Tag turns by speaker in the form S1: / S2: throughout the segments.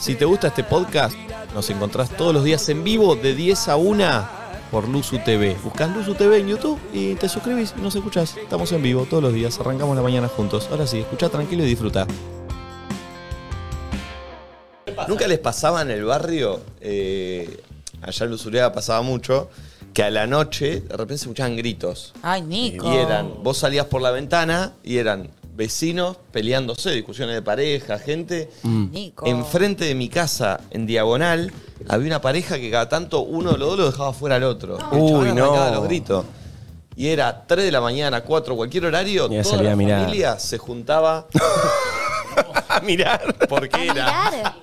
S1: Si te gusta este podcast, nos encontrás todos los días en vivo de 10 a 1 por Luzu TV. Buscás Luzu TV en YouTube y te suscribís y nos escuchás. Estamos en vivo todos los días, arrancamos la mañana juntos. Ahora sí, escuchá tranquilo y disfruta. ¿Nunca les pasaba en el barrio, eh, allá en Luzurea pasaba mucho, que a la noche de repente se escuchaban gritos?
S2: Ay, Nico.
S1: Y eran, vos salías por la ventana y eran vecinos peleándose, discusiones de pareja, gente.
S2: Nico.
S1: Enfrente de mi casa, en diagonal, había una pareja que cada tanto uno de los dos lo dejaba fuera al otro. El
S3: Uy,
S1: chabón
S3: no.
S1: arrancaba los gritos. Y era 3 de la mañana, 4, cualquier horario,
S3: Mira,
S1: toda
S3: salí
S1: la
S3: a mirar.
S1: familia se juntaba
S3: A mirar.
S1: porque era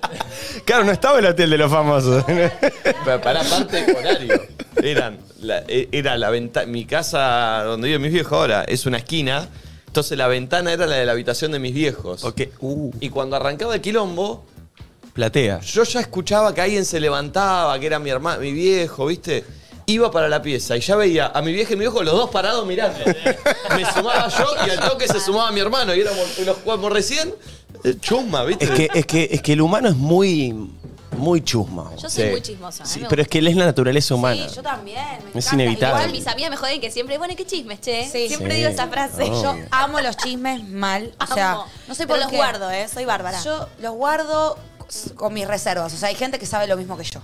S3: Claro, no estaba el hotel de los famosos.
S1: Pero para parte del horario. Eran la- e- era la ventana. Mi casa donde viven mis viejos ahora es una esquina. Entonces la ventana era la de la habitación de mis viejos.
S3: ok. Uh,
S1: Y cuando arrancaba el quilombo,
S3: platea.
S1: yo ya escuchaba que alguien se levantaba, que era mi hermano, mi viejo, ¿viste? Iba para la pieza y ya veía a mi vieja y mi viejo los dos parados mirando. Me sumaba yo y al toque se sumaba mi hermano. Y éramos los cuatro recién. eh, Chusma, ¿viste?
S3: Es que, es, que, es que el humano es muy, muy chusma.
S4: Yo soy
S1: Sí.
S4: muy chismosa. a mí
S3: Sí,
S4: me
S3: pero es que él es la naturaleza humana.
S4: Sí, yo también. Me encanta.
S3: Es inevitable.
S4: Igual mis amigas me joden que siempre, bueno, ¿y qué chismes, che?
S2: Sí.
S4: Siempre
S3: Sí.
S4: digo esa frase.
S3: Obvio.
S4: Yo
S2: Yo amo los chismes mal. O sea,
S4: Amo.
S2: no sé
S4: Pero
S2: por
S4: los
S2: qué.
S4: guardo, ¿eh? Soy bárbara.
S2: Yo los guardo con mis reservas. O sea, hay gente que sabe lo mismo que yo.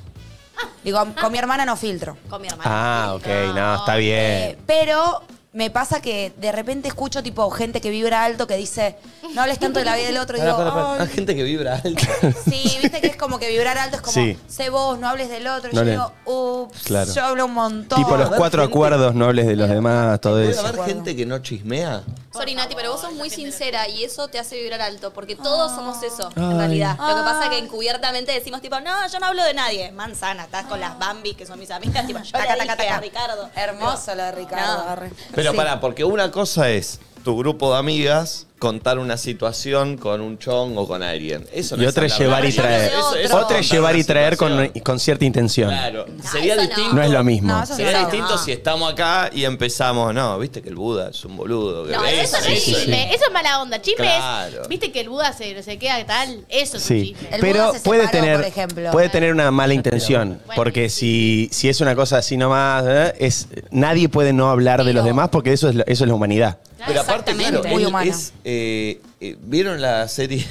S2: Digo, con mi hermana no filtro.
S4: con mi hermana.
S3: Ah, ok, no, está
S2: Eh,
S3: bien.
S2: pero me pasa que de repente escucho tipo gente que vibra alto que dice, no hables tanto de la vida del otro. Y
S1: Pará,
S2: digo,
S1: pará, pará.
S2: "Ay".
S1: Hay gente que vibra alto.
S2: Sí, viste que es como que vibrar alto es como,
S3: Sí.
S2: sé vos, no hables del otro. Y
S3: No
S2: yo
S3: le-
S2: digo, ups,
S3: Claro.
S2: yo hablo un montón.
S3: Tipo los cuatro
S1: gente.
S3: acuerdos nobles de los demás, todo
S1: ¿Puede
S3: eso.
S1: haber gente que no chismea?
S4: Sorry, Nati, pero vos sos muy sincera y eso te hace vibrar alto, porque todos somos eso, en realidad. Lo que pasa es que encubiertamente decimos, tipo, no, yo no hablo de nadie. Manzana, estás con las Bambis, que son mis amigas, tipo, yo
S2: Taca,
S4: le
S2: taca,
S4: dije
S2: taca.
S4: a Ricardo.
S2: Hermoso lo de Ricardo.
S4: No.
S2: arre.
S1: Pero
S2: Sí.
S1: pará, porque una cosa es tu grupo de amigas contar una situación con un chong o con alguien. Eso no
S3: Y
S1: es
S3: otra es
S1: hablar de
S3: llevar y
S1: otra.
S3: traer.
S4: Eso- eso es
S3: Otra es
S1: contar
S3: llevar
S1: una
S3: y traer con,
S1: situación.
S3: con cierta intención.
S1: Claro.
S4: No,
S1: sería
S4: Ah, eso no.
S1: distinto.
S3: No es lo mismo.
S2: No, eso
S1: Sería
S2: no.
S1: distinto si estamos acá y empezamos, no, viste que el Buda es un boludo. que
S4: No,
S1: ve
S5: Eso no es
S1: dice.
S5: chisme, eso es mala onda. Chisme
S1: Claro.
S5: es, viste que el Buda se, se queda tal, eso es un
S3: Sí,
S5: chisme.
S2: El Buda
S3: pero
S2: se
S3: puede
S2: separó,
S3: tener
S2: por ejemplo.
S3: puede tener una mala intención, porque si, si es una cosa así nomás, ¿eh? es nadie puede no hablar de los demás porque eso es la- eso es la humanidad.
S1: Pero aparte, claro,
S2: Muy
S1: él
S2: humano.
S1: es, eh, eh, ¿vieron la serie?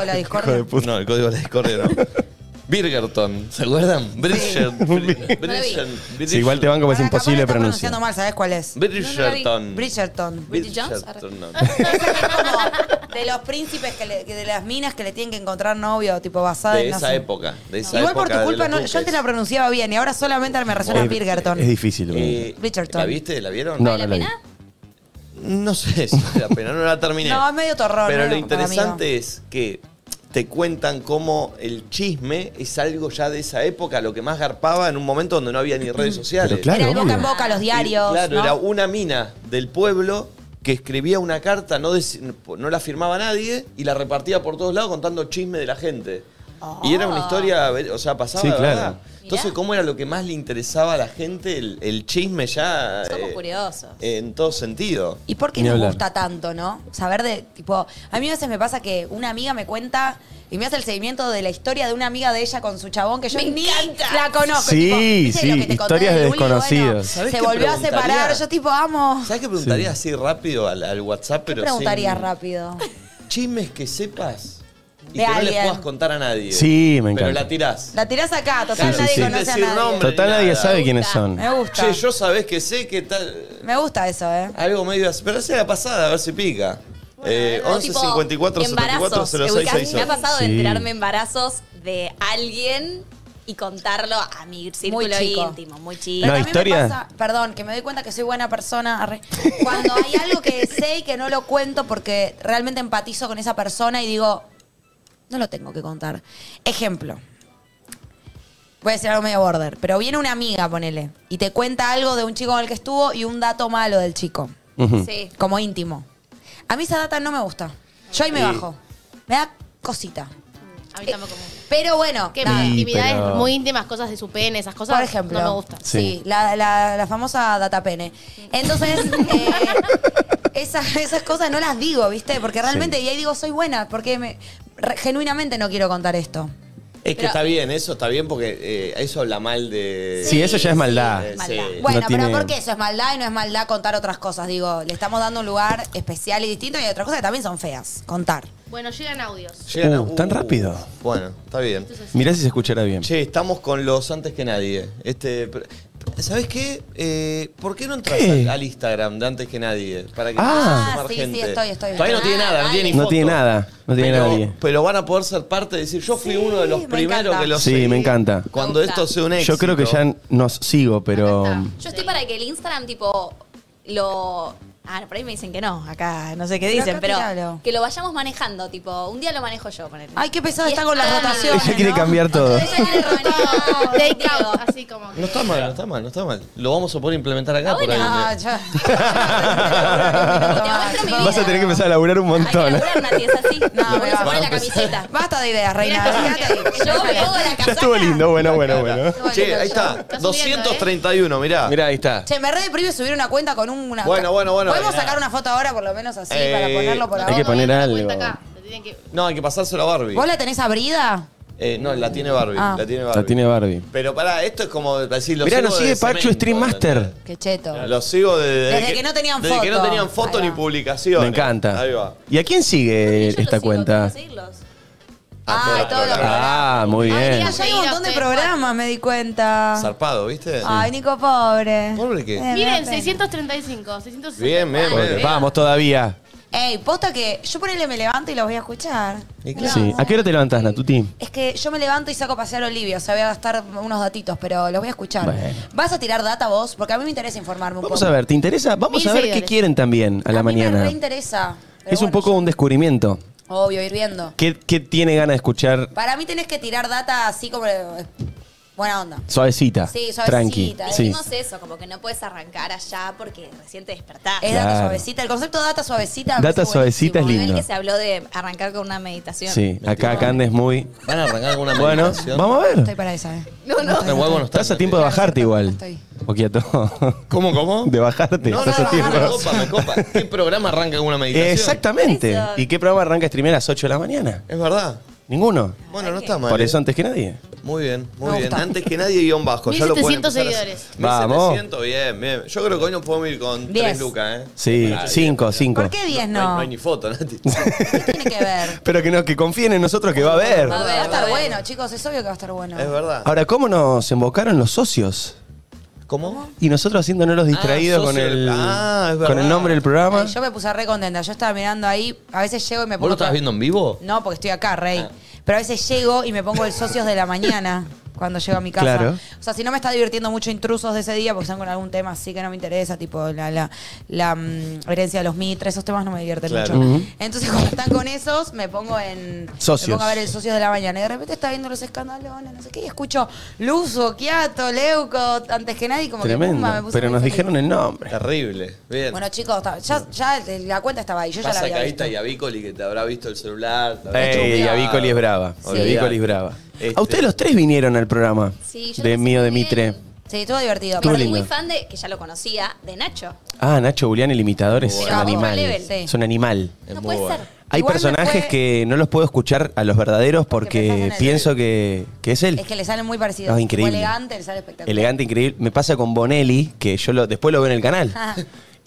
S2: de la discordia.
S3: Hijo de puta.
S1: No, el código de la discordia no. Birgerton, ¿se acuerdan? Bridgerton. Bridgerton.
S3: Sí, igual te van como es
S2: Pará, Ah, capaz
S3: imposible
S2: lo está
S3: pronunciar.
S2: pronunciando mal, ¿sabés cuál es?
S1: Bridgerton.
S2: Bridgerton.
S4: Bridget Jones.
S1: Bridgerton, no.
S2: Como de los príncipes, que le- que de las minas que le tienen que encontrar novio, tipo basada
S1: De
S2: en... no
S1: esa
S2: sé.
S1: época. de esa
S2: Igual por
S1: época
S2: tu
S1: de
S2: culpa,
S1: los
S2: no-
S1: duques.
S2: yo antes la pronunciaba bien y ahora solamente me resuena
S3: Es-
S2: Birgerton.
S3: Es difícil.
S1: Eh,
S2: Bridgerton.
S1: ¿La viste? ¿La vieron?
S3: no,
S4: ¿Vale
S3: no lo
S4: la
S3: vi.
S4: pena?
S1: No sé si vale la pena, no la terminé.
S2: No, es medio torrón.
S1: Pero
S2: ¿no?
S1: lo
S2: Para mí,
S1: interesante es que te cuentan cómo el chisme es algo ya de esa época, lo que más garpaba en un momento donde no había ni redes sociales.
S3: Pero
S2: ¿no?
S3: claro,
S2: Era el boca en
S3: obvio.
S2: boca, los diarios.
S1: Y, claro,
S2: ¿no?
S1: era una mina del pueblo que escribía una carta, no, dec- no la firmaba nadie y la repartía por todos lados contando chisme de la gente. Y era
S2: Ah.
S1: una historia, o sea, pasaba
S3: Sí,
S1: de
S3: claro.
S1: verdad. Entonces, ¿cómo era lo que más le interesaba a la gente el, el chisme ya?
S4: Somos
S1: eh,
S4: curiosos.
S1: En todo sentido.
S2: ¿Y por qué
S3: Ni
S2: nos
S3: hablar.
S2: gusta tanto, no? Saber de, tipo, a mí a veces me pasa que una amiga me cuenta y me hace el seguimiento de la historia de una amiga de ella con su chabón que yo
S4: Me
S2: ni
S4: encanta.
S2: la conozco.
S3: Sí,
S2: tipo, ¿viste
S3: sí,
S2: lo que te conté
S3: historias de
S2: del Uli? Bueno,
S3: desconocidos.
S1: ¿Sabés
S2: se
S1: qué
S2: volvió a
S1: preguntaría?
S2: separar, yo tipo, amo.
S1: ¿Sabes qué preguntaría así rápido al, al WhatsApp?
S2: ¿Qué
S1: pero
S2: preguntarías
S1: sin-
S2: rápido?
S1: Chismes que sepas y
S2: De
S1: que no
S2: alguien.
S1: le puedas contar a nadie.
S3: Sí, me
S1: Pero
S3: encanta.
S1: la tirás.
S2: La tirás acá, total,
S3: Sí, sí,
S2: nadie
S3: sí.
S2: conoce a
S1: Sin decir
S2: nadie.
S1: nombre.
S3: Total nadie
S1: Nada.
S3: sabe quiénes son.
S2: Me gusta.
S1: Che, yo sabés que sé que tal.
S2: Me gusta eso, ¿eh?
S1: Algo medio así. Pero sea la pasada, a ver si pica. eh,
S4: Pero
S1: 11
S4: tipo,
S1: 54 74
S4: embarazos, ubicás, Me ha
S1: 06
S4: pasado de
S3: Sí.
S4: enterarme embarazos de alguien y contarlo a mi círculo
S2: chico.
S4: íntimo, muy chico.
S2: Pero
S3: No,
S2: a mí me
S3: historia.
S2: pasa- perdón, que me doy cuenta que soy buena persona. arre. Cuando hay algo que sé y que no lo cuento porque realmente empatizo con esa persona y digo, no lo tengo que contar. Ejemplo. Voy a decir algo medio border, pero viene una amiga, ponele, y te cuenta algo de un chico con el que estuvo y un dato malo del chico,
S3: Ujú.
S4: Sí.
S2: como íntimo. A mí esa data no me gusta. Yo ahí me
S1: Y-
S2: bajo. Me da cosita.
S5: A mí tampoco me gusta.
S2: Pero bueno,
S5: Que
S2: nada.
S5: mis intimidades
S3: pero-
S5: muy íntimas, cosas de su pene, esas cosas
S2: Por ejemplo.
S5: no me gustan.
S3: Sí.
S2: Sí, la, la- la famosa datapene. Entonces, eh, esas, esas cosas no las digo, ¿viste? Porque realmente, y ahí digo, soy buena, porque me, re- genuinamente no quiero contar esto.
S1: Es que
S4: Pero-
S1: está bien, eso está bien porque eh, eso habla mal de.
S3: Sí, eso ya es maldad.
S1: Eh,
S4: Maldad.
S1: sí.
S2: Bueno,
S3: No tiene-
S2: pero porque eso es maldad y no es maldad contar otras cosas. Digo, le estamos dando un lugar especial y distinto y hay otras cosas que también son feas. Contar.
S5: Bueno, llegan audios.
S1: Llegan a-
S3: Uh, tan rápido.
S1: Bueno, está bien.
S3: Mirá si se escuchará bien.
S1: Che, estamos con los antes que nadie. Este, pr- ¿Sabés qué? Eh, ¿Por qué no entras
S3: ¿Qué?
S1: al, al Instagram de antes que nadie? Para que
S3: Ah.
S1: puedas
S2: Ah,
S1: sumar
S2: sí, sí,
S1: gente.
S2: estoy, estoy.
S1: Todavía no tiene
S4: Ah,
S1: nada, no
S4: vale.
S1: tiene ni
S3: No
S1: foto.
S3: tiene nada, no tiene
S1: pero,
S3: nadie.
S1: Pero van a poder ser parte de decir, yo fui
S2: Sí,
S1: uno de los
S2: me
S1: primeros
S2: encanta.
S1: que lo
S3: Sí,
S1: sé.
S3: me encanta.
S1: Cuando
S4: Me gusta.
S1: esto sea un éxito.
S3: Yo creo que ya nos sigo, pero.
S4: Yo estoy para que el Instagram, tipo, lo. Ah, por ahí me dicen que no, acá no sé qué
S2: Pero
S4: dicen,
S2: acá
S4: pero
S2: tiralo.
S4: que lo vayamos manejando, tipo, un día lo manejo yo, ponele.
S2: Ay, qué pesado
S4: Y
S2: está con las
S4: ah,
S2: rotaciones.
S3: Ella quiere
S2: ¿no?
S3: cambiar todo.
S4: Ella quiere manejar.
S5: Take
S4: Digo,
S5: out, así como. que-
S1: No está mal, no está mal, no está mal. Lo vamos a poder implementar acá.
S4: Ah,
S1: por ahí.
S4: bueno.
S2: Ah, ya. Ay,
S4: mi
S2: no.
S3: Vas a tener que empezar a laburar un
S4: Hay que
S3: montón.
S4: laburar, Nati, es así.
S2: No,
S4: No,
S2: bueno.
S4: se pone
S1: Vamos a
S4: la
S1: empezar.
S4: camiseta.
S2: Basta de ideas, reina.
S5: Mira,
S2: Fíjate.
S4: Yo me pongo la
S3: Ya
S4: casaca.
S3: estuvo lindo, bueno, bueno, bueno.
S1: Che, ahí está,
S2: ¿eh?
S5: Está subiendo,
S1: 231, mirá.
S3: Mirá, ahí está.
S2: Che, me re deprime subir una cuenta con un- una.
S1: Bueno, bueno, bueno.
S2: Podemos
S1: Nada.
S2: sacar una foto ahora, por lo menos así,
S1: Eh,
S2: para ponerlo por
S5: No,
S3: Hay que
S2: ahora.
S5: no,
S3: poner
S5: no, cuenta
S3: algo.
S5: acá, se tienen que-
S1: No, hay que pasárselo a Barbie.
S2: ¿Vos la tenés abrida?
S1: Eh, no, la tiene Barbie,
S2: Ah.
S1: la tiene Barbie.
S3: La tiene Barbie.
S1: Pero pará, esto es como decir, los
S3: Mirá, nos
S1: sigo
S3: sigue
S1: de
S3: Pachu
S1: cemento,
S3: Stream
S1: ¿entendés?
S3: Master.
S2: Qué cheto.
S1: Los sigo de- desde,
S2: Desde que no tenían
S1: desde que no
S2: foto.
S1: tenían foto
S2: Ahí
S1: ni
S2: va.
S1: publicación.
S3: Me encanta.
S1: Ahí va.
S3: ¿Y a quién sigue
S4: Yo los
S3: esta
S4: sigo,
S3: cuenta?
S4: tengo que seguirlos.
S2: Ah,
S1: todos
S2: todo
S1: los
S2: lo
S1: programas.
S3: Ah, muy
S5: Ay,
S3: bien.
S5: mira,
S2: Ya hay un montón de programas, me di cuenta.
S1: Zarpado, ¿viste?
S2: Ah. Ay, Nico, pobre.
S1: ¿Pobre qué?
S2: Eh, me da
S5: Miren,
S2: pena.
S5: 635, 660.
S1: Bien, bien,
S5: Ah,
S1: bien.
S3: Porque Vamos todavía.
S2: Ey, posta que yo ponele me levanto y los voy a escuchar.
S1: Y claro.
S3: Sí. ¿A qué hora te levantás, Natuti?
S2: Es que yo me levanto y saco a pasear a Olivia, o sea, voy a gastar unos datitos, pero los voy a escuchar.
S3: Bueno.
S2: ¿Vas a tirar data vos? Porque a mí me interesa informarme un
S3: Vamos
S2: poco.
S3: a ver, ¿te interesa? Vamos
S5: Mil
S3: a ver qué
S5: seguidores.
S3: quieren también a la
S2: mí Me
S3: mañana.
S2: reinteresa. pero
S3: Es un
S2: bueno,
S3: poco un descubrimiento.
S2: yo- Obvio, ir viendo.
S3: ¿Qué, qué tiene ganas de escuchar
S2: Para mí tenés que tirar data así como. eh, Buena onda.
S3: suavecita?
S2: Sí, suavecita,
S3: Tranqui.
S2: eh.
S3: Sí.
S4: Dijimos eso, como que no puedes arrancar allá porque recién te despertás.
S2: Es data
S3: Claro.
S2: suavecita. El concepto de data suavecita. me
S3: Data
S2: parece buenísimo. ¿eh?
S3: suavecita Este es
S4: Como el
S3: lindo.
S4: que se habló de arrancar con una meditación.
S3: Sí, acá Cande es muy.
S1: ¿Van a arrancar alguna
S3: Bueno,
S1: meditación?
S3: vamos a
S2: Estoy
S3: ver.
S2: para esa, ¿eh?
S4: No, no.
S1: No, igual vos no
S3: Estás a tiempo de bajarte igual. Poquito.
S1: ¿Cómo, cómo?
S3: De bajarte,
S1: No, no,
S3: estás
S1: no,
S3: a tiempo.
S1: me copa, me copa. ¿Qué programa arranca con una meditación?
S3: Exactamente.
S4: Eso.
S3: ¿Y qué programa arranca a streamear a las 8 de la mañana?
S1: Es verdad.
S3: Ninguno.
S1: Bueno, no está mal.
S3: Por
S1: eh.
S3: eso antes que nadie.
S1: Muy bien, muy
S2: Me
S1: bien.
S2: gusta.
S1: Antes que nadie guión bajo. Ya lo pueden
S5: 1700
S1: empezar a-
S5: seguidores.
S1: 1700, bien, bien. Yo creo que hoy nos podemos ir con
S2: Diez.
S1: 3 lucas, ¿eh?
S3: Sí,
S1: Ah,
S3: cinco, cinco.
S2: ¿Por qué 10
S1: No, hay,
S2: no?
S1: no hay ni foto, Nati.
S2: ¿Qué tiene que ver?
S3: Pero que, no, que confíen en nosotros que va a haber.
S2: Va
S4: ver,
S2: a
S4: va
S2: estar
S4: a ver.
S2: bueno, chicos, es obvio que va a estar bueno.
S1: Es verdad.
S3: Ahora, ¿cómo nos invocaron los socios?
S1: ¿Cómo?
S3: Y nosotros haciéndonos los distraídos
S1: Ah,
S3: con,
S1: socio
S3: el,
S1: del- Ah, es verdad.
S3: con el nombre del programa.
S2: Ay, yo me puse re contenta. Yo estaba mirando ahí. A veces llego y me
S1: ¿Vos
S2: pongo.
S1: lo estás
S2: pro-
S1: viendo en vivo?
S2: No, porque estoy acá, Rey.
S3: Ah.
S2: Pero a veces llego y me pongo el socios de la mañana cuando llego a mi casa.
S3: Claro.
S2: O sea, si no me está divirtiendo mucho intrusos de ese día porque están con algún tema así que no me interesa, tipo la, la, la, mm, herencia de los mitres, esos temas no me divierten
S1: Claro.
S2: mucho.
S3: Ujú.
S2: Entonces, cuando están con esos, me pongo en.
S3: Socios.
S2: Me pongo a ver el socios de la mañana. Y de repente está viendo los escandalones, no sé qué, y escucho Luzo, Quiato, Leuco, antes que nadie, como que
S3: Tremendo.
S2: pumba, me puse
S3: Pero
S2: muy
S3: nos
S2: feliz.
S3: dijeron el nombre.
S1: Terrible. Bien.
S2: Bueno, chicos, ta- ya, ya la cuenta estaba ahí. Yo ya la
S1: Pasa
S2: había
S1: que ahí
S2: visto.
S1: está Yavicoli que te habrá visto el celular. te habrá
S3: Ey,
S1: chusmeado.
S3: Avícoli Eh, es brava.
S1: Sí.
S3: Avícoli es brava.
S1: Este-
S3: A ustedes los tres vinieron al programa
S4: Sí, yo
S3: de
S4: lo pasé
S3: Mío de
S4: muy
S3: Mitre.
S4: bien.
S2: Sí, estuvo divertido.
S3: Estuvo
S4: Yo soy
S3: lindo.
S4: muy fan de, que ya lo conocía, de Nacho.
S3: Ah, Nacho Julián, el imitador, es
S4: Pero
S3: un
S4: a otro
S3: animal.
S4: level,
S2: sí.
S3: Es un animal.
S1: Es
S4: no
S1: muy
S4: puede
S1: bueno.
S4: ser.
S3: Hay
S2: Igual me
S3: personajes
S2: fue-
S3: que no los puedo escuchar a los verdaderos
S2: pensás
S3: porque
S2: en él.
S3: pienso que, que es él.
S2: Es que le salen muy parecidos.
S3: No, increíble.
S2: Fue elegante, le sale espectacular.
S3: Elegante, increíble. Me pasa con Bonelli, que yo lo, después lo veo en el canal.
S2: Ah.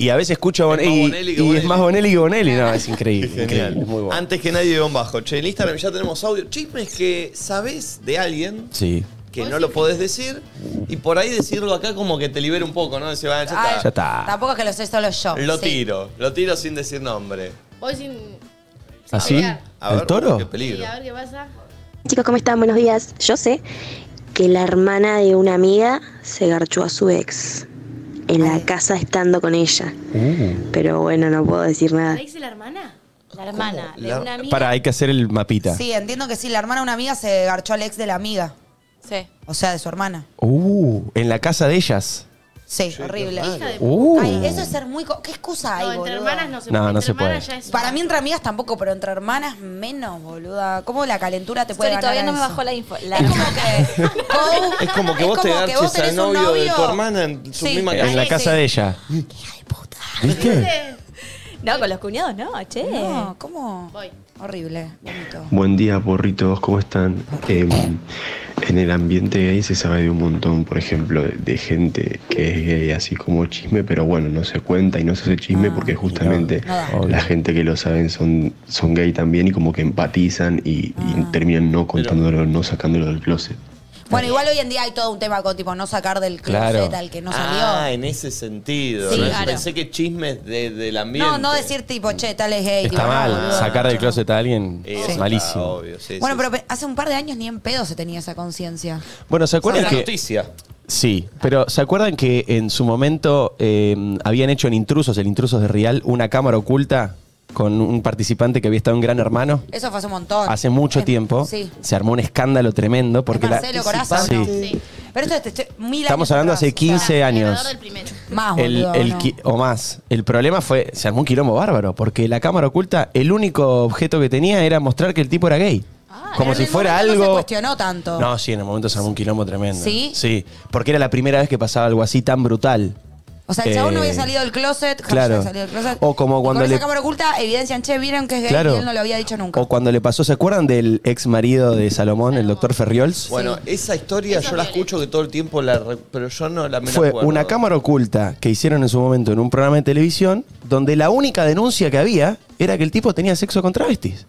S3: y a veces escucho
S1: Es
S3: a
S1: más
S3: Bonelli. y-
S1: Bonelli
S3: Y,
S1: que
S3: es
S1: Bonelli.
S3: más Bonelli que Bonelli. No, es increíble.
S1: Genial.
S3: increíble. Muy bueno.
S1: Antes que nadie guión bajo. Che, en Instagram ya tenemos audio. Chismes que sabés de alguien
S3: Sí.
S1: que no lo podés decir y por ahí decirlo acá como que te libera un poco, ¿no? Decir, "Ah, ya
S2: Ay,
S1: está".
S3: Ya está.
S2: Tampoco es que lo sé solo yo.
S1: Lo
S2: Sí.
S1: tiro, lo tiro sin decir nombre.
S5: Voy sin.
S3: ¿Así?
S5: A
S1: A ver,
S3: ¿Al toro?
S1: Qué
S5: Sí,
S1: peligro.
S5: a ver qué pasa.
S6: Chicos, ¿cómo están? Buenos días. Yo sé que la hermana de una amiga se garchó a su ex en la casa estando con ella.
S2: Uh.
S3: Uh.
S6: Pero bueno, no puedo decir nada.
S5: ¿La dice la hermana?
S4: La hermana de
S1: La-
S4: una amiga.
S3: Para, hay que hacer el mapita.
S2: Sí, entiendo que sí. La hermana de una amiga se garchó al ex de la amiga.
S4: Sí.
S2: O sea, de su hermana.
S3: Uh, en la casa de ellas.
S2: Sí, horrible.
S5: Hija de
S3: Uh.
S2: Ay, eso es ser muy. co- ¿Qué excusa hay,
S5: No, entre
S2: boluda?
S5: hermanas no se
S3: No,
S5: puede.
S3: no
S5: entre
S3: se puede.
S5: hermanas ya es-
S2: Para mí, entre amigas tampoco, pero entre hermanas menos, boluda. ¿Cómo la calentura te puede ganar?
S4: Sorry, todavía no me
S2: eso?
S4: bajó la info. La-
S2: Es como que. Cou-
S1: Es como que vos te garches
S2: tenés
S1: al
S2: un
S1: novio de tu hermana en su misma
S3: En la
S2: Sí.
S3: casa de ella.
S2: Hija de puta.
S3: ¿Viste?
S5: ¿Viste?
S4: No, con los cuñados no, che.
S2: No, ¿cómo?
S5: Voy.
S2: Horrible, bonito.
S7: Buen día, borritos, ¿cómo están? Em, en el ambiente gay se sabe de un montón, por ejemplo, de, de gente que es gay, así como chisme, pero bueno, no se cuenta y no se hace chisme porque justamente
S2: no da.
S7: la gente que lo saben son, son gay también y como que empatizan y, y terminan no contándolo, no sacándolo del closet.
S2: Bueno, igual hoy en día hay todo un tema con tipo no sacar del closet
S3: Claro.
S2: al que no salió.
S1: Ah, en ese sentido.
S2: Sí,
S1: ¿no? Yo
S2: claro.
S1: Pensé que chismes de- del ambiente.
S2: no, no decir tipo, che, tal es gay. tipo,
S3: Está
S2: no,
S3: mal.
S2: boludo,
S3: Sacar del
S2: no.
S3: closet a alguien
S1: Eh, Eso
S3: es
S1: está
S3: malísimo.
S1: Ah, obvio, sí,
S2: Bueno,
S1: sí,
S2: pero pe- hace un par de años ni en pedo se tenía esa conciencia.
S3: Bueno, ¿se
S1: sí.
S3: acuerdan
S1: Buena
S3: que...?
S1: noticia.
S3: Sí, pero ¿se acuerdan que en su momento eh, habían hecho en Intrusos, el Intrusos de Rial, una cámara oculta con un participante que había estado en Gran Hermano?
S2: Eso fue hace un montón.
S3: Hace mucho
S2: Eh,
S3: tiempo
S2: Sí.
S3: se armó un escándalo tremendo porque la-
S2: Marcelo Corazza,
S3: Sí.
S2: ¿no?
S5: Sí.
S2: Pero esto es te- te- mil
S3: Estamos
S2: años
S3: hablando
S2: atrás,
S3: hace 15
S5: Ganador
S3: años.
S5: del primero.
S2: Más,
S3: El-
S2: Ah, boludo,
S3: el
S2: no.
S3: qui- o más. El problema fue, se armó un quilombo bárbaro, porque la cámara oculta, el único objeto que tenía era mostrar que el tipo era gay.
S5: Ah,
S3: como
S2: Pero
S3: si
S2: en el
S3: fuera
S2: momento
S3: algo.
S2: No se cuestionó tanto.
S3: No, sí, en el momento se armó un quilombo tremendo.
S2: ¿Sí?
S3: Sí, porque era la primera vez que pasaba algo así tan brutal.
S2: O sea, el chabón no
S3: Eh,
S2: había salido del closet, jamás
S3: claro.
S2: había salido del closet.
S3: O como
S2: Y
S3: cuando
S2: con
S3: le-
S2: esa cámara oculta evidencian, che, vieron que es gay
S3: Claro.
S2: y él no lo había dicho nunca.
S3: O cuando le pasó, ¿se acuerdan del ex marido de Salomón, el doctor Ferriols?
S1: Bueno, esa historia
S5: Esa
S1: yo la
S5: violencia.
S1: escucho que todo el tiempo la. re- Pero yo no la me la
S3: Fue
S1: acuerdo.
S3: una cámara oculta que hicieron en su momento en un programa de televisión donde la única denuncia que había era que el tipo tenía sexo con travestis.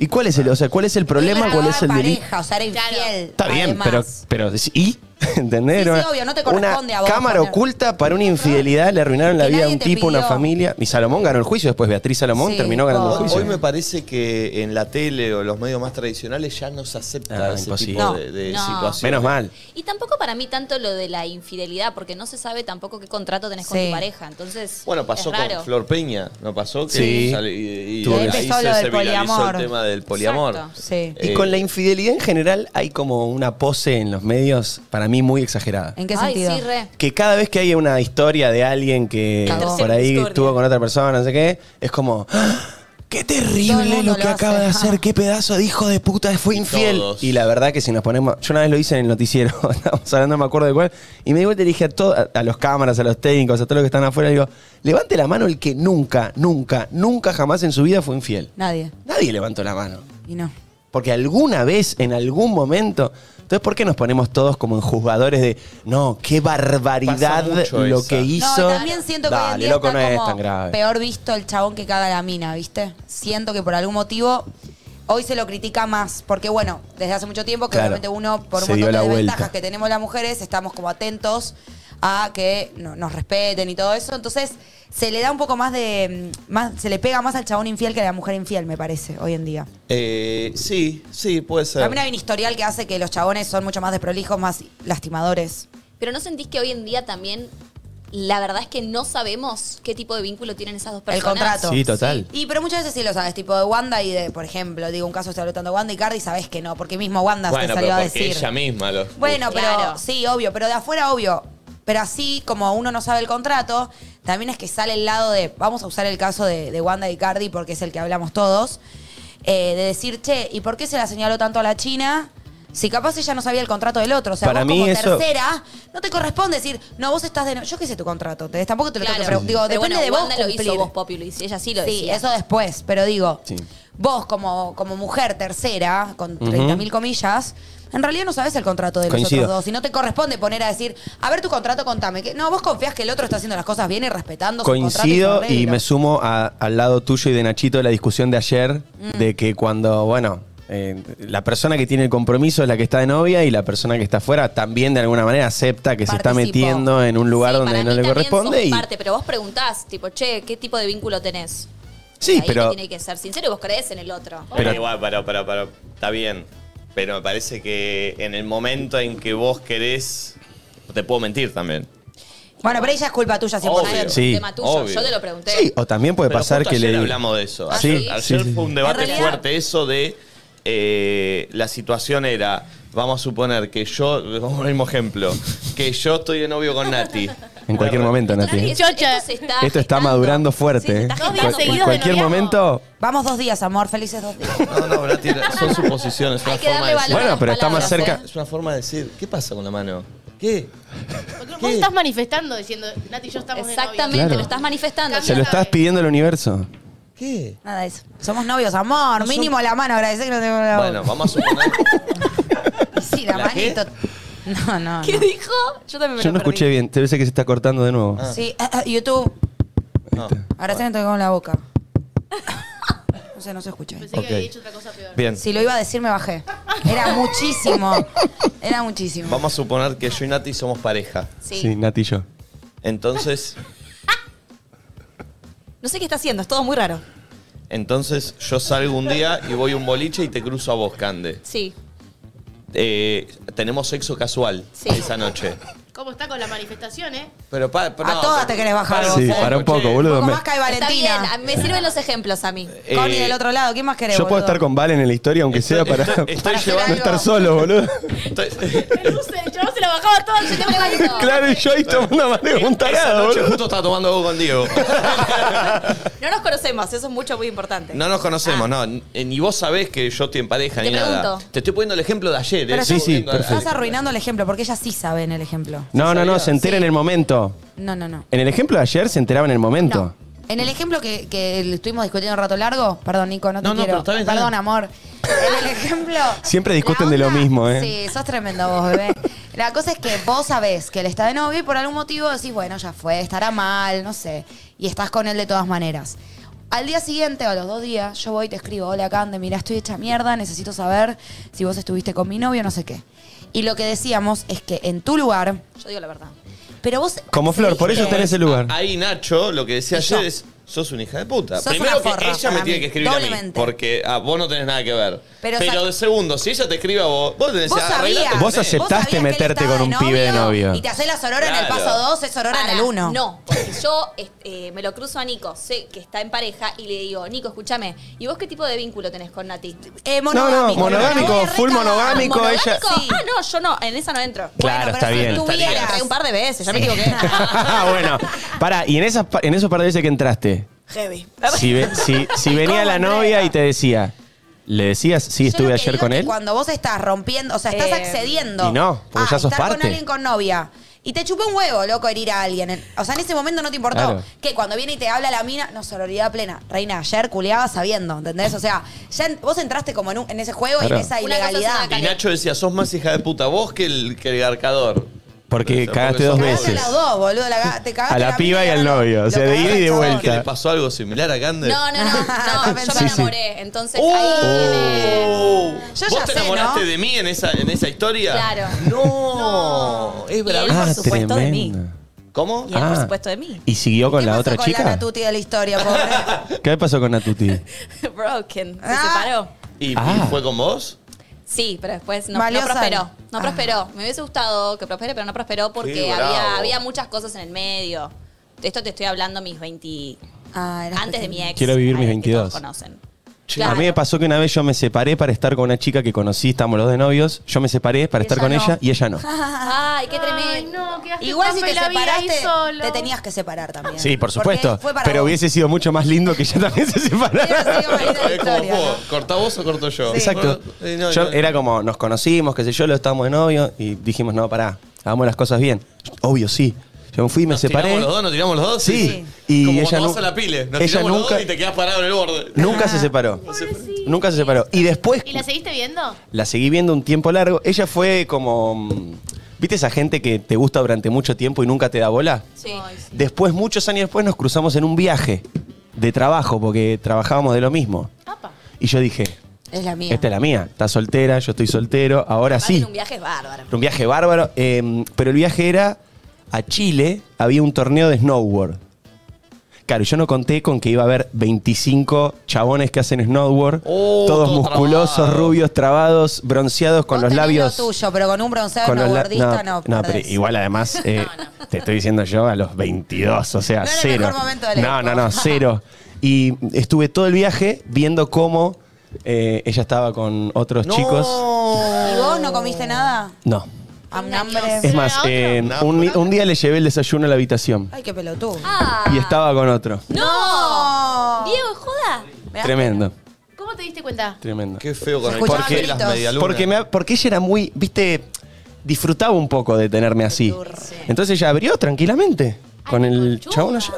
S3: ¿Y cuál es el, o sea, cuál es el problema?
S2: Era
S3: ¿Cuál es el delito?
S2: pareja, o sea, era infiel.
S3: Está bien,
S2: además.
S3: pero, pero ¿y? ¿Entendés?
S2: Sí, sí,
S3: Una-
S2: obvio, no te corresponde
S3: una
S2: a vos
S3: cámara
S2: poner-
S3: oculta para una infidelidad, le arruinaron la
S2: Que
S3: vida a
S2: nadie
S3: un
S2: te
S3: tipo, una
S2: pidió.
S3: familia. Y Salomón ganó el juicio después, Beatriz Salomón
S2: Sí,
S3: terminó ganando el
S2: pobre.
S1: Hoy,
S3: juicio.
S1: hoy me parece que en la tele o los medios más tradicionales ya no se acepta
S3: Ah,
S1: ese
S3: imposible.
S1: tipo
S2: No,
S1: de, de
S4: no.
S1: situaciones.
S3: Menos mal.
S4: Y tampoco para mí tanto lo de la infidelidad, porque no se sabe tampoco qué contrato tenés con
S2: Sí.
S4: tu pareja. Entonces,
S1: Bueno, pasó
S4: es
S1: con
S4: raro.
S1: Flor Peña, ¿no pasó? Que
S3: Sí.
S1: sale- y, y-
S3: Tuvo
S1: ahí
S3: que-
S1: se,
S2: Empezó lo del
S1: se viralizó
S2: poliamor.
S1: el tema del poliamor.
S4: Exacto.
S2: Sí.
S3: Y
S1: Eh,
S3: con la infidelidad en general hay como una pose en los medios, para mí muy exagerada.
S2: ¿En qué
S4: Ay,
S2: sentido?
S4: sí, re.
S3: Que cada vez que hay una historia de alguien que
S2: Cagó.
S3: por ahí
S4: Discordia.
S3: estuvo con otra persona, no sé qué, es como... "Ah, ¡Qué
S2: Todo el
S3: terrible
S2: mundo
S3: lo que
S2: lo
S3: acaba
S2: hace,
S3: de
S2: ah".
S3: hacer! ¡Qué pedazo de hijo de puta! ¡Fue infiel!
S1: todos.
S3: Y la verdad que si nos ponemos... Yo una vez lo hice en el noticiero, estábamos hablando, no me acuerdo de cuál, y me di vuelta y le dije a, to- a, a los cámaras, a los técnicos, a todos los que están afuera, digo, levante la mano el que nunca, nunca, nunca jamás en su vida fue infiel.
S2: Nadie.
S3: Nadie levantó la mano.
S2: Y no.
S3: Porque alguna vez, en algún momento. Entonces, ¿por qué nos ponemos todos como en juzgadores de no, qué barbaridad
S1: Pasa mucho
S3: lo
S1: esa.
S3: que
S1: No, y
S3: hizo?
S2: No, y también siento que hoy en
S3: Dale,
S2: día
S3: loco,
S2: está
S3: no es
S2: como
S3: tan grave.
S2: peor visto el chabón que caga la mina, ¿viste? Siento que por algún motivo hoy se lo critica más, porque bueno, desde hace mucho tiempo que
S3: Claro.
S2: realmente uno, por un
S3: Se
S2: montón
S3: dio
S2: de
S3: la vuelta.
S2: ventajas que tenemos las mujeres, estamos como atentos a que no- nos respeten y todo eso. Entonces, se le da un poco más de. mm, más, se le pega más al chabón infiel que a la mujer infiel, me parece, hoy en día.
S1: eh, sí, sí, puede ser.
S2: También hay un historial que hace que los chabones son mucho más desprolijos, más lastimadores.
S4: Pero ¿no sentís que hoy en día también la verdad es que no sabemos qué tipo de vínculo tienen esas dos personas?
S2: contrato.
S3: Sí, total.
S2: Y pero muchas veces sí lo sabes, tipo de Wanda y de, por ejemplo, digo un caso estoy hablando de Wanda y Cardi, sabes que no, porque mismo Wanda
S1: bueno,
S2: te
S1: pero
S2: salió a
S1: porque
S2: decir.
S1: ella misma lo.
S2: Bueno, pero
S4: Claro.
S2: sí, obvio, pero de afuera obvio. Pero así, como uno no sabe el contrato, también es que sale el lado de, vamos a usar el caso de, de Wanda y Cardi porque es el que hablamos todos, eh, de decir, che, ¿y por qué se la señaló tanto a la China? Si capaz ella no sabía el contrato del otro, o sea,
S3: Para
S2: vos
S3: mí
S2: como
S3: eso-
S2: tercera, no te corresponde decir, no, vos estás de... no- Yo qué sé tu contrato, ¿entendés? tampoco te lo tengo que
S4: Claro.
S2: preguntar. Digo,
S4: Pero
S2: depende
S4: bueno,
S2: de vos
S4: Wanda lo hizo
S2: cumplir.
S4: vos, Poppy, lo hizo. Ella sí lo
S2: Sí,
S4: decía.
S2: eso después, pero digo,
S3: Sí.
S2: vos como, como mujer tercera, con 30.000 comillas, en realidad no sabes el contrato de
S3: Coincido.
S2: los otros dos y no te corresponde poner a decir, a ver tu contrato, contame. Que, no, vos confías que el otro está haciendo las cosas bien y respetando su
S3: Coincido
S2: contrato.
S3: y me sumo a- al lado tuyo y de Nachito de la discusión de ayer, de que cuando, bueno, eh, la persona que tiene el compromiso es la que está de novia y la persona que está afuera también de alguna manera acepta que se está
S2: Participo.
S3: metiendo en un lugar
S4: Sí,
S3: donde
S4: para
S3: no
S4: mí
S3: le
S4: también
S3: corresponde.
S4: sos
S3: y-
S4: parte, pero vos preguntás, tipo, che, ¿qué tipo de vínculo tenés?
S3: sí,
S4: Ahí
S3: pero...
S4: te tiene que ser sincero y vos crees en el otro.
S1: Pero
S3: Pero-
S1: igual, para, para, para, está bien. Pero me parece que en el momento en que vos querés, te puedo mentir también.
S2: Bueno, pero ella es culpa tuya 100%.
S1: Obvio.
S4: Es
S3: Sí.
S4: un tema tuyo,
S1: Obvio.
S4: yo te lo pregunté.
S3: Sí, o también puede
S1: Pero
S3: pasar
S1: justo
S3: que
S1: ayer
S3: le...
S1: hablamos de eso.
S4: Ah,
S1: Ayer,
S4: sí.
S1: ayer
S3: Sí, sí,
S1: fue
S3: sí.
S1: un debate
S2: En realidad-
S1: fuerte eso de eh, la situación era, vamos a suponer que yo, vamos al mismo ejemplo, que yo estoy de novio con Nati.
S3: En cualquier momento, Nati.
S4: Esto,
S5: Chocha.
S4: se está
S3: Esto está
S4: gestando.
S3: madurando
S4: Sí, se
S3: fuerte.
S4: está
S3: ¿eh?
S5: Dos días
S3: Cual-
S4: gestando.
S5: seguidos
S3: En
S5: de
S3: cualquier
S5: noviazgo.
S3: momento.
S2: Vamos dos días, amor, felices dos días.
S1: No, no, Nati, son suposiciones.
S4: Hay
S1: una
S4: que
S1: forma
S4: darle
S1: de
S4: valor.
S1: decir.
S3: Bueno,
S4: las
S3: pero está más
S4: palabras,
S3: cerca.
S4: ¿eh?
S1: Es una forma de decir, ¿qué pasa con la mano? ¿Qué?
S5: Porque
S1: ¿Qué?
S5: Vos estás manifestando diciendo, Nati y yo estamos de
S4: Exactamente,
S3: Claro.
S4: lo estás manifestando.
S3: Se lo estás pidiendo al universo.
S1: ¿Qué?
S2: Nada de eso. Somos novios, amor. Mínimo la mano, agradecer que no tengo la
S1: Bueno, vamos a suponer.
S2: Sí, la,
S1: ¿La qué?
S2: manito. No, no.
S4: ¿Qué
S2: no.
S4: dijo? Yo también me
S3: Yo no
S4: lo perdí.
S3: escuché bien. Te parece que se está cortando de nuevo. Este,
S2: Sí, eh, YouTube.
S1: Ah, No.
S2: Agradecer que no tengo la boca. No sé, no se escucha.
S5: Pensé que
S1: Ok.
S5: había dicho otra cosa peor.
S1: Bien.
S2: Si lo iba a decir, me bajé. Era muchísimo. Era muchísimo.
S1: Vamos a suponer que yo y Nati somos pareja.
S4: Sí.
S3: Sí, Nati y yo.
S1: Entonces,
S4: No sé qué está haciendo, es todo muy raro.
S1: entonces yo salgo un día y voy a un boliche y te cruzo a vos, Cande.
S4: Sí.
S1: Eh, tenemos sexo casual
S4: Sí.
S1: esa noche.
S5: ¿Cómo está con la manifestación, eh?
S1: Pero pa,
S2: A todas te querés bajar vos,
S3: Sí,
S2: eh.
S3: para un poco,
S2: Un
S3: boludo.
S2: poco
S3: Me-
S2: más Kai
S4: Está bien, a
S2: Valentina.
S4: mí me sirven los ejemplos a mí.
S1: Eh,
S2: Connie del otro lado. ¿Quién más querés,
S3: Yo puedo
S2: boludo?
S3: estar con Valen en la historia, aunque sea para,
S1: Estoy, estoy
S2: para
S3: no
S1: llevando.
S2: hacer
S3: estar solo, boludo.
S1: estoy-
S5: El dulce, el chabón se la bajaba todo el sistema de
S4: Claro.
S3: Claro, y yo ahí tomando más de un
S1: esa
S3: tarado,
S1: noche
S3: boludo.
S1: justo estaba tomando algo con Diego.
S4: No nos conocemos, eso es mucho, muy importante.
S1: No nos conocemos, no.
S2: Ah.
S1: Ni ni vos sabés que yo estoy en pareja
S4: Te
S1: ni nada.
S4: pregunto.
S1: Te estoy poniendo el ejemplo de ayer.
S2: Pero
S1: eh.
S2: sí,
S1: Estoy
S3: sí,
S1: volviendo a-
S3: perfecto.
S2: Estás arruinando el ejemplo, porque ellas sí saben el ejemplo.
S3: No, no, no, se entera en el momento.
S2: No, no, no.
S3: En el ejemplo de ayer se enteraba en el momento.
S2: No. En el ejemplo que, que estuvimos discutiendo un rato largo, perdón Nico, no te
S1: No, no,
S2: quiero.
S1: pero está bien, está
S2: perdón,
S1: bien.
S2: amor. En el ejemplo.
S3: Siempre discuten
S2: la
S3: de lo mismo, ¿eh?
S2: Sí, sos tremendo vos, bebé. La cosa es que vos sabés que él está de novio y por algún motivo decís, bueno, ya fue, estará mal, no sé. Y estás con él de todas maneras. Al día siguiente, o a los dos días, yo voy y te escribo, hola Cande, mira, estoy hecha mierda, necesito saber si vos estuviste con mi novio, no sé qué. Y lo que decíamos es que en tu lugar,
S4: Yo digo la verdad.
S2: pero vos...
S3: Como Flor, por eso está en
S2: tenés
S3: ese lugar.
S1: Ahí Nacho, lo que decía
S2: Y yo.
S1: ayer es, sos una hija de puta.
S2: Sos
S1: Primero
S2: una
S1: que
S2: forra
S1: ella me
S2: para
S1: tiene
S2: mí,
S1: que escribir a mí,
S2: doblemente.
S1: porque ah, vos no tenés nada que ver. Pero,
S2: Pero sac-
S1: de segundo, si ella te escribe a vos, vos tenés
S2: Vos
S1: que arreglarte
S2: sabías.
S1: con
S3: Vos
S1: él.
S3: aceptás. aceptaste
S2: ¿Vos sabías que él
S3: meterte
S2: estaba
S3: con un pibe de novio.
S2: Y te haces la sorora en el
S1: Claro.
S2: paso 2, es sorora en
S4: Pará,
S2: el 1.
S4: No, porque yo este, eh, me lo cruzo a Nico, sé que está en pareja, y le digo, Nico, escúchame, ¿y vos qué tipo de vínculo tenés con Nati?
S2: Eh,
S3: no,
S2: monogámico.
S3: monogámico,
S2: Me voy a
S3: full
S2: recagar.
S3: monogámico,
S2: Mono-
S3: ella-
S2: Ah, Sí.
S4: Ah, no, yo no, en esa no entro.
S3: Claro,
S2: Bueno,
S3: está
S2: pero si
S3: bien.
S2: tú
S4: Me
S2: vieras.
S4: entré un par de veces, ya me
S2: Sí.
S4: equivoqué.
S3: Ah, bueno, pará, y en esas pa- en esos par de veces que entraste,
S4: Heavy.
S3: si, ve- si, si venía la
S4: ¿Cómo,
S3: novia
S4: Andrea?
S3: y te decía, ¿le decías sí
S2: Yo
S3: estuve
S2: lo que
S3: ayer
S2: digo
S3: con
S2: es que
S3: él?
S2: Cuando vos estás rompiendo, o sea, estás
S4: Eh,
S2: accediendo.
S3: y no, porque
S2: a
S3: ya sos
S2: estar
S3: parte.
S2: con alguien con novia. Y te chupó un huevo, loco, herir a alguien. En- O sea, en ese momento no te importó.
S3: Claro.
S2: Que cuando viene y te habla la mina, no, sororidad plena. Reina, ayer culeaba sabiendo, ¿entendés? O sea, ya en- vos entraste como en, un- en ese juego y
S3: Claro.
S2: en esa
S4: Una cosa es una
S2: ilegalidad.
S4: cara.
S1: Y Nacho decía, sos más hija de puta vos que el, que el garcador.
S3: Porque
S1: Pero,
S3: cagaste
S1: porque
S3: dos
S1: son
S2: Cagaste a
S3: veces.
S2: las dos, boludo. la ga- te cagaste
S3: A la piba
S2: mina
S3: y al
S2: lo-
S3: novio, o
S2: lo
S3: sea, de
S2: cagaste
S3: ida y de
S2: al chabón.
S1: ¿Es que
S3: vuelta.
S1: le pasó algo similar a Gander?
S4: No, no, no, no, yo
S3: Sí,
S4: me
S3: sí.
S4: enamoré, entonces
S1: ¡Oh!
S4: ahí viene...
S2: Yo
S1: ¿Vos
S2: ya
S1: te
S2: sé,
S1: enamoraste
S2: ¿no?
S1: de mí en esa, en esa historia?
S4: Claro.
S1: No. Es
S4: Y él,
S1: bravo.
S4: por supuesto, de mí.
S3: tremendo.
S1: ¿Cómo?
S4: Y él, por
S3: Ah.
S4: supuesto, de mí.
S3: ¿Y siguió con
S2: ¿Qué
S3: la
S2: pasó
S3: otra
S2: con
S3: chica?
S2: la Natuti de la historia, pobre?
S3: ¿Qué pasó con Natuti?
S4: Broken, se
S2: Ah.
S4: separó.
S1: ¿Y, y
S3: Ah.
S1: fue con vos?
S4: Sí, pero después no, no
S2: Valió
S4: prosperó.
S2: sal.
S4: No
S2: Ah.
S4: prosperó. Me hubiese gustado que prospere, pero no prosperó
S1: Qué
S4: porque
S1: bravo.
S4: había, había muchas cosas en el medio. Esto te estoy hablando mis 20...
S2: Ah, eras
S4: Antes de mi
S2: pequeña.
S4: ex.
S3: Quiero vivir mis
S4: a la que
S3: 22.
S4: todos conocen.
S3: A mí me pasó que una vez yo me separé para estar con una chica que conocí, estábamos los de novios, yo me separé para estar
S4: Ella
S3: con
S4: no.
S3: ella y ella no.
S4: Ay, qué tremendo.
S5: Ay, no, quedaste
S2: Igual si
S5: tan
S2: te
S5: la vida ahí
S2: separaste,
S5: solo.
S2: te tenías que separar también.
S3: Sí, por
S2: Porque
S3: supuesto.
S2: fue para
S3: Pero
S2: vos.
S3: hubiese sido mucho más lindo que ella también se
S2: Hubiera sido
S3: separara.
S2: más lindo.
S1: Es como
S2: Historia,
S1: vos,
S2: ¿no?
S1: ¿cortá vos o corto yo?
S3: Exacto.
S1: Eh, no,
S3: yo
S1: no.
S3: era como, nos conocimos, qué sé yo, lo estábamos de novio y dijimos, no, pará, hagamos las cosas bien. Obvio, sí. Yo me fui y me
S1: ¿Nos
S3: separé.
S1: tiramos los dos? ¿Nos tiramos los dos?
S3: Sí. Y
S1: como
S3: ella
S1: cuando
S3: nu-
S1: vas a la pile. Nos
S3: ella
S1: tiramos los
S3: nunca-
S1: dos y te quedás parado en el borde.
S3: Nunca se separó.
S5: Pobrecito.
S3: Nunca se separó. Y después
S5: ¿Y la seguiste viendo?
S3: la seguí viendo un tiempo largo. Ella fue como. mm, ¿Viste esa gente que te gusta durante mucho tiempo y nunca te da bola?
S4: Sí.
S3: Después, muchos años después, nos cruzamos en un viaje de trabajo, porque trabajábamos de lo mismo.
S5: Apa.
S3: Y yo dije,
S2: Es la mía.
S3: esta es la mía, está soltera, yo estoy soltero, ahora
S4: Aparte,
S3: sí.
S4: en un viaje es bárbaro.
S3: Era Un viaje bárbaro, eh, pero el viaje era a Chile, había un torneo de snowboard. Claro, yo no conté con que iba a haber 25 chabones que hacen snowboard,
S1: Oh,
S3: todos
S1: todo
S3: musculosos,
S1: trabado.
S3: rubios, trabados, bronceados, con
S2: Vos
S3: los
S2: tenés
S3: labios...
S2: Lo tuyo, pero con un bronceado
S3: con los la-
S2: gordista no.
S3: no,
S2: perdés.
S3: pero igual además, eh, te estoy diciendo yo a los 22, o sea,
S2: No era el
S3: cero.
S2: mejor momento del
S3: no, no,
S2: equipo.
S3: no, cero. Y estuve todo el viaje viendo cómo eh, ella estaba con otros chicos.
S2: ¿Y vos no comiste nada?
S3: No.
S2: A un hambre.
S3: Es más,
S5: ¿Será
S3: eh,
S1: otro?
S3: un, ni- un día le llevé el desayuno a la habitación
S2: Ay, qué pelotudo.
S4: Ah.
S3: y estaba con otro.
S4: ¡No! Diego, joda.
S2: Me da-
S3: Tremendo,
S5: ¿Cómo te diste cuenta?
S3: tremendo.
S1: Qué feo con el
S2: Escuchaba
S1: parque y las
S2: gritos.
S1: medialunas.
S3: Porque, me, porque ella era muy, viste, disfrutaba un poco de tenerme así. Entonces ella abrió tranquilamente con el chabón allá.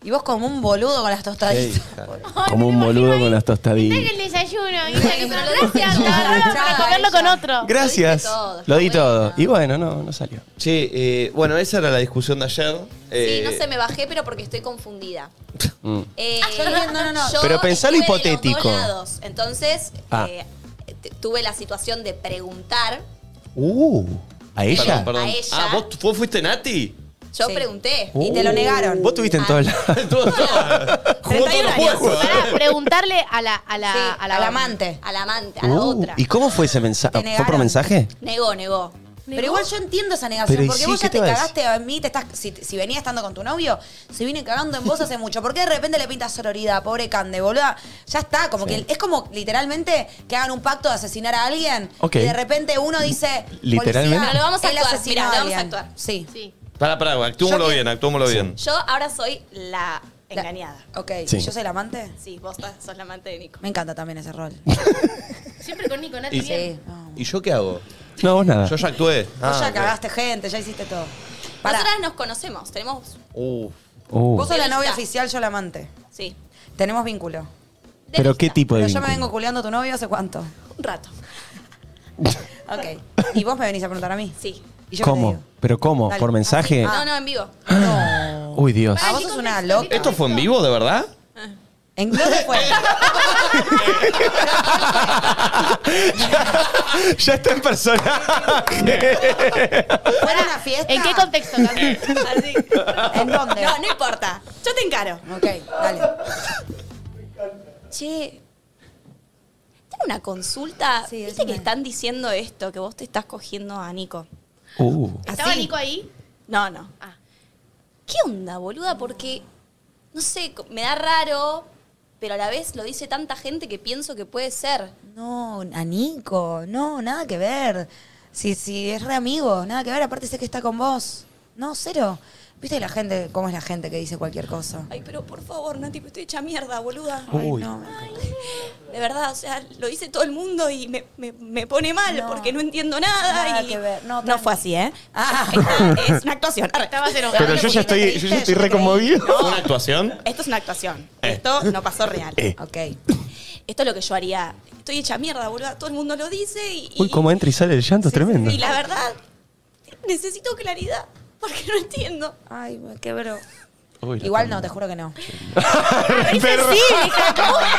S2: Y vos como un boludo con las
S1: Ey,
S2: tostaditas.
S1: hija.
S3: Como un boludo con las tostaditas.
S5: Deja el desayuno. y dale, Pero
S4: Gracias,
S5: lo gracias, te agarraron para comerlo con otro.
S3: Gracias.
S4: todo,
S3: Lo di
S4: está
S3: todo. Y bueno, no, no salió.
S1: Che, eh, bueno, esa era la discusión de ayer.
S4: Sí,
S1: Eh,
S4: no sé, me bajé, pero porque estoy confundida.
S3: Mm.
S4: Eh,
S2: yo no, no, no, no.
S4: yo
S3: Pero pensá lo
S4: estuve de los
S3: hipotético.
S4: dos lados. Entonces,
S3: Ah.
S4: eh, t- tuve la situación de preguntar.
S3: Uh, ¿a ella?
S1: Perdón, perdón.
S4: A ella.
S1: Ah, ¿vos, vos fuiste Nati?
S4: Yo
S2: Sí.
S4: pregunté.
S3: Uh.
S2: Y te lo negaron. Ah.
S3: Vos tuviste en todos lados.
S1: Todo- todo- Jugó todos los juegos.
S5: Pará, preguntarle a la, a la,
S4: Sí,
S5: a
S2: Al
S5: la,
S2: amante.
S4: A la amante, a la
S3: Uh,
S4: otra.
S3: ¿Y cómo fue ese mensaje?
S2: Te
S3: ¿Fue por
S2: negaron.
S3: mensaje?
S4: Negó, negó.
S2: Pero igual yo entiendo esa
S3: Pero
S2: negación,
S3: y
S2: porque
S3: sí,
S2: vos
S3: ¿qué
S2: ya
S3: te
S2: te
S3: va a
S2: cagaste a mí, te estás, si, si venía estando con tu novio, se viene cagando en vos hace mucho. ¿Por qué de repente le pintas sororidad, pobre Cande, boluda? Ya está, como que es como literalmente que hagan un pacto de asesinar a alguien
S3: Ok.
S2: y de repente uno dice,
S3: Literalmente.
S2: "Policía,
S4: Pero lo vamos a
S2: él
S4: actuar,
S2: asesinó
S4: mirá, lo vamos a
S2: alguien".
S4: actuar.
S2: Sí.
S5: Sí.
S1: Pará, pará, actuémoslo
S4: Yo que-
S1: bien, actuémoslo bien.
S4: Yo ahora soy la
S2: La-
S4: engañada.
S2: Ok,
S3: Sí.
S2: ¿y yo soy la amante?
S4: Sí, vos estás- sos la amante de Nico.
S2: Me encanta también ese rol.
S5: Siempre con Nico, Nati.
S1: Y-
S5: bien.
S2: Sí. no.
S1: ¿Y yo qué hago?
S3: No, vos nada.
S1: Yo ya actué.
S3: Ah,
S1: Ah,
S2: vos ya
S1: ok.
S2: cagaste gente, ya hiciste todo. Pará,
S4: Nosotras nos conocemos, tenemos.
S1: Uf.
S3: Uh,
S2: vos sos la
S4: Lista.
S2: novia oficial, yo la amante.
S4: Sí.
S2: Tenemos vínculo.
S4: de
S3: ¿Pero
S4: lista.
S3: qué tipo de
S2: Pero yo me
S3: vínculo?
S2: vengo culeando a tu novio hace cuánto.
S4: Un rato.
S2: Ok. Y vos me venís a preguntar a mí.
S4: Sí.
S2: Y yo
S3: ¿Cómo?
S2: qué te digo.
S3: ¿Pero cómo?
S2: Dale.
S3: ¿Por
S2: Ah,
S3: mensaje?
S2: sí.
S4: No, no, en vivo.
S3: Uy, Dios.
S2: Ah, vos sos una loca.
S1: ¿Esto fue en vivo, de verdad?
S2: ¿En dónde fue?
S3: ya está en personaje.
S2: ¿Fue en una fiesta?
S5: ¿En qué contexto? Cande?
S4: Así.
S2: ¿En dónde?
S4: No, no importa. Yo te encaro.
S2: Ok, dale.
S4: Che. Tengo una consulta.
S2: Sí,
S4: Viste
S2: decime.
S4: que están diciendo esto, que vos te estás cogiendo a Nico.
S3: uh,
S5: ¿Estaba
S2: Así.
S5: Nico ahí?
S4: No, no.
S5: Ah.
S4: ¿Qué onda, boluda? Porque, no sé, co- me da raro, pero a la vez lo dice tanta gente que pienso que puede ser.
S2: No, a Nico. No, nada que ver. Si, si es re amigo, nada que ver. Aparte sé que está con vos. No, cero. ¿Viste la gente, cómo es la gente que dice cualquier cosa?
S4: Ay, pero por favor, Nati, me estoy hecha mierda, boluda.
S2: Ay,
S3: Uy.
S2: no.
S4: De verdad, o sea, lo dice todo el mundo y me, me- me pone mal
S2: No.
S4: porque no entiendo nada.
S2: Nada
S4: y-
S2: que ver. No,
S4: No
S2: tranqui.
S4: fue así, ¿eh?
S2: Ah.
S4: es una actuación. Arre.
S5: Estabas enojado.
S3: Pero yo ya estoy, yo ya estoy re conmovido.
S1: ¿Fue una actuación?
S4: Esto es una actuación.
S3: Eh.
S4: Esto no pasó real.
S2: Ok.
S4: Esto es lo que yo haría. Estoy hecha mierda, boluda. Todo el mundo lo dice y.
S3: Uy,
S4: y-
S3: cómo entra y sale el llanto, es tremendo.
S4: Y la verdad, necesito claridad porque no entiendo.
S2: Ay, me quebró.
S3: Uy, la
S2: Igual no, te juro que no.
S3: Perro.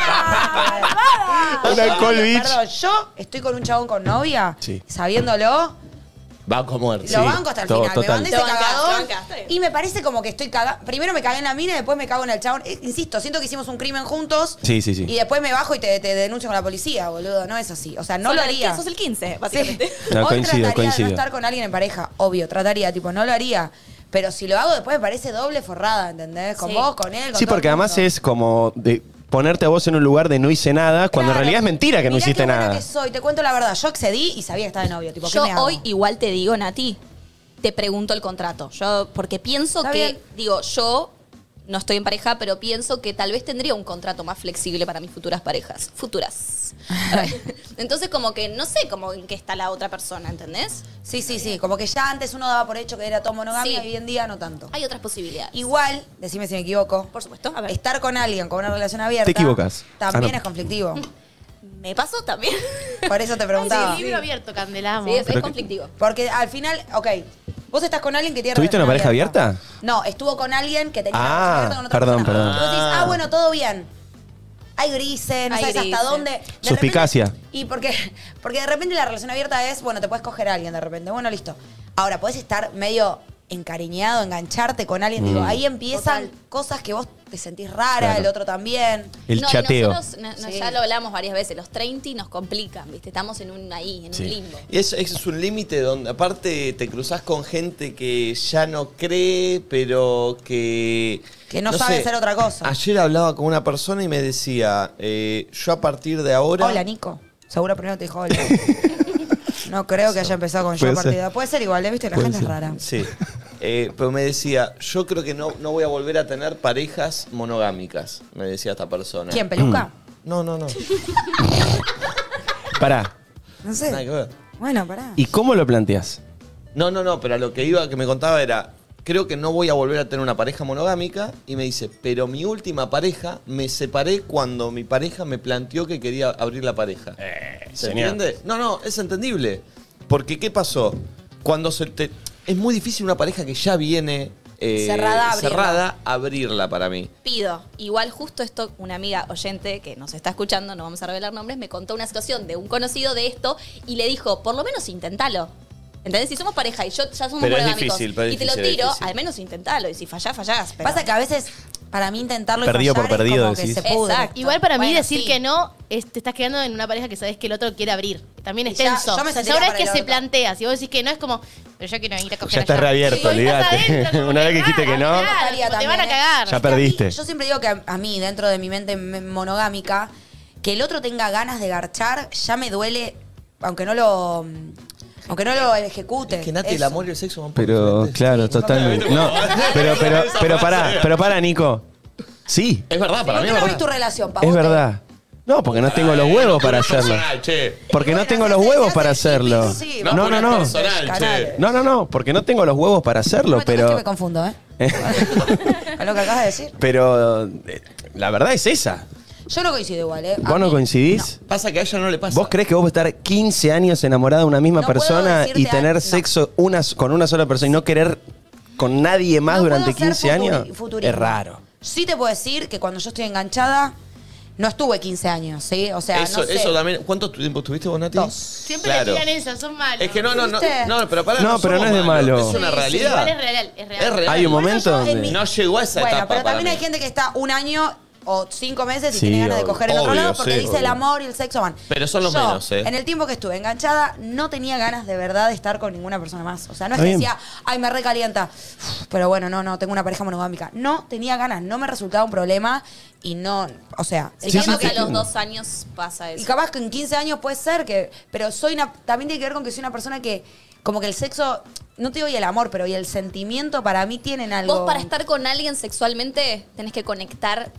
S2: Ah,
S3: Un alcohol, bitch.
S2: Perdón, yo estoy con un chabón con novia,
S3: Sí.
S2: sabiéndolo,
S1: Va a muerte.
S2: lo banco hasta el
S3: to-
S2: final.
S3: total.
S2: Me mandé
S4: Te
S2: ese
S4: bancás,
S2: cagadón
S4: te bancás, está bien.
S2: y me parece como que estoy cagada. Primero me cagué en la mina y después me cago en el chabón. Eh, insisto, siento que hicimos un crimen juntos.
S3: Sí, sí, sí.
S2: Y después me bajo y te, te denuncio con la policía, boludo. No es así. O sea, no
S4: Sos
S2: lo
S4: el-
S2: haría.
S4: Sos el 15,
S2: Sí.
S4: básicamente.
S3: No,
S2: Hoy
S3: coincido,
S2: trataría
S3: coincido.
S2: de no estar con alguien en pareja, obvio, trataría, tipo, no lo haría. Pero si lo hago después me parece doble forrada, ¿entendés? Con
S4: Sí.
S2: vos, con él, con
S3: Sí,
S2: todo
S3: porque
S2: el
S3: además
S2: mundo.
S3: es como de ponerte a vos en un lugar de no hice nada, cuando en
S2: Claro.
S3: realidad es mentira que no
S2: Mirá
S3: hiciste
S2: qué buena
S3: nada.
S2: que soy, te cuento la verdad. Yo excedí y sabía que estaba de novio. Tipo, ¿qué
S4: Yo
S2: me hago?
S4: hoy igual te digo, Nati, te pregunto el contrato. Yo, porque pienso
S2: Está
S4: que,
S2: bien.
S4: digo, yo no estoy en pareja, pero pienso que tal vez tendría un contrato más flexible para mis futuras parejas. Futuras. Entonces, como que no sé cómo en qué está la otra persona, ¿entendés?
S2: Sí, sí, sí. Como que ya antes uno daba por hecho que era todo monogamia
S4: Sí.
S2: y hoy en día no tanto.
S4: Hay otras posibilidades.
S2: Igual, decime si me equivoco,
S4: por supuesto, a ver.
S2: estar con alguien con una relación abierta.
S3: Te equivocas.
S2: También
S3: Ah, no.
S2: es conflictivo.
S4: Me pasó también.
S2: Por eso te preguntaba.
S5: Sí, libro abierto, Candelamo.
S4: Sí, es, es
S3: Pero-
S4: conflictivo.
S2: Porque al final, ok, vos estás con alguien que tiene
S3: ¿Tuviste
S2: relación
S3: una pareja abierta?
S2: No, estuvo con alguien que tenía
S3: Ah,
S2: relación abierta con otra
S3: perdón,
S2: persona.
S3: perdón.
S2: Y vos decís, ah, bueno, todo bien. Hay grises, no
S4: Hay
S2: sabes
S4: grises.
S2: hasta dónde. De repente-
S3: Suspicacia.
S2: y porque, porque de repente la relación abierta es, bueno, te puedes coger a alguien de repente. Bueno, listo. Ahora, podés estar medio encariñado, engancharte con alguien. Digo, ahí empiezan cosas que vos te sentís rara,
S3: Mm. Claro.
S2: el otro también.
S3: El
S4: No, y
S3: chateo.
S4: nosotros, no- no,
S2: Sí.
S4: ya lo hablamos varias veces, los 30 nos complican, ¿viste? Estamos en un ahí, en
S3: Sí.
S4: un limbo.
S1: Y es, es un límite donde aparte te cruzás con gente que ya no cree, pero que...
S2: Que no sabe hacer otra cosa.
S1: Ayer hablaba con una persona y me decía, eh, yo a partir de ahora...
S2: Hola, Nico. Seguro primero te dijo hola. No creo que haya empezado con yo
S3: Puede ser.
S2: partida. Puede ser igual, ¿eh? ¿viste? La
S3: Puede
S2: gente
S3: ser.
S2: es rara.
S1: Sí. Eh, pero me decía, yo creo que no, no voy a volver a tener parejas monogámicas, me decía esta persona.
S2: ¿Quién, peluca?
S1: No, no, no.
S3: Pará.
S2: No
S1: Nada que
S2: sé.
S1: ver.
S2: Bueno, pará.
S3: ¿Y cómo lo planteas?
S1: No, no, no, pero a lo que iba, que me contaba era, creo que no voy a volver a tener una pareja monogámica. Y me dice, pero mi última pareja me separé cuando mi pareja me planteó que quería abrir la pareja. ¿Se
S3: señor.
S1: entiende? No, no, es entendible. Porque, ¿qué pasó? Cuando se te- Es muy difícil una pareja que ya viene eh,
S4: Cerrada, abrirla.
S1: cerrada, abrirla para mí.
S4: Pido. Igual justo esto, una amiga oyente que nos está escuchando, no vamos a revelar nombres, me contó una situación de un conocido de esto y le dijo, por lo menos intentalo. ¿Entendés? Si somos pareja y yo ya somos
S1: Pero es
S4: monogámicos
S1: difícil, pero es
S4: y te lo
S1: difícil, es
S4: tiro,
S1: difícil.
S4: al menos intentalo. Y si fallás, fallás. pero-
S2: Pasa que a veces, para mí, intentarlo
S8: Perdido
S2: y fallar
S8: por
S2: es
S8: perdido,
S2: como que
S8: decís.
S2: se pudre.
S4: Exacto.
S5: Igual para mí
S4: Bueno,
S5: decir
S4: sí.
S5: que no, es- te estás quedando en una pareja que sabes que el otro quiere abrir. También es
S2: Y ya-
S5: tenso.
S2: yo me sentiría
S5: Ahora es
S2: para
S5: que
S2: el
S5: se
S2: orto.
S5: plantea. Si vos decís que no, es como, pero yo quiero ir a coger
S8: Ya estás
S5: allá.
S8: reabierto,
S5: Sí, estás
S8: olvidate.
S5: adentro, como
S8: Una vez que dijiste que no.
S5: claro,
S2: Yo estaría
S5: como te van a
S2: también, ¿eh?
S5: cagar.
S8: Ya
S2: Es que a
S8: perdiste.
S2: mí- yo siempre digo que a, a mí, dentro de mi mente me- monogámica, que el otro tenga ganas de garchar, ya me duele, aunque no lo, mm, aunque no lo ejecute.
S1: Es que Nati, el
S2: Eso.
S1: amor y el sexo van por
S3: Pero,
S1: diferentes-
S3: claro, totalmente. No, pero, pero, pero pará, pero pará, Nico. Sí,
S1: Es verdad, para mí es
S2: ¿Por qué no
S1: verdad.
S2: ves tu relación, Pau?
S3: es verdad. No, porque no tengo los huevos para hacerlo.
S1: Personal, che.
S3: Porque no
S2: Bueno,
S3: tengo
S2: se
S3: los
S2: hace-
S3: huevos
S2: se
S3: para
S2: hace
S3: hacerlo.
S2: hippie, sí,
S3: No,
S2: vamos.
S3: no,
S1: es
S3: no.
S1: Personal, che.
S2: Canales.
S3: No, no, no, porque no tengo los huevos para hacerlo,
S2: No me toques que
S3: pero
S2: me confundo, ¿eh? Con lo que acabas de decir.
S3: pero eh, la verdad es esa.
S2: Yo no coincido igual, ¿eh? A
S3: ¿Vos no
S2: mí-
S3: coincidís?
S1: Pasa que a ella no le pasa.
S3: ¿Vos crees que vos vas a estar 15 años enamorada de una misma
S2: No puedo
S3: persona y
S2: decirte
S3: tener
S2: a- no.
S3: sexo una, con una sola persona y no querer con nadie más
S2: No
S3: durante
S2: puedo hacer
S3: 15
S2: futuri-
S3: años?
S2: futurismo.
S3: Es raro.
S2: Sí te puedo decir que cuando yo estoy enganchada, no estuve 15 años, ¿sí? O sea,
S1: eso,
S2: no sé.
S1: eso también. ¿Cuánto tiempo estuviste vos, Nati?
S2: Dos.
S5: Siempre le tiran eso, son malos.
S1: Es que no, no, no.
S2: ¿Viste?
S1: No, pero pará,
S3: No, pero
S1: somos
S3: no es de
S1: malos,
S3: malo.
S1: Es una
S5: Sí, sí,
S1: realidad.
S5: igual es real, es real.
S1: Es real.
S3: Hay un momento
S2: yo en
S3: donde...
S2: mi-
S1: No llegó a esa
S2: Bueno,
S1: etapa.
S2: pero
S1: para
S2: también
S1: mí.
S2: hay gente que está un año o cinco meses y
S3: Sí,
S2: tiene ganas de
S3: obvio.
S2: coger en otro
S1: Obvio,
S2: lado porque
S1: sí,
S2: dice
S1: obvio.
S2: el amor y el sexo van.
S1: Pero son los
S2: Yo,
S1: menos, ¿eh?
S2: En el tiempo que estuve enganchada, no tenía ganas de verdad de estar con ninguna persona más. O sea, no es
S3: Está
S2: que
S3: bien.
S2: decía, ay, me recalienta. Uf, Pero bueno, no, no, tengo una pareja monogámica. No tenía ganas, no me resultaba un problema y no, o sea,
S4: Sí,
S3: Sí,
S4: capaz
S3: sí,
S4: que
S3: sí.
S4: a los dos años pasa eso.
S2: y capaz que en 15 años puede ser que. Pero soy una. También tiene que ver con que soy una persona que. Como que el sexo. No te digo y el amor, pero y el sentimiento para mí tienen algo.
S4: Vos para estar con alguien sexualmente tenés que conectar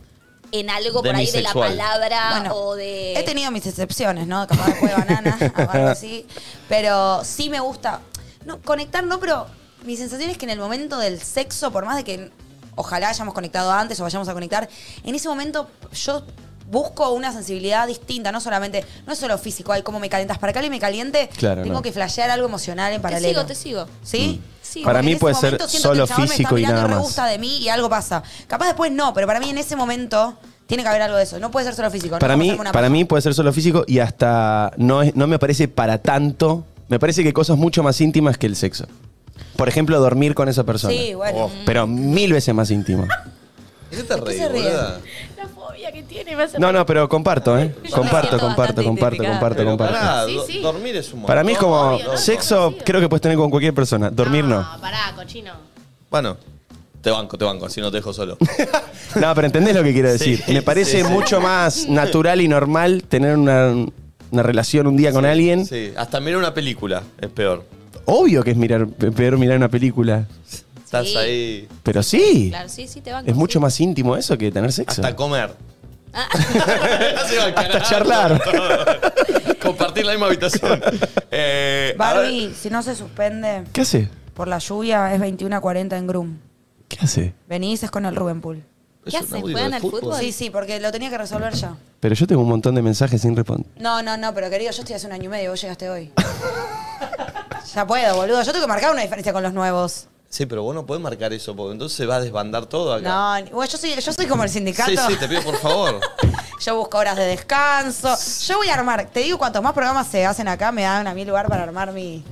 S4: en algo por ahí
S1: Demisexual.
S4: de la palabra
S2: Bueno,
S4: o de...
S2: He tenido mis excepciones, ¿no? Capaz después de banana o algo así. Pero sí me gusta. No, conectar no, pero mi sensación es que en el momento del sexo, por más de que ojalá hayamos conectado antes o vayamos a conectar, en ese momento yo busco una sensibilidad distinta, no solamente, no es solo físico, hay cómo me calientas. Para que alguien me caliente,
S3: Claro,
S2: tengo
S3: no.
S2: que flashear algo emocional en paralelo.
S4: Te sigo, te sigo.
S2: ¿Sí?
S4: Sí,
S3: Mm. Para
S2: Porque
S3: mí
S2: en ese
S3: puede ser
S2: momento siento que
S3: solo
S2: el chabón me está
S3: físico y
S2: mirando,
S3: nada
S2: re
S3: más.
S2: gusta de mí y algo pasa. Capaz después no, pero para mí en ese momento tiene que haber algo de eso. No puede ser solo físico. no
S3: Para
S2: vamos a
S3: mí,
S2: hacer una
S3: para
S2: paja.
S3: mí puede ser solo físico y hasta no, es- no me parece para tanto. Me parece que hay cosas mucho más íntimas que el sexo. Por ejemplo, dormir con esa persona.
S2: Sí, bueno.
S3: Pero mil veces más íntimo.
S1: ¿De qué te
S2: ¿De qué
S1: reís,
S2: se ríen?
S1: boluda?
S5: La fobia que tiene me hace
S3: No, no, pero comparto, ¿eh? Comparto,
S4: siento
S3: comparto,
S4: bastante
S3: comparto,
S4: identificada.
S3: comparto,
S1: Pero
S3: comparto.
S1: pará,
S5: Sí,
S1: do-
S5: sí.
S1: dormir es un montón.
S3: Para mí es como
S5: Obvio, no,
S3: sexo,
S5: obvio.
S3: creo que puedes tener con cualquier persona. Dormir no.
S5: No, pará, cochino.
S1: Bueno, te banco, te banco, así no te dejo solo.
S3: No, pero entendés lo que quiero
S1: Sí,
S3: decir. Me parece
S1: sí, sí.
S3: mucho más natural y normal tener una, una relación un día con alguien.
S1: Sí, hasta mirar una película es peor.
S3: Obvio que es mirar, peor mirar una película.
S1: Estás
S4: Sí.
S1: ahí
S3: Pero sí.
S4: Claro, sí, sí, te banco.
S3: Es mucho
S4: sí.
S3: más íntimo eso que tener sexo.
S1: hasta comer.
S4: Ah.
S1: Se va al
S3: Hasta
S1: carajo.
S3: charlar.
S1: Compartir la misma habitación. Eh, a ver,
S2: Barbie, si no se suspende
S3: ¿Qué hace?
S2: por la lluvia, es 21.40 en Groom.
S3: ¿Qué hace?
S2: Venís, es con el Rubén Pool.
S1: ¿es
S4: ¿Qué
S1: un
S4: hacen?
S1: audio
S4: ¿Juegan
S1: de
S4: al fútbol?
S2: Sí, sí, porque lo tenía que resolver ya.
S3: Pero yo tengo un montón de mensajes sin responder.
S2: No, no, no, pero querido, yo estoy hace un año y medio, vos llegaste hoy. ya puedo, boludo. Yo tengo que marcar una diferencia con los nuevos.
S1: Sí, pero vos no podés marcar eso porque entonces se va a desbandar todo acá.
S2: No, ni- bueno, yo soy, yo soy como el sindicato.
S1: Sí, sí, te pido por favor.
S2: Yo busco horas de descanso. Yo voy a armar, te digo, cuantos más programas se hacen acá, me dan a mí lugar para armar mi,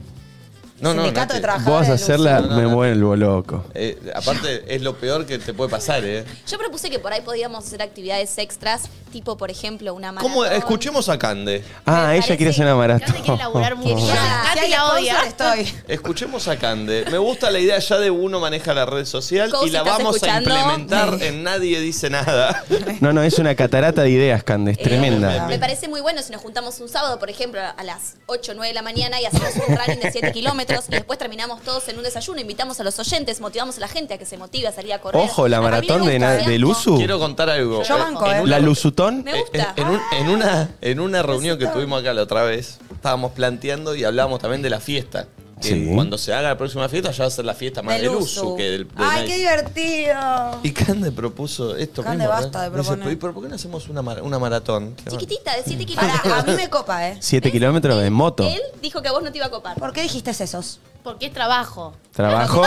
S1: No, no,
S2: Sindicato
S1: no,
S2: de
S1: que-
S3: Vos
S2: Trabajadores
S3: vas a
S2: de Luz.
S3: hacerla,
S1: No, no,
S3: me
S1: no.
S3: vuelvo loco.
S1: Eh, aparte, es lo peor que te puede pasar, ¿eh?
S4: Yo propuse que por ahí podíamos hacer actividades extras, tipo, por ejemplo, una maratón.
S1: ¿Cómo? Escuchemos a Cande.
S3: Ah,
S4: Me
S3: ella quiere
S4: parece
S3: hacer una maratón.
S5: Cande quiere laburar mucho.
S2: Ya,
S5: Nati
S2: si hay
S5: la odia.
S2: sponsor, estoy.
S1: Escuchemos a Cande. Me gusta la idea ya de uno maneja la red social
S4: Cos,
S1: y la
S4: ¿estás
S1: vamos
S4: escuchando?
S1: a implementar en Nadie Dice Nada.
S3: No, no, es una catarata de ideas, Cande, es
S4: Eh,
S3: tremenda.
S4: Me parece muy bueno si nos juntamos un sábado, por ejemplo, a las 8 o 9 de la mañana y hacemos un running de 7 kilómetros y después terminamos todos en un desayuno, invitamos a los oyentes, motivamos a la gente a que se motive a salir a correr.
S3: Ojo, la
S4: A mí me
S3: maratón de,
S4: gusta,
S3: na-
S4: ¿eh?
S3: del Usu,
S1: Quiero contar algo.
S2: Yo banco,
S1: En
S2: ¿eh?
S1: una-
S3: Uh. la Luzutón.
S4: Me gusta.
S1: En, en un- en una, en una reunión que tuvimos acá la otra vez, estábamos planteando y hablábamos también de la fiesta. Que
S3: Sí.
S1: Cuando se haga la próxima fiesta ya va a ser la fiesta más
S2: Del
S1: del uso
S2: Usu.
S1: que del, de
S2: Ay,
S1: Nice.
S2: qué divertido.
S1: Y Cande propuso esto
S2: Cande,
S1: mismo.
S2: basta de
S1: ¿eh? Dice,
S2: proponer.
S1: "Pero, ¿y por qué no hacemos una, mar- una maratón?
S4: Chiquitita, de 7 kilómetros.
S2: Pará, a mí me copa, ¿eh?
S3: 7 kilómetros de moto.
S4: Él dijo que a vos no te iba a copar.
S2: ¿Por qué dijiste esos?
S5: Porque es trabajo.
S3: Trabajo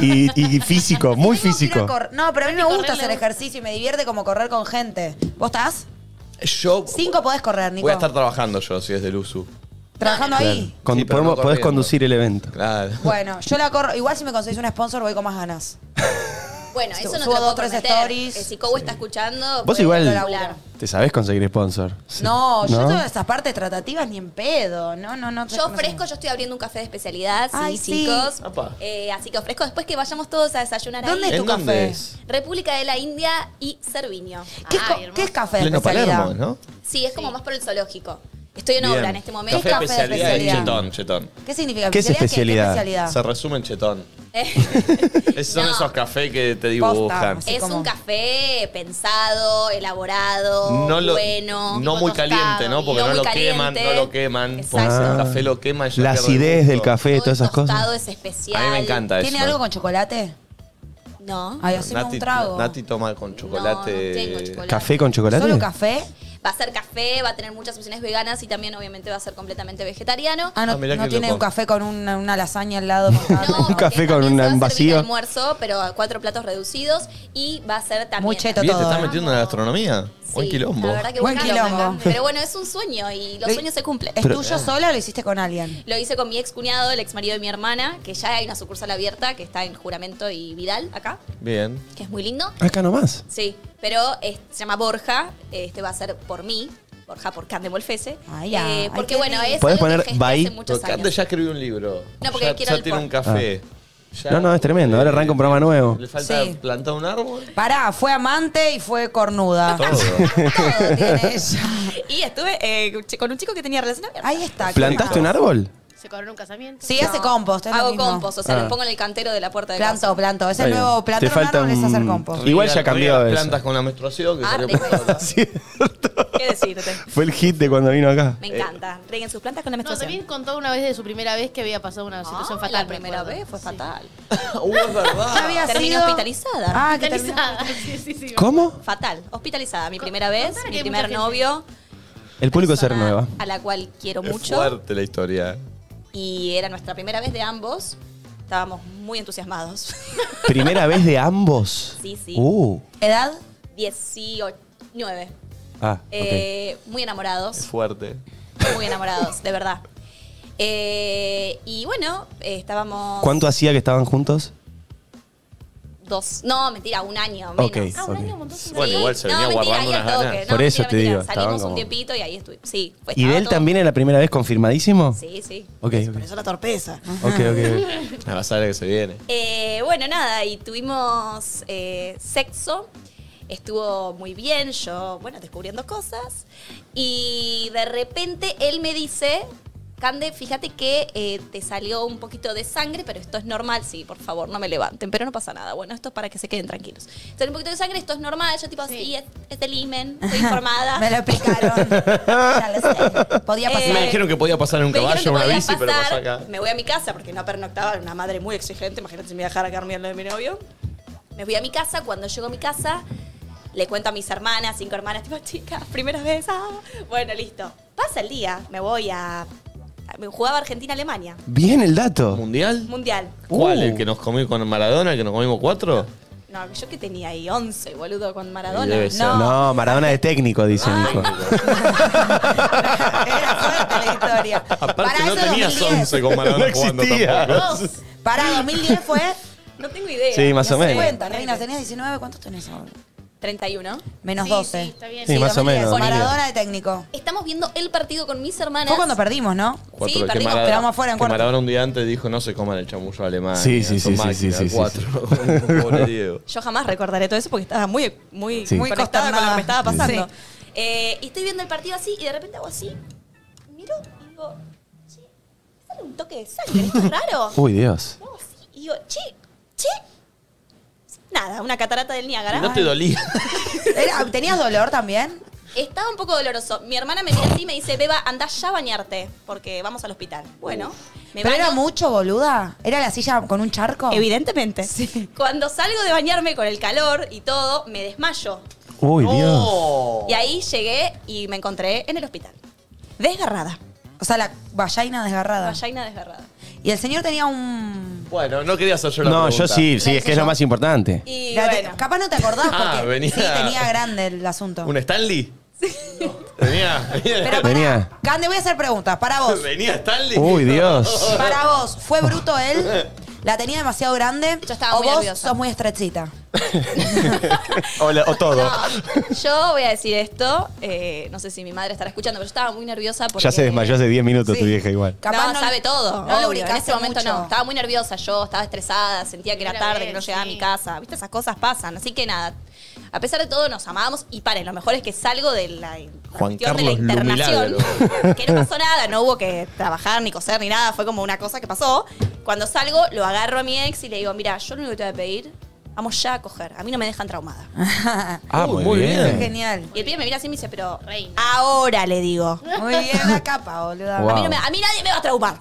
S3: y, y- y físico, muy
S2: Tengo que ir a
S3: físico.
S2: cor- No, pero a mí me
S5: Correr
S2: gusta
S5: le
S2: hacer
S5: gusta.
S2: ejercicio y me divierte como correr con gente. ¿Vos estás?
S1: Yo
S2: Cinco podés correr, Nico.
S1: voy a estar trabajando yo si es del uso.
S2: trabajando ahí.
S3: Con-
S1: Sí, pero
S3: podemos-
S1: no
S3: podés
S1: corriendo.
S3: conducir el evento.
S1: Claro.
S2: Bueno, yo la corro. Igual si me conseguís un sponsor voy con más ganas.
S4: Bueno, eso no te
S2: Subo
S4: lo puedo
S2: dos, tres
S4: prometer.
S2: stories.
S4: Eh, Si Cobo está escuchando,
S3: Vos
S4: puede
S3: igual-
S4: hablar.
S3: Te sabés conseguir sponsor.
S2: No, yo
S3: ¿No?
S2: todas esas partes tratativas ni en pedo. No, no, no.
S4: Yo
S2: no sé.
S4: ofrezco, yo estoy abriendo un café de especialidad, sí,
S2: Ay, sí.
S4: chicos.
S1: Apa.
S4: Eh, así que ofrezco después que vayamos todos a desayunar
S2: ¿Dónde
S4: ahí.
S2: es tu
S1: ¿En dónde
S2: café?
S1: es?
S4: República de la India y Cerviño.
S2: ¿Qué, es,
S5: Ay,
S2: co-
S5: hermoso.
S2: qué es café de
S1: Pleno
S2: especialidad?
S1: Palermo, ¿no?
S4: Sí, es como más por el zoológico. Estoy en obra
S1: Bien.
S4: en este momento.
S1: Café,
S2: Café
S1: especialidad,
S2: especialidad.
S1: chetón, chetón.
S2: ¿Qué significa?
S3: ¿Qué es especialidad?
S2: ¿Qué especialidad?
S1: Se resume en chetón.
S4: Eh,
S1: Esos son
S4: No. Eh,
S1: esos cafés que te dibujan.
S2: Posta.
S4: Es
S2: como-
S4: un café pensado, elaborado,
S1: No lo-
S4: bueno.
S1: no muy
S5: tostado,
S1: caliente, ¿no? Porque no,
S4: no
S1: lo
S4: muy
S1: queman,
S4: caliente.
S1: no lo queman. Porque
S4: Exacto.
S3: Ah.
S1: el café lo quema y ya pierde
S3: La
S1: el
S3: acidez
S1: gusto.
S3: del café, todas esas
S4: Todo
S3: cosas.
S4: es especial.
S1: A mí me encanta eso.
S2: ¿Tiene algo con chocolate?
S4: No.
S2: Ay, haceme
S1: Nati,
S2: un trago.
S1: Nati toma con chocolate.
S4: No, no tengo chocolate.
S3: ¿Café con chocolate?
S2: ¿Solo café?
S4: Va a ser café, va a tener muchas opciones veganas y también obviamente va a ser completamente vegetariano.
S2: Ah, no,
S1: Ah, mirá
S2: no
S1: qué
S2: tiene
S1: loco.
S2: un café con una, una lasaña al lado. con carne.
S4: No,
S3: Un café
S4: porque
S3: con
S4: también
S3: una-
S4: se va a
S3: un
S4: servir
S3: vacío.
S4: almuerzo, pero a cuatro platos reducidos y va a ser también
S2: Muy cheto
S1: Bien,
S2: todo.
S1: ¿Te
S2: ¿eh?
S1: estás metiendo en la gastronomía?
S4: Sí,
S1: Buen quilombo.
S4: La verdad que
S2: Buen
S4: buen quilombo.
S2: quilombo. Eh,
S4: grande. Pero bueno, es un sueño y los
S2: Lo-
S4: sueños se cumplen.
S2: ¿Es tuyo sola o lo hiciste con alguien?
S4: Lo hice con mi ex cuñado, el ex marido de mi hermana, que ya hay una sucursal abierta que está en Juramento y Vidal, acá,
S1: Bien.
S4: que es muy lindo.
S3: Acá nomás.
S4: Sí, pero eh, se llama Borja, este va a ser por mí, Borja por Cande Molfese. Eh,
S2: Ay, ya. Ay,
S4: porque
S2: qué
S4: bueno,
S2: lindo.
S4: es
S3: Podés
S4: algo que
S3: poner
S4: gesté
S3: Bahí.
S4: hace muchos
S1: Porque antes
S4: años.
S1: ya escribió un libro.
S4: No, porque
S1: ya,
S4: quiero
S1: ya
S4: el
S1: tiene
S4: por-
S1: un café. Ya-
S3: Ah. No, no, es tremendo. Ahora arranca un programa nuevo.
S1: Le falta
S2: Sí.
S1: plantar un árbol.
S2: Pará, fue amante y fue
S4: Ah.
S2: cornuda.
S1: Todo.
S2: Todo tiene ella.
S4: Y estuve eh, chi- con un chico que tenía relación abierta.
S2: Ahí está. claro.
S3: ¿Plantaste un árbol?
S5: Se cobró en un casamiento.
S2: Sí, hace compost. es lo
S4: Hago
S2: mismo.
S4: compost, o sea,
S3: Ah.
S4: lo pongo en el cantero de la puerta de casa.
S2: Planto, planto. Es el
S3: Ahí va.
S2: nuevo
S3: Te
S2: plantar un
S3: falta
S2: árbol es hacer
S3: un-
S2: compost.
S3: Igual
S1: Riega-
S3: ya cambió
S1: riega
S3: eso.
S1: plantas con la menstruación. Que
S4: Ah,
S1: salió
S4: rico.
S1: por todos lados.
S3: Cierto.
S4: ¿Qué decirte?
S3: Fue el hit de cuando vino acá.
S4: Me encanta. Rieguen sus plantas con la
S5: No,
S4: menstruación.
S5: también contó una vez de su primera vez que había pasado una situación
S4: Ah,
S5: fatal.
S4: La primera
S5: me acuerdo.
S4: vez fue fatal.
S1: Uh, es
S2: Ya
S1: verdad.
S2: había
S4: Terminé
S2: sido-
S4: hospitalizada.
S2: Ah, que terminó.
S5: Hospitalizada. Sí, sí, sí.
S3: ¿Cómo?
S4: Fatal. Hospitalizada. Mi
S5: Con-
S4: primera vez,
S5: contale que
S4: mi
S5: hay
S4: primer
S5: mucha gente.
S4: novio.
S3: El público ser
S4: persona
S3: nueva.
S4: A la cual quiero
S1: Es
S4: mucho.
S1: fuerte la historia. ¿eh?
S4: Y era nuestra primera vez de ambos. Estábamos muy entusiasmados.
S3: ¿Primera vez de ambos?
S4: Sí, sí.
S3: Uh.
S2: ¿Edad?
S4: 18, 9.
S3: Ah, ok.
S4: Eh, muy enamorados.
S1: Es fuerte.
S4: Muy enamorados, de verdad. Eh, y bueno, eh, estábamos.
S3: ¿Cuánto hacía que estaban juntos?
S4: Dos. No, mentira, un año. Menos.
S3: Ok.
S5: Ah, un año, un montón.
S4: Sí.
S1: Bueno, igual se
S4: No,
S1: venía
S4: mentira,
S1: guardando
S4: ahí al
S1: unas
S4: toque.
S1: ganas.
S4: No,
S3: Por eso
S4: mentira,
S3: te
S4: mentira.
S3: digo, estaban
S4: Salimos
S3: como-
S4: un tiempito y ahí estuve. Sí, fue
S3: ¿Y de
S4: estaba
S3: él
S4: todo-
S3: también era la primera vez confirmadísimo?
S4: Sí, sí.
S3: Ok, ok.
S4: Por eso la torpeza.
S3: Ok, ok.
S1: La pasada que se viene.
S4: Eh, bueno, nada, y tuvimos eh, sexo. Estuvo muy bien, yo, bueno, descubriendo cosas. Y de repente él me dice, Cande, fíjate que eh, te salió un poquito de sangre, pero esto es normal. Sí, por favor, no me levanten, pero no pasa nada. Bueno, esto es para que se queden tranquilos. Salió un poquito de sangre, esto es normal. Yo tipo, sí, es, es del imen, estoy informada.
S2: Me lo explicaron. ya lo sé. Podía pasar.
S4: Eh,
S1: Me dijeron que podía pasar en un
S4: Me dijeron que
S1: caballo, una
S4: podía
S1: bici, pero pasó
S4: pasar.
S1: acá.
S4: Me voy a mi casa porque no pernoctaba, era una madre muy exigente. Imagínate si me iba a dejar a quedarme al lado de mi novio. Me fui a mi casa. Cuando llego a mi casa, le cuento a mis hermanas, cinco hermanas, tipo, chicas, primera vez. ah". Bueno, listo. Pasa el día, me voy a. me Jugaba Argentina-Alemania,
S3: Bien el dato.
S1: ¿Mundial?
S4: mundial.
S1: ¿Cuál?
S3: Uh.
S1: ¿El que nos comió con Maradona? ¿El que nos comimos cuatro?
S4: No, No, yo que tenía ahí 11, boludo, con Maradona.
S1: debe ser.
S4: No.
S3: No, Maradona de técnico, dice mi hijo.
S2: Era fuerte la historia.
S8: Aparte, no
S2: eso
S8: tenías 11 con Maradona
S3: No
S8: jugando
S3: existía.
S8: tampoco.
S5: Dos.
S2: Para 2010 fue.
S4: No tengo idea.
S3: Sí, más
S2: no
S3: o
S2: se
S3: menos.
S2: cuenta, Reina, tenías 19, ¿cuántos tenés ahora?
S4: 31.
S2: Menos
S5: Sí,
S2: 12.
S5: sí, está bien.
S3: Sí, más o
S2: 2010,
S3: menos,
S2: Maradona
S3: María.
S2: de técnico.
S4: Estamos viendo el partido con mis hermanas.
S2: Fue cuando perdimos, ¿no?
S1: Cuatro,
S4: Sí,
S1: que
S4: perdimos,
S1: Maradona-
S2: quedamos afuera en
S1: que
S2: cuarto.
S1: Maradona un día antes dijo, no se coman el chamullo alemán.
S3: Sí, sí, sí, sí, sí, sí, sí,
S1: Cuatro. Pobre Diego.
S4: Yo jamás recordaré todo eso porque estaba muy, muy,
S3: Sí.
S2: Muy
S4: muy conectada con lo que me
S2: consternada.
S4: estaba pasando. Eh, y estoy viendo el partido así y de repente hago así. Miro y digo, che, sale un toque de sangre, esto es raro.
S3: Uy, Dios.
S4: Y hago así, y digo, che, che. Nada, una catarata del Niágara.
S1: No te dolía.
S2: Era- ¿Tenías dolor también?
S4: Estaba un poco doloroso. Mi hermana me mira así y me dice, Beba, andá ya a bañarte porque vamos al hospital. Bueno, me
S2: ¿Pero era
S4: baño.
S2: mucho, boluda? ¿Era la silla con un charco?
S4: Evidentemente. Cuando salgo de bañarme con el calor y todo, me desmayo.
S3: Uy, Dios.
S4: Y ahí llegué y me encontré en el hospital. Desgarrada.
S2: O sea, la vallaina desgarrada.
S4: Vallaina desgarrada.
S2: Y el señor tenía un...
S1: Bueno, no quería hacer yo la
S3: No,
S1: pregunta.
S3: yo sí, sí, es que es lo más importante.
S4: Y
S2: La te-
S4: bueno,
S2: Capaz no te acordás porque
S1: Ah, venía-
S2: sí, tenía grande el asunto.
S1: ¿Un Stanley? Venía,
S2: Pero
S1: venía,
S2: pará,
S3: Venía.
S2: Cande, voy a hacer preguntas. Para vos.
S1: venía Stanley.
S3: Uy, Dios.
S2: Para vos, ¿fue bruto él? ¿La tenía demasiado grande?
S4: Yo estaba
S2: ¿O
S4: muy
S2: vos
S4: nerviosa.
S2: sos muy estrechita?
S3: O, la- o todo.
S4: no, yo voy a decir esto. eh, no sé si mi madre estará escuchando, pero yo estaba muy nerviosa porque...
S3: Ya se desmayó hace 10 minutos tu vieja igual.
S4: no, sabe todo.
S2: No lo
S4: obvio, en ese momento no. Estaba muy nerviosa yo, estaba estresada, sentía que era
S5: Era
S4: tarde,
S5: bien,
S4: que no llegaba
S5: sí.
S4: a mi casa. Viste, esas cosas pasan. Así que nada, a pesar de todo nos amábamos y paren, lo mejor es que salgo de la
S1: Juan
S4: cuestión de la
S1: Carlos
S4: internación.
S1: Lumilagro.
S4: que no pasó nada, no hubo que trabajar ni coser ni nada, fue como una cosa que pasó. Cuando salgo, lo agarro a mi ex y le digo, mira, yo lo único que te voy a pedir, vamos ya a coger. A mí no me dejan traumada.
S3: Ah,
S1: Uy,
S3: muy,
S1: muy
S3: bien.
S1: bien.
S2: Genial.
S4: Y el pibe me mira así y me dice, pero
S5: Reina.
S4: ahora le digo.
S2: Muy bien la capa, boluda.
S3: Guau.
S4: A mí, no me- a mí nadie me va a traumar.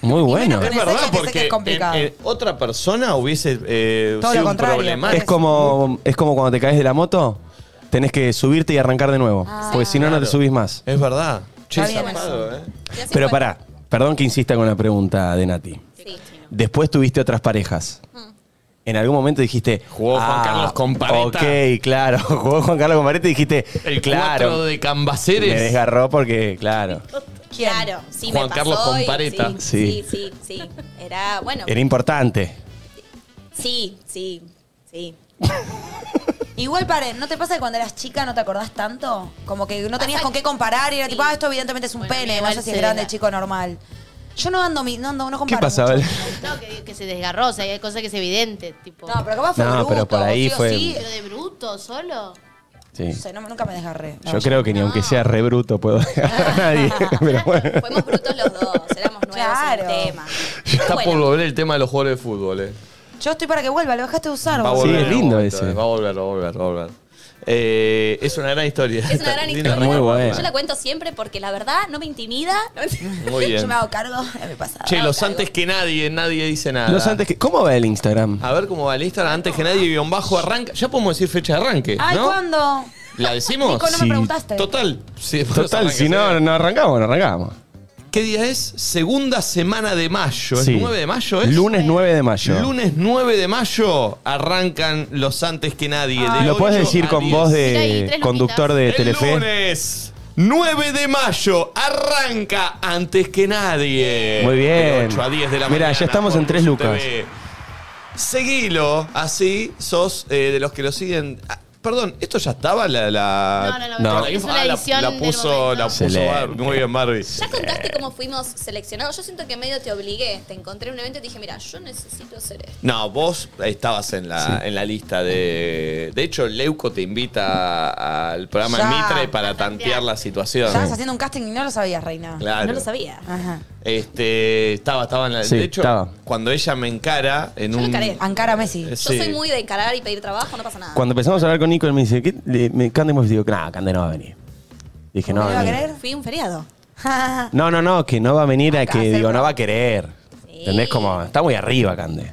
S3: Muy bueno.
S1: Es
S2: Con esa
S1: verdad,
S2: que sé que
S1: porque
S2: es complicado.
S1: en- en otra persona hubiese eh,
S2: Todo
S1: sido
S2: lo
S1: un
S2: contrario,
S1: problema.
S2: parece.
S3: Es como, es como cuando te caes de la moto, tenés que subirte y arrancar de nuevo. porque si no, no te subís más.
S1: Es verdad. Che,
S2: Está bien
S1: zarpado, ¿eh?
S4: Y así
S3: Pero
S4: fue.
S3: pará, perdón que insista con la pregunta de Nati.
S4: Sí.
S3: Después tuviste otras parejas.
S2: Mm.
S3: En algún momento dijiste. "Ah,
S1: Jugó Juan Carlos con Pareta".
S3: Ok, claro. Jugó Juan Carlos con Pareta y dijiste.
S1: El cuatro
S3: claro.
S1: de
S3: Me
S1: Cambaceres.
S3: desgarró porque, claro.
S2: ¿Quién?
S4: Claro, sí
S1: Juan
S4: me pasó
S1: Carlos
S4: y
S1: Compareta.
S4: Sí, sí, sí, sí. Era, bueno,
S3: Era importante.
S4: sí, sí, sí.
S2: Igual, paren, ¿no te pasa que cuando eras chica no te acordás tanto? Como que no tenías
S4: Pasa
S2: con qué comparar y era
S4: sí.
S2: tipo, ah, esto evidentemente es un
S5: Bueno,
S2: pene, no
S5: igual
S2: sé si es
S5: se
S2: grande,
S5: da.
S2: chico, normal. Yo no ando, mi- no ando, no
S3: ¿Qué
S2: comparo.
S3: pasaba?
S2: mucho.
S5: No, que, que se desgarró, o sea, hay cosas que es evidente, tipo.
S2: No, pero capaz fue
S3: No,
S2: bruto,
S3: pero por ahí
S2: sí o
S3: fue-
S2: sí.
S5: Pero de bruto, solo.
S3: Sí.
S2: No sé, no- nunca me desgarré. No,
S3: Yo creo que ni aunque sea re bruto puedo dejar a nadie. Pero bueno.
S4: Fuimos brutos los dos, éramos nuevos
S2: Claro.
S4: en el tema.
S1: Está
S4: Bueno,
S1: por volver el tema de los jugadores de fútbol, ¿eh?
S2: Yo estoy para que vuelva, lo dejaste de usar.
S1: Va a
S2: vos.
S3: Sí,
S1: volver
S3: es
S1: en algún
S3: lindo
S1: momento,
S3: ese.
S1: eh. Va a volver, va a volver, va a volver. Eh, es una gran historia.
S4: Es una
S1: Está-
S4: gran
S1: linda
S4: historia.
S3: Muy buena.
S4: Yo la cuento siempre porque la verdad no me intimida.
S1: Muy
S2: Yo
S1: bien.
S2: me hago cargo de mi pasado.
S1: Che, los antes que nadie, nadie dice nada.
S3: Los antes que, ¿Cómo va el Instagram?
S1: A ver cómo va el Instagram. Antes que nadie, guión bajo, arranca. Ya podemos decir fecha de arranque,
S2: Ay,
S1: ¿no?
S2: ¿cuándo?
S1: ¿La decimos?
S2: Nico, no
S3: Sí.
S2: me preguntaste.
S1: Total. Sí, podemos
S3: Total,
S1: arrancar,
S3: si
S1: sí.
S3: no, no arrancamos, no arrancamos.
S1: ¿Qué día es? Segunda semana de mayo. ¿Es
S3: Sí.
S1: 9 de mayo? ¿es?
S3: Lunes 9 de mayo.
S1: Lunes 9 de mayo arrancan los antes que nadie. de
S3: Lo puedes
S1: 8
S3: decir
S1: a
S3: con
S1: 10.
S3: voz
S5: Mira ahí,
S3: de
S5: tres
S3: conductor de
S1: El
S3: Telefe.
S1: lunes 9 de mayo arranca antes que nadie.
S3: Muy bien.
S1: De 8 a 10 de la
S3: Mirá,
S1: mañana.
S3: ya estamos
S1: por
S3: en tres
S1: Luzu
S3: lucas.
S1: TV. Seguilo, así sos eh, de los que lo siguen. Ah, perdón, ¿esto ya estaba la.? la-
S5: No, no, no,
S3: No.
S5: es
S1: Ah,
S5: una
S1: la-
S5: edición
S1: la,
S5: del
S1: puso,
S5: momento.
S1: la puso
S3: Excelente.
S1: Barbie. Muy bien, Barbie.
S4: Ya contaste cómo fuimos seleccionados. Yo siento que medio te obligué. Te encontré en un evento y te dije, mira, yo necesito hacer esto.
S1: No, vos estabas en la, en la lista de. De hecho, Leuco te invita al programa
S2: Ya.
S1: Mitre para tantear la situación.
S2: Estabas haciendo un casting y no lo sabías, Reina.
S1: Claro.
S4: No lo sabía.
S2: Ajá.
S1: Este, estaba, estaba en la.
S3: Sí,
S1: de hecho,
S3: estaba.
S1: cuando ella me encara en
S4: Yo lo
S1: un.
S4: encaré.
S2: Ankara Messi.
S1: Es-
S4: Yo
S1: Sí.
S4: soy muy de encarar y pedir trabajo, no pasa nada.
S3: Cuando empezamos a hablar con Nico, él me dice, ¿qué? Le- me, Cande me dijo, nada, Cande no va a venir. Dije, no
S2: ¿No
S3: va
S2: iba
S3: a
S2: a
S3: venir.
S2: querer?
S4: Fui un feriado.
S3: No, no, no, que no va a venir a que,
S2: hacer
S3: digo, no
S2: pro-
S3: va a querer.
S4: Sí.
S3: ¿Entendés? Como, está muy arriba, Cande.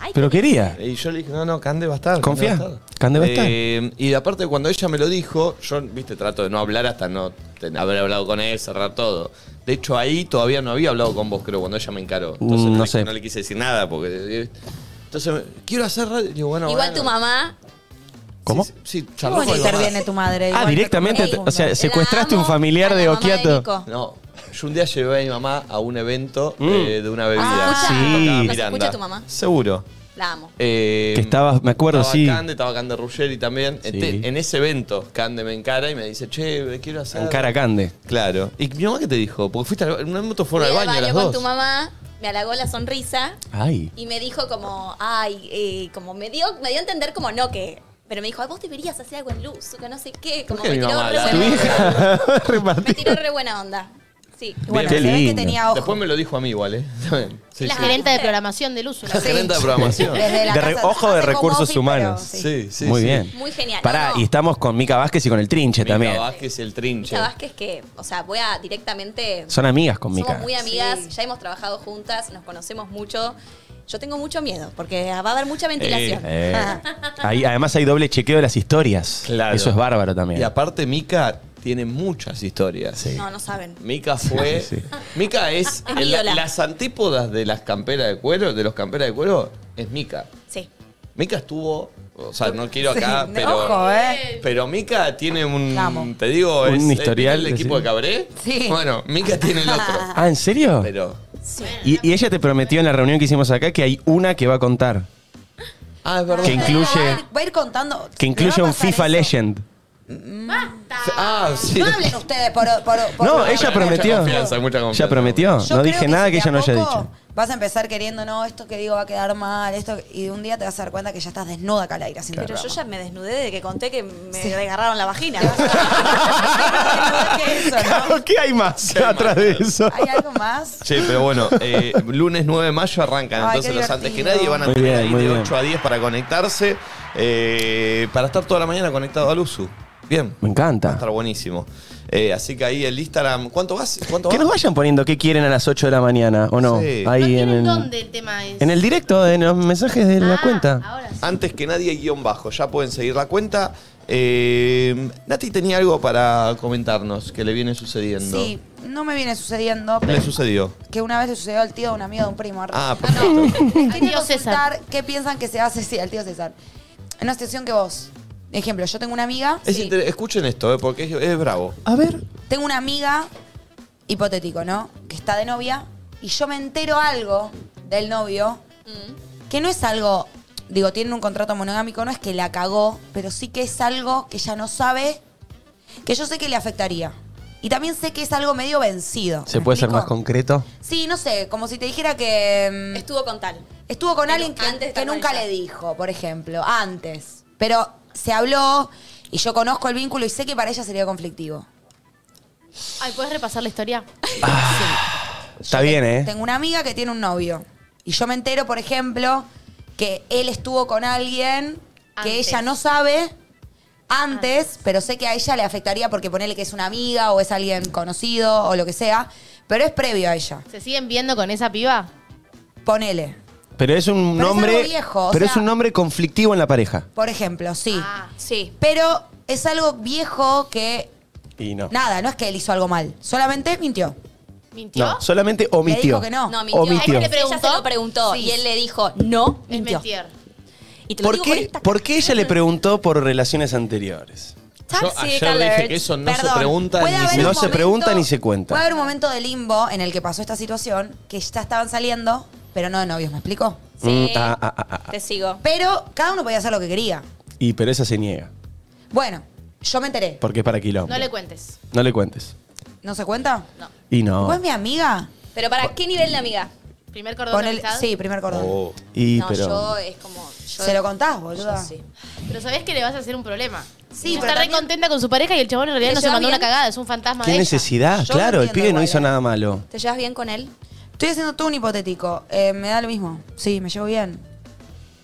S4: Ay,
S3: Pero quería.
S1: Y yo le dije, no, no, Cande va a estar.
S3: Confía, Cande va a estar.
S1: Eh, y aparte, cuando ella me lo dijo, yo, viste, trato de no hablar hasta no ten- haber hablado con él, cerrar todo. De hecho, ahí todavía no había hablado con vos, creo, cuando ella me encaró. Entonces
S3: Mm, no
S1: le-
S3: sé.
S1: no le quise decir nada porque. eh, Entonces, me- quiero hacer radio. Digo, bueno,
S4: Igual
S1: bueno.
S4: tu mamá.
S3: ¿Cómo?
S1: Sí, sí, sí, charló
S2: ¿Cómo
S1: con mi mamá.
S2: interviene tu madre?
S3: Ah,
S2: Igual,
S3: directamente,
S2: te-
S3: o sea,
S4: la
S3: secuestraste un
S4: amo
S3: familiar
S4: a la
S3: de
S4: mamá
S3: Okiato.
S4: Nico.
S1: No, yo un día llevé a mi mamá a un evento
S3: Mm.
S1: eh, de una bebida.
S4: Ah,
S3: Sí.
S1: Tocaba
S4: ¿Nos
S1: Miranda.
S4: escucha tu mamá?
S1: Seguro.
S4: La amo.
S1: Eh,
S3: Que estabas- me acuerdo,
S1: estaba
S3: sí.
S1: Cande, estaba Cande Ruggeri también.
S3: Sí.
S1: Ente- en ese evento, Cande me encara y me dice, che, me quiero hacer...
S3: En Caracande.
S1: Claro. ¿Y mi mamá qué te dijo? Porque fuiste al, en un momento fueron al
S4: Fui
S1: baño, las
S4: con
S1: dos.
S4: tu mamá, me halagó la sonrisa
S3: Ay.
S4: y me dijo como, ay, eh, como me dio, me dio a entender como no que. Pero me dijo, ay, vos deberías hacer algo en luz, que no sé qué.
S1: ¿Por
S4: Como
S1: qué mi
S4: me tiró,
S1: mamá
S4: re
S1: la-
S4: buena
S1: tu
S4: onda. me
S3: Repartí.
S4: tiró re buena onda. Sí.
S2: Bueno,
S3: Qué
S2: se ve que
S3: lindo.
S2: tenía ojo.
S1: Después me lo dijo a mí igual, ¿eh? También. Sí,
S5: La
S1: sí.
S5: gerente de programación del uso.
S1: La gerente de programación.
S2: Desde la
S3: De re-
S2: casa-
S3: ojo de
S2: hace home
S3: recursos
S2: office,
S3: humanos.
S2: pero sí.
S1: Sí, sí,
S3: Muy
S1: sí.
S3: bien.
S4: Muy genial.
S3: Pará,
S4: No, no.
S3: y estamos con Mica Vázquez y con el Trinche
S1: Mica
S3: también.
S1: Vázquez, el trinche.
S4: Mica Vázquez que, o sea, voy a directamente...
S3: Son amigas con
S4: Somos
S3: Mica.
S4: muy amigas, ya hemos trabajado juntas, nos conocemos mucho. Yo tengo mucho miedo, porque va a haber mucha ventilación.
S3: Eh. Ahí, además hay doble chequeo de las historias.
S1: Claro.
S3: Eso es bárbaro también.
S1: Y aparte, Mica tiene muchas historias.
S3: Sí.
S4: No, no saben.
S1: Mica fue.
S7: Sí, sí.
S1: Mica es.
S4: Es
S1: el-
S4: ídola.
S1: las antípodas de las camperas de cuero, de los camperas de cuero, es Mica.
S4: Sí.
S1: Mica estuvo. O sea, no quiero acá,
S2: Sí,
S1: pero.
S2: Ojo, ¿eh?
S1: Pero Mica tiene un.
S2: La amo.
S1: Te digo,
S3: Un
S1: es.
S3: historial,
S1: ¿tiene el equipo
S3: decís.
S1: de Cabré?
S2: Sí.
S1: Bueno, Mica tiene el otro.
S3: Ah, ¿en serio?
S1: Pero.
S3: Y, y ella te prometió en la reunión que hicimos acá que hay una que va a contar.
S1: Ah, es verdad.
S3: Que
S2: Va a
S3: incluye,
S2: ir- Va a ir contando.
S3: que incluye
S2: Le va a
S3: un
S2: pasar
S3: FIFA
S2: eso.
S3: Legend.
S1: Ah, sí.
S2: No hablen ustedes por. por- por-
S3: No,
S2: por-
S3: ella
S1: Mucha
S3: prometió.
S1: confianza, mucha confianza.
S3: Ya prometió.
S2: Yo creo
S3: no dije nada
S2: si
S3: que
S2: de
S3: ella
S2: a
S3: no haya
S2: poco
S3: dicho.
S2: Vas a empezar queriendo, no, esto que digo va a quedar mal, esto. Y un día te vas a dar cuenta que ya estás desnuda acá al aire haciendo
S4: Pero
S2: el
S4: yo
S2: programa.
S4: ya me desnudé de que conté que me
S2: Sí.
S4: desgarraron la vagina.
S2: Claro que eso, ¿no?
S3: Claro, ¿Qué hay más atrás de eso?
S2: ¿Hay algo más?
S1: Sí, pero bueno, eh, lunes 9 de mayo arrancan
S2: Ay,
S1: entonces
S2: qué
S1: los antes que
S2: divertido.
S1: nadie. Van a
S3: Muy
S1: tener
S3: bien,
S1: ahí
S3: muy
S1: de
S3: bien.
S1: 8 a 10 para conectarse, eh, para estar toda la mañana conectado al USU. Bien.
S3: Me
S1: Va a estar
S3: encanta.
S1: buenísimo. Eh, así que ahí el Instagram. ¿Cuánto vas? ¿Cuánto
S3: Que
S1: vas?
S3: nos vayan poniendo qué quieren a las 8 de la mañana, ¿o no?
S1: Sí.
S3: Ahí en el,
S5: dónde el tema es.
S3: en el directo, en los mensajes de la
S5: Ah,
S3: cuenta.
S5: Ahora sí.
S1: Antes que nadie, guión bajo. Ya pueden seguir la cuenta. Eh, Nati tenía algo para comentarnos que le viene sucediendo.
S2: Sí, no me viene sucediendo.
S1: Le
S2: pero-
S1: sucedió.
S2: que una vez le sucedió al tío de un amigo de un primo.
S1: Ah, perfecto.
S2: Les quería
S5: Tío César.
S2: consultar qué piensan que se hace, sí, al tío César. En una situación que vos. Ejemplo, yo tengo una amiga.
S1: Es
S2: Sí.
S1: inter- Escuchen esto, eh, porque es, es bravo.
S3: A ver.
S2: Tengo una amiga, hipotético, ¿no? Que está de novia y yo me entero algo del novio
S5: Mm.
S2: que no es algo, digo, tienen un contrato monogámico, no es que la cagó, pero sí que es algo que ella no sabe, que yo sé que le afectaría. Y también sé que es algo medio vencido.
S3: ¿Se
S2: ¿me
S3: puede ser más
S2: explico?
S3: concreto?
S2: Sí, no sé, como si te dijera que... mm,
S4: Estuvo con tal.
S2: Estuvo con
S4: Pero
S2: alguien que,
S4: antes de
S2: que
S4: estar con
S2: nunca
S4: ella.
S2: le dijo, por ejemplo, antes. Pero se habló y yo conozco el vínculo y sé que para ella sería conflictivo.
S5: Ay, ¿puedes repasar la historia?
S3: Ah. Está bien, ¿eh?
S2: Tengo una amiga que tiene un novio y yo me entero, por ejemplo, que él estuvo con alguien que
S5: Antes.
S2: ella no sabe antes, pero sé que a ella le afectaría porque ponerle que es una amiga o es alguien conocido o lo que sea, pero es previo a ella.
S5: ¿Se siguen viendo con esa piba?
S2: Ponele.
S3: Pero es un
S2: Pero es
S3: nombre.
S2: algo viejo, o
S3: pero
S2: sea-
S3: es un nombre conflictivo en la pareja.
S2: Por ejemplo, sí.
S5: Ah.
S4: Sí.
S2: Pero es algo viejo que
S3: Y no.
S2: Nada, no es que él hizo algo mal. Solamente mintió.
S5: ¿Mintió?
S3: No, solamente omitió.
S2: Le dijo que no.
S4: No, mintió.
S3: Omitió.
S4: Ay, pero ella se lo preguntó
S2: Sí.
S4: y él le dijo, no,
S5: es
S4: mintió.
S5: mentir.
S4: Y te lo
S3: ¿Por
S4: digo
S3: qué,
S4: con esta-
S3: ¿Por qué ella le preguntó por relaciones anteriores?
S1: Yo
S4: Toxic
S1: ayer
S4: alert.
S1: dije que eso no se
S2: Perdón,
S1: pregunta
S2: puede
S1: ni
S2: haber
S1: se
S2: un
S3: No se pregunta ni se cuenta.
S2: Puede haber un momento de limbo en el que pasó esta situación, que ya estaban saliendo, pero no de novios, ¿me explico?
S4: Sí,
S3: Mm, ah, ah, ah, ah, ah.
S4: te sigo.
S2: Pero cada uno podía hacer lo que quería.
S3: Y pero esa se niega.
S2: Bueno, yo me enteré.
S3: Porque es para quilombo.
S5: No le cuentes.
S3: No le cuentes.
S2: ¿No se cuenta?
S3: Y no.
S2: ¿Vos es mi amiga?
S4: Pero ¿para qué nivel de amiga?
S5: Primer cordón de
S2: Ponele-
S5: amistad.
S2: sí, primer cordón.
S1: Oh.
S3: Y
S4: no,
S3: pero.
S4: yo es como... yo-
S2: ¿Se lo contás, boluda?
S4: yo sí.
S5: Pero sabés que le vas a hacer un problema.
S2: Sí, pero
S5: Ella está re
S2: también-
S5: contenta con su pareja y el chabón en realidad
S4: ¿Le
S5: no se
S4: lleva
S5: mandó una
S4: bien?
S5: cagada, es un fantasma
S3: ¿Qué
S5: de ella.
S3: necesidad?
S2: Yo
S3: claro,
S2: no
S3: el
S2: entiendo
S3: pibe no
S2: igual,
S3: hizo
S2: ¿eh?
S3: nada malo.
S4: ¿Te llevas bien con él?
S2: Estoy haciendo todo un hipotético. Eh, me da lo mismo. Sí, me llevo bien.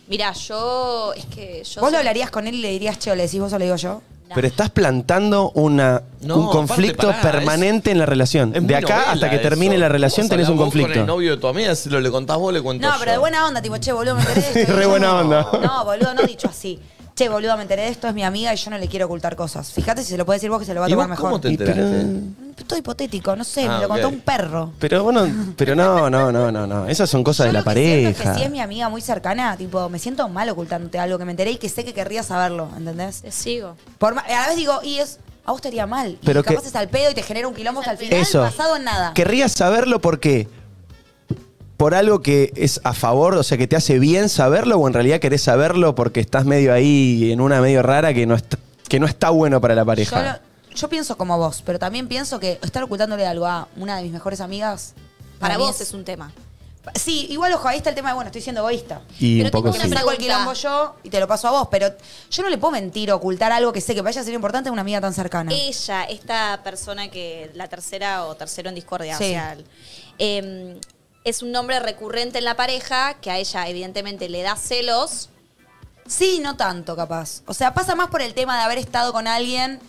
S4: Mira, yo... Es que yo...
S2: ¿Vos
S4: soy-
S2: lo hablarías con él y le dirías, che, o le decís vos o le digo yo?
S4: Nah.
S3: Pero estás plantando una,
S1: No,
S3: un
S1: aparte,
S3: conflicto
S1: pará, es-
S3: permanente en la relación.
S1: Es muy
S3: De acá
S1: novela
S3: hasta que termine
S1: eso.
S3: la relación
S1: Vos
S3: tenés un
S1: hablás vos Con
S3: conflicto.
S1: el novio de tu amiga, si lo le contás vos, le cuento
S2: No, pero
S1: yo.
S2: de buena onda, tipo, che, boludo, me enteré de esto.
S3: Re buena onda.
S2: No, boludo, no dicho así. che, boludo, me enteré de esto, es mi amiga y yo no le quiero ocultar cosas. Fíjate si se lo puede decir vos que se lo va a
S1: ¿Y vos
S2: tomar
S1: cómo
S2: mejor.
S1: te
S3: Y pero-
S1: enteraste?
S2: Todo hipotético, no sé,
S1: Ah,
S2: me lo contó
S1: ok.
S2: un perro.
S3: Pero bueno, pero no, no, no, no, no. Esas son cosas
S2: Yo
S3: de la
S2: lo que siento es
S3: pareja.
S2: que si es mi amiga muy cercana, tipo, me siento mal ocultándote algo que me enteré y que sé que querría saberlo, ¿entendés?
S4: Te sigo.
S2: Por ma- a la vez digo, y es, a vos te haría mal.
S3: Pero
S2: y capaz
S3: que-
S2: es al pedo y te genera un quilombo hasta el final,
S3: Eso.
S2: basado en nada.
S3: Querrías saberlo porque por algo que es a favor, o sea, que te hace bien saberlo o en realidad querés saberlo porque estás medio ahí en una medio rara que no está, que no está bueno para la
S2: yo,
S3: pareja.
S2: lo- yo pienso como vos, pero también pienso que estar ocultándole algo a una de mis mejores amigas.
S4: Para
S2: mí
S4: vos es un tema.
S2: Sí, igual, ojo, ahí está el tema de, bueno, estoy siendo egoísta.
S3: Y
S4: Pero
S3: un poco
S2: Porque
S4: tengo Sí.
S2: me
S3: Pues sí.
S2: saco el
S4: Pregunta.
S2: quilombo yo y te lo paso a vos, pero yo no le puedo mentir o ocultar algo que sé que vaya a ser importante a una amiga tan cercana.
S4: Ella, esta persona que la tercera o tercero en discordia
S2: Sí.
S4: social, eh, es un nombre recurrente en la pareja que a ella evidentemente le da celos.
S2: Sí, no tanto, capaz. O sea, pasa más por el tema de haber estado con alguien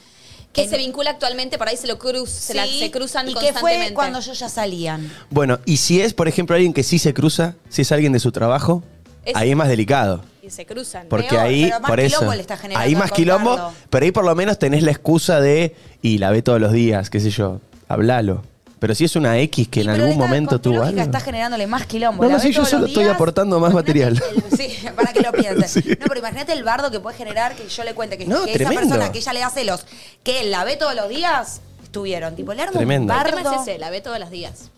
S4: Que
S2: en-
S4: se vincula actualmente, por ahí se lo cruz, se, la-
S2: Sí,
S4: se cruzan
S2: y que
S4: constantemente.
S2: fue cuando ellos ya salían.
S3: Bueno, y si es, por ejemplo, alguien que sí se cruza, si es alguien de su trabajo,
S4: Es-
S3: ahí es más delicado.
S4: Y se cruzan.
S3: Porque
S2: Peor,
S3: ahí,
S2: pero más
S3: por eso.
S2: quilombo le está generando
S3: Ahí más
S2: al
S3: quilombo,
S2: Ricardo.
S3: pero ahí por lo menos tenés la excusa de. Y la ve todos los días, qué sé yo. Hablalo. Pero si es una X que en
S2: Y pero
S3: algún
S2: esta-
S3: momento
S2: con tu
S3: tuvo
S2: lógica
S3: algo.
S2: está generándole más quilombo.
S3: No,
S2: La ves
S3: no sé, yo
S2: todos los
S3: solo estoy
S2: días.
S3: aportando más
S2: Imagínate
S3: material.
S2: el- sí, para que lo pienses.
S3: Sí.
S2: No, pero imagínate el bardo que puede generar que yo le cuente que,
S3: No,
S2: que esa
S3: tremendo.
S2: persona que ella le da celos, que él la ve todos los días, estuvieron. Tipo, le arma un
S3: Tremendo.
S4: El tema
S2: bardo.
S4: es ese, la ve todos los días.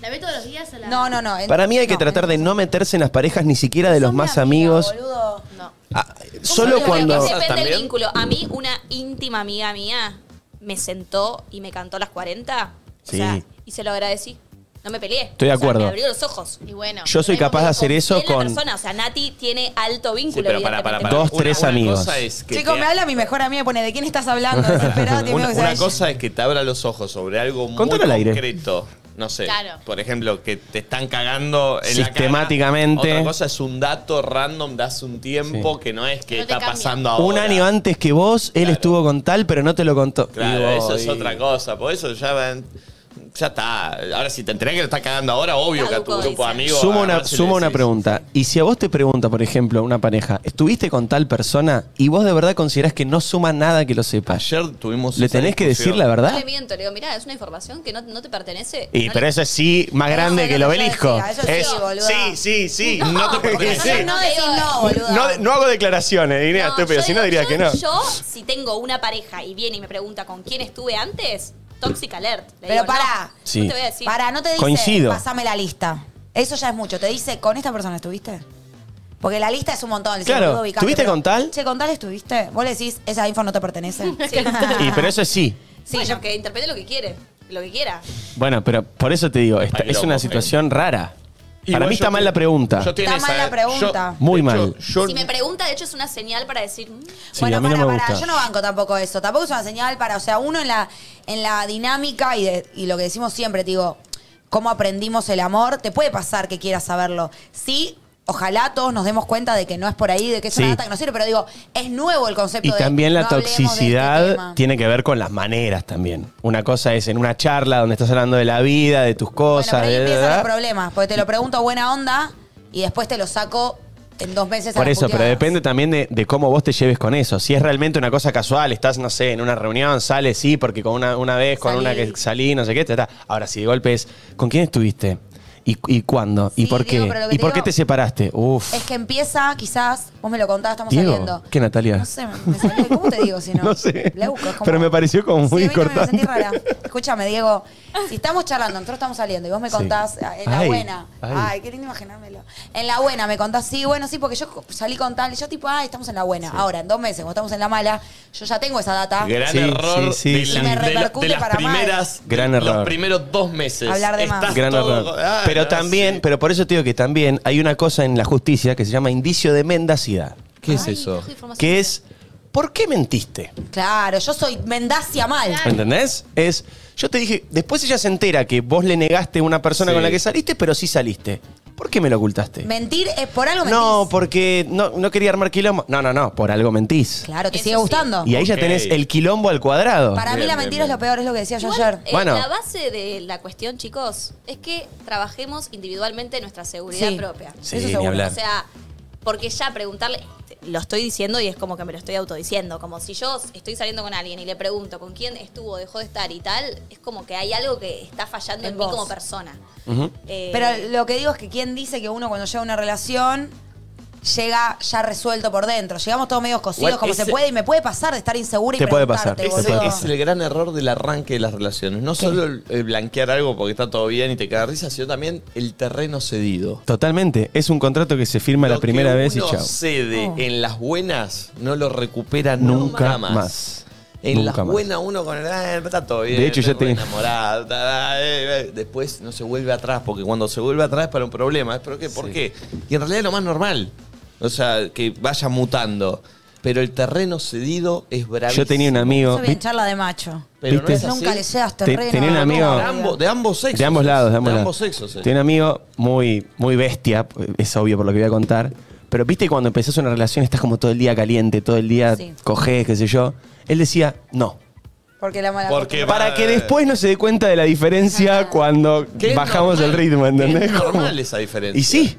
S5: La ve todos los días a la.
S2: No, no, no. en-
S3: Para mí hay que
S2: no,
S3: tratar de no meterse en las parejas ni siquiera de
S2: Sos
S3: los
S2: mi
S3: más
S2: amiga,
S3: amigos.
S2: boludo.
S5: No.
S3: Ah, solo
S1: amiga,
S3: cuando.
S1: ¿qué
S4: Depende
S1: ¿También?
S4: del vínculo. A mí, una íntima amiga mía me sentó y me cantó las 40. O
S3: Sí.
S4: sea, y se lo agradecí. No me peleé.
S3: Estoy de
S4: O sea,
S3: acuerdo.
S4: me abrió los ojos.
S5: Y bueno.
S3: Yo soy
S5: pero
S3: capaz de hacer eso
S4: Bien la
S3: con.
S4: persona, o sea, Nati tiene alto
S1: Sí,
S4: vínculo.
S1: pero para, para, para.
S4: evidentemente.
S3: Dos, tres amigos.
S1: Cosa es que
S2: Chico,
S1: te-
S2: me habla mi mejor amiga y pone, ¿de quién estás hablando? Desesperado, tiene
S1: una,
S2: miedo que se
S1: una
S2: vaya.
S1: cosa es que te abra los ojos sobre algo muy
S3: Contalo al aire.
S1: concreto. No sé.
S5: Claro.
S1: Por ejemplo, que te están cagando en la cara.
S3: Sistemáticamente.
S1: Otra cosa es un dato random de hace un tiempo
S3: Sí.
S1: que no es que
S5: No te
S1: está
S5: cambia.
S1: pasando ahora.
S3: Un año antes que vos, él
S1: Claro.
S3: estuvo con tal, pero no te lo contó.
S1: Claro,
S3: Digo,
S1: eso es
S3: y-
S1: otra cosa. Por eso ya van- Ya está. Ahora, si te enterás que lo está cagando ahora, obvio que a tu
S4: Caduco,
S1: grupo de
S4: dice.
S1: amigos.
S3: Sumo una,
S1: agarrás y le
S3: sumo una
S1: decís.
S3: pregunta. Y si a vos te pregunta, por ejemplo, una pareja, ¿estuviste con tal persona y vos de verdad considerás que no suma nada que lo sepas?
S1: Ayer tuvimos.
S3: ¿Le
S1: esa
S3: tenés que decir
S1: discusión.
S3: la
S4: No
S3: verdad?
S4: le miento, le digo, mirá, es una información que no, no te pertenece.
S3: Y,
S4: No
S3: pero
S4: le-
S3: eso es sí más grande
S2: Eso es
S3: que el
S2: lo que yo
S3: obelisco.
S2: decía, eso sí,
S3: Es-
S2: boludo.
S3: sí, sí, sí. No te
S2: Yo
S3: pertenece.
S2: no decís no, boludo.
S3: No, no hago declaraciones, diría,
S4: No,
S3: estoy- pero
S4: yo
S3: si no
S4: digo,
S3: diría que no.
S4: yo- Yo, si tengo una pareja y viene y me pregunta con quién estuve antes, toxic alert. Le
S2: Pero
S4: digo,
S2: pará.
S4: No,
S3: Sí.
S4: no te voy a decir.
S2: Para, no te dice,
S3: Coincido.
S2: pasame la lista. Eso ya es mucho. Te dice, ¿con esta persona estuviste? Porque la lista es un montón. Le decís,
S3: Claro.
S2: boludo, ubicate,
S3: ¿Tuviste
S2: pero,
S3: con tal?
S2: Che, ¿con tal estuviste? Vos le decís, esa info no te pertenece.
S4: Sí,
S3: Y, pero eso es sí.
S4: sí yo que interprete lo que quiere, lo que quiera.
S3: Bueno, pero por eso te digo, esta-
S1: Ay,
S3: es
S1: loco,
S3: una
S1: eh.
S3: situación rara. Para
S1: Igual
S3: mí
S1: yo
S3: está
S1: te-
S3: mal la pregunta.
S1: yo tengo
S2: Está mal
S1: esa-
S2: la pregunta.
S1: yo-
S3: Muy
S1: de hecho,
S3: mal.
S1: yo-
S4: Si me pregunta, de hecho, es una señal para decir. mm,
S3: Sí,
S2: bueno,
S3: a mí no
S2: para,
S3: me gusta.
S2: yo no banco tampoco eso. Tampoco es una señal para, o sea, uno en la, en la dinámica y, de- y lo que decimos siempre, te digo, cómo aprendimos el amor, te puede pasar que quieras saberlo. Sí, ojalá todos nos demos cuenta de que no es por ahí, de que es
S3: Sí.
S2: una data que no sirve, pero digo, es nuevo el concepto
S3: Y
S2: de
S3: también la
S2: no hablemos de este
S3: toxicidad
S2: tema.
S3: tiene que ver con las maneras también. Una cosa es en una charla donde estás hablando de la vida, de tus cosas,
S2: bueno, pero ahí
S3: de-
S2: empiezan
S3: ¿verdad?
S2: los problemas, porque te lo pregunto buena onda y después te lo saco en dos meses a
S3: Por
S2: las
S3: eso, pero
S2: puteadas.
S3: depende también de, de cómo vos te lleves con eso. Si es realmente una cosa casual, estás, no sé, en una reunión, sales, sí, porque con una, una vez, con una que
S2: Salí.
S3: salí, no sé qué, ta, ta. Ahora, si de golpe es, ¿con quién estuviste? ¿Y, y cuándo? ¿Y
S2: Sí,
S3: por
S2: Diego,
S3: qué?
S2: pero lo que
S3: ¿Y
S2: te
S3: por qué
S2: digo
S3: te separaste? Uf.
S2: Es que empieza, quizás, vos me lo contás, estamos
S3: Diego,
S2: saliendo.
S3: ¿qué, Natalia?
S2: No sé, me, me salió. ¿Cómo te digo si no?
S3: No sé.
S2: Leuco, es como-
S3: Pero me pareció como muy
S2: sí, a mí también
S3: cortante.
S2: Me sentí rara. Escúchame, Diego, si estamos charlando, nosotros estamos saliendo y vos me
S3: Sí.
S2: contás, ah, en la
S3: Ay,
S2: buena.
S3: ay.
S2: Ay. qué lindo imaginármelo. En la buena me contás, sí, bueno, sí, porque yo salí con tal, y yo tipo, ay, estamos en la buena. Ahora, en dos meses, cuando estamos en la mala, yo ya tengo esa data.
S1: Gran
S3: Sí,
S1: error
S3: sí, sí,
S1: de,
S3: sí.
S1: la-
S2: Y me
S1: de la- de
S2: repercute
S1: las
S2: para mal.
S1: primeras.
S3: Gran
S1: de Los
S3: error.
S1: primeros dos meses.
S2: Hablar de más.
S1: Estás
S3: Gran
S1: todo-
S3: error.
S1: Ah,
S3: Pero
S1: no,
S3: también,
S1: sí.
S3: pero por eso te digo que también hay una cosa en la justicia que se llama indicio de mendacidad,
S1: ¿Qué es eso?
S3: que es ¿por qué mentiste?
S2: Claro, yo soy Mendacia mal.
S3: ¿Entendés? Es yo te dije, después ella se entera que vos le negaste a una persona
S1: Sí.
S3: con la que saliste, pero sí saliste. ¿Por qué me lo ocultaste?
S2: Mentir es por algo mentís.
S3: no, porque no, no quería armar quilombo. No, no, no, por algo mentís.
S2: Claro, te
S4: Eso
S2: sigue
S4: sí.
S2: gustando.
S3: Y ahí ya
S1: Ok.
S3: tenés el quilombo al cuadrado.
S2: Para mí
S1: Bien,
S2: la
S1: bien,
S2: mentira es lo
S1: bien.
S2: peor, es lo que decía yo
S4: Igual,
S2: ayer.
S4: eh,
S3: Bueno.
S4: La base de la cuestión, chicos, es que trabajemos individualmente nuestra seguridad
S2: Sí.
S4: propia.
S3: Sí,
S2: eso
S3: ni
S2: seguro,
S3: hablar.
S4: O sea, Porque ya preguntarle, lo estoy diciendo y es como que me lo estoy autodiciendo, como si yo estoy saliendo con alguien y le pregunto con quién estuvo, dejó de estar y tal, es como que hay algo que está fallando
S2: En
S4: en,
S2: vos.
S4: mí como persona. Eh,
S2: Pero lo que digo es que quien dice que uno cuando llega a una relación llega ya resuelto por dentro. Llegamos todos medios cocidos
S1: Igual
S2: como
S1: ese-
S2: se puede y me puede pasar de estar insegura y
S3: Te puede pasar,
S2: preguntarte,
S3: te
S1: Ese
S2: boludo.
S3: puede
S1: es el gran error del arranque de las relaciones. No solo el, el blanquear algo porque está todo bien y te cae de risa, sino también el terreno cedido.
S3: Totalmente. Es un contrato que se firma la
S1: Lo
S3: primera
S1: que
S3: vez y
S1: uno
S3: chao.
S2: Oh.
S1: cede en las buenas, no lo recupera
S3: Nunca
S1: nunca,
S3: más.
S1: más. En
S3: Nunca
S1: las
S3: más.
S1: buenas uno con el... "Ah, está todo bien,
S3: De hecho, ya
S1: estoy
S3: te-
S1: enamorado, ta, ta, eh, eh". Después no se vuelve atrás, porque cuando se vuelve atrás es para un problema. ¿Es por qué? ¿Por qué? Y en realidad es lo más normal. O sea, que vaya mutando. Pero el terreno cedido es bravísimo.
S3: Yo tenía un amigo.
S2: Eso bien charla de macho.
S1: Pero no
S3: ¿Viste?
S1: es así.
S2: Nunca le llegas
S3: Te-
S2: terreno.
S3: tenía un
S2: no,
S3: amigo-
S2: no,
S1: De, ambos, de ambos sexos. ¿eh?
S3: De ambos lados, de ambos, lados.
S1: sexos. eh.
S3: Tenía un amigo muy, muy bestia, es obvio por lo que voy a contar. Pero viste cuando empezás una relación estás como todo el día caliente, todo el día
S2: Sí.
S3: cogés, qué sé yo. Él decía, no.
S2: Porque la mala
S1: Porque
S2: costumbre.
S3: Para que después no se dé cuenta de la diferencia cuando
S1: Que es
S3: bajamos
S1: normal,
S3: el ritmo,
S1: que
S3: ¿entendés?
S1: Es
S3: Como-
S1: normal esa diferencia.
S3: Y sí.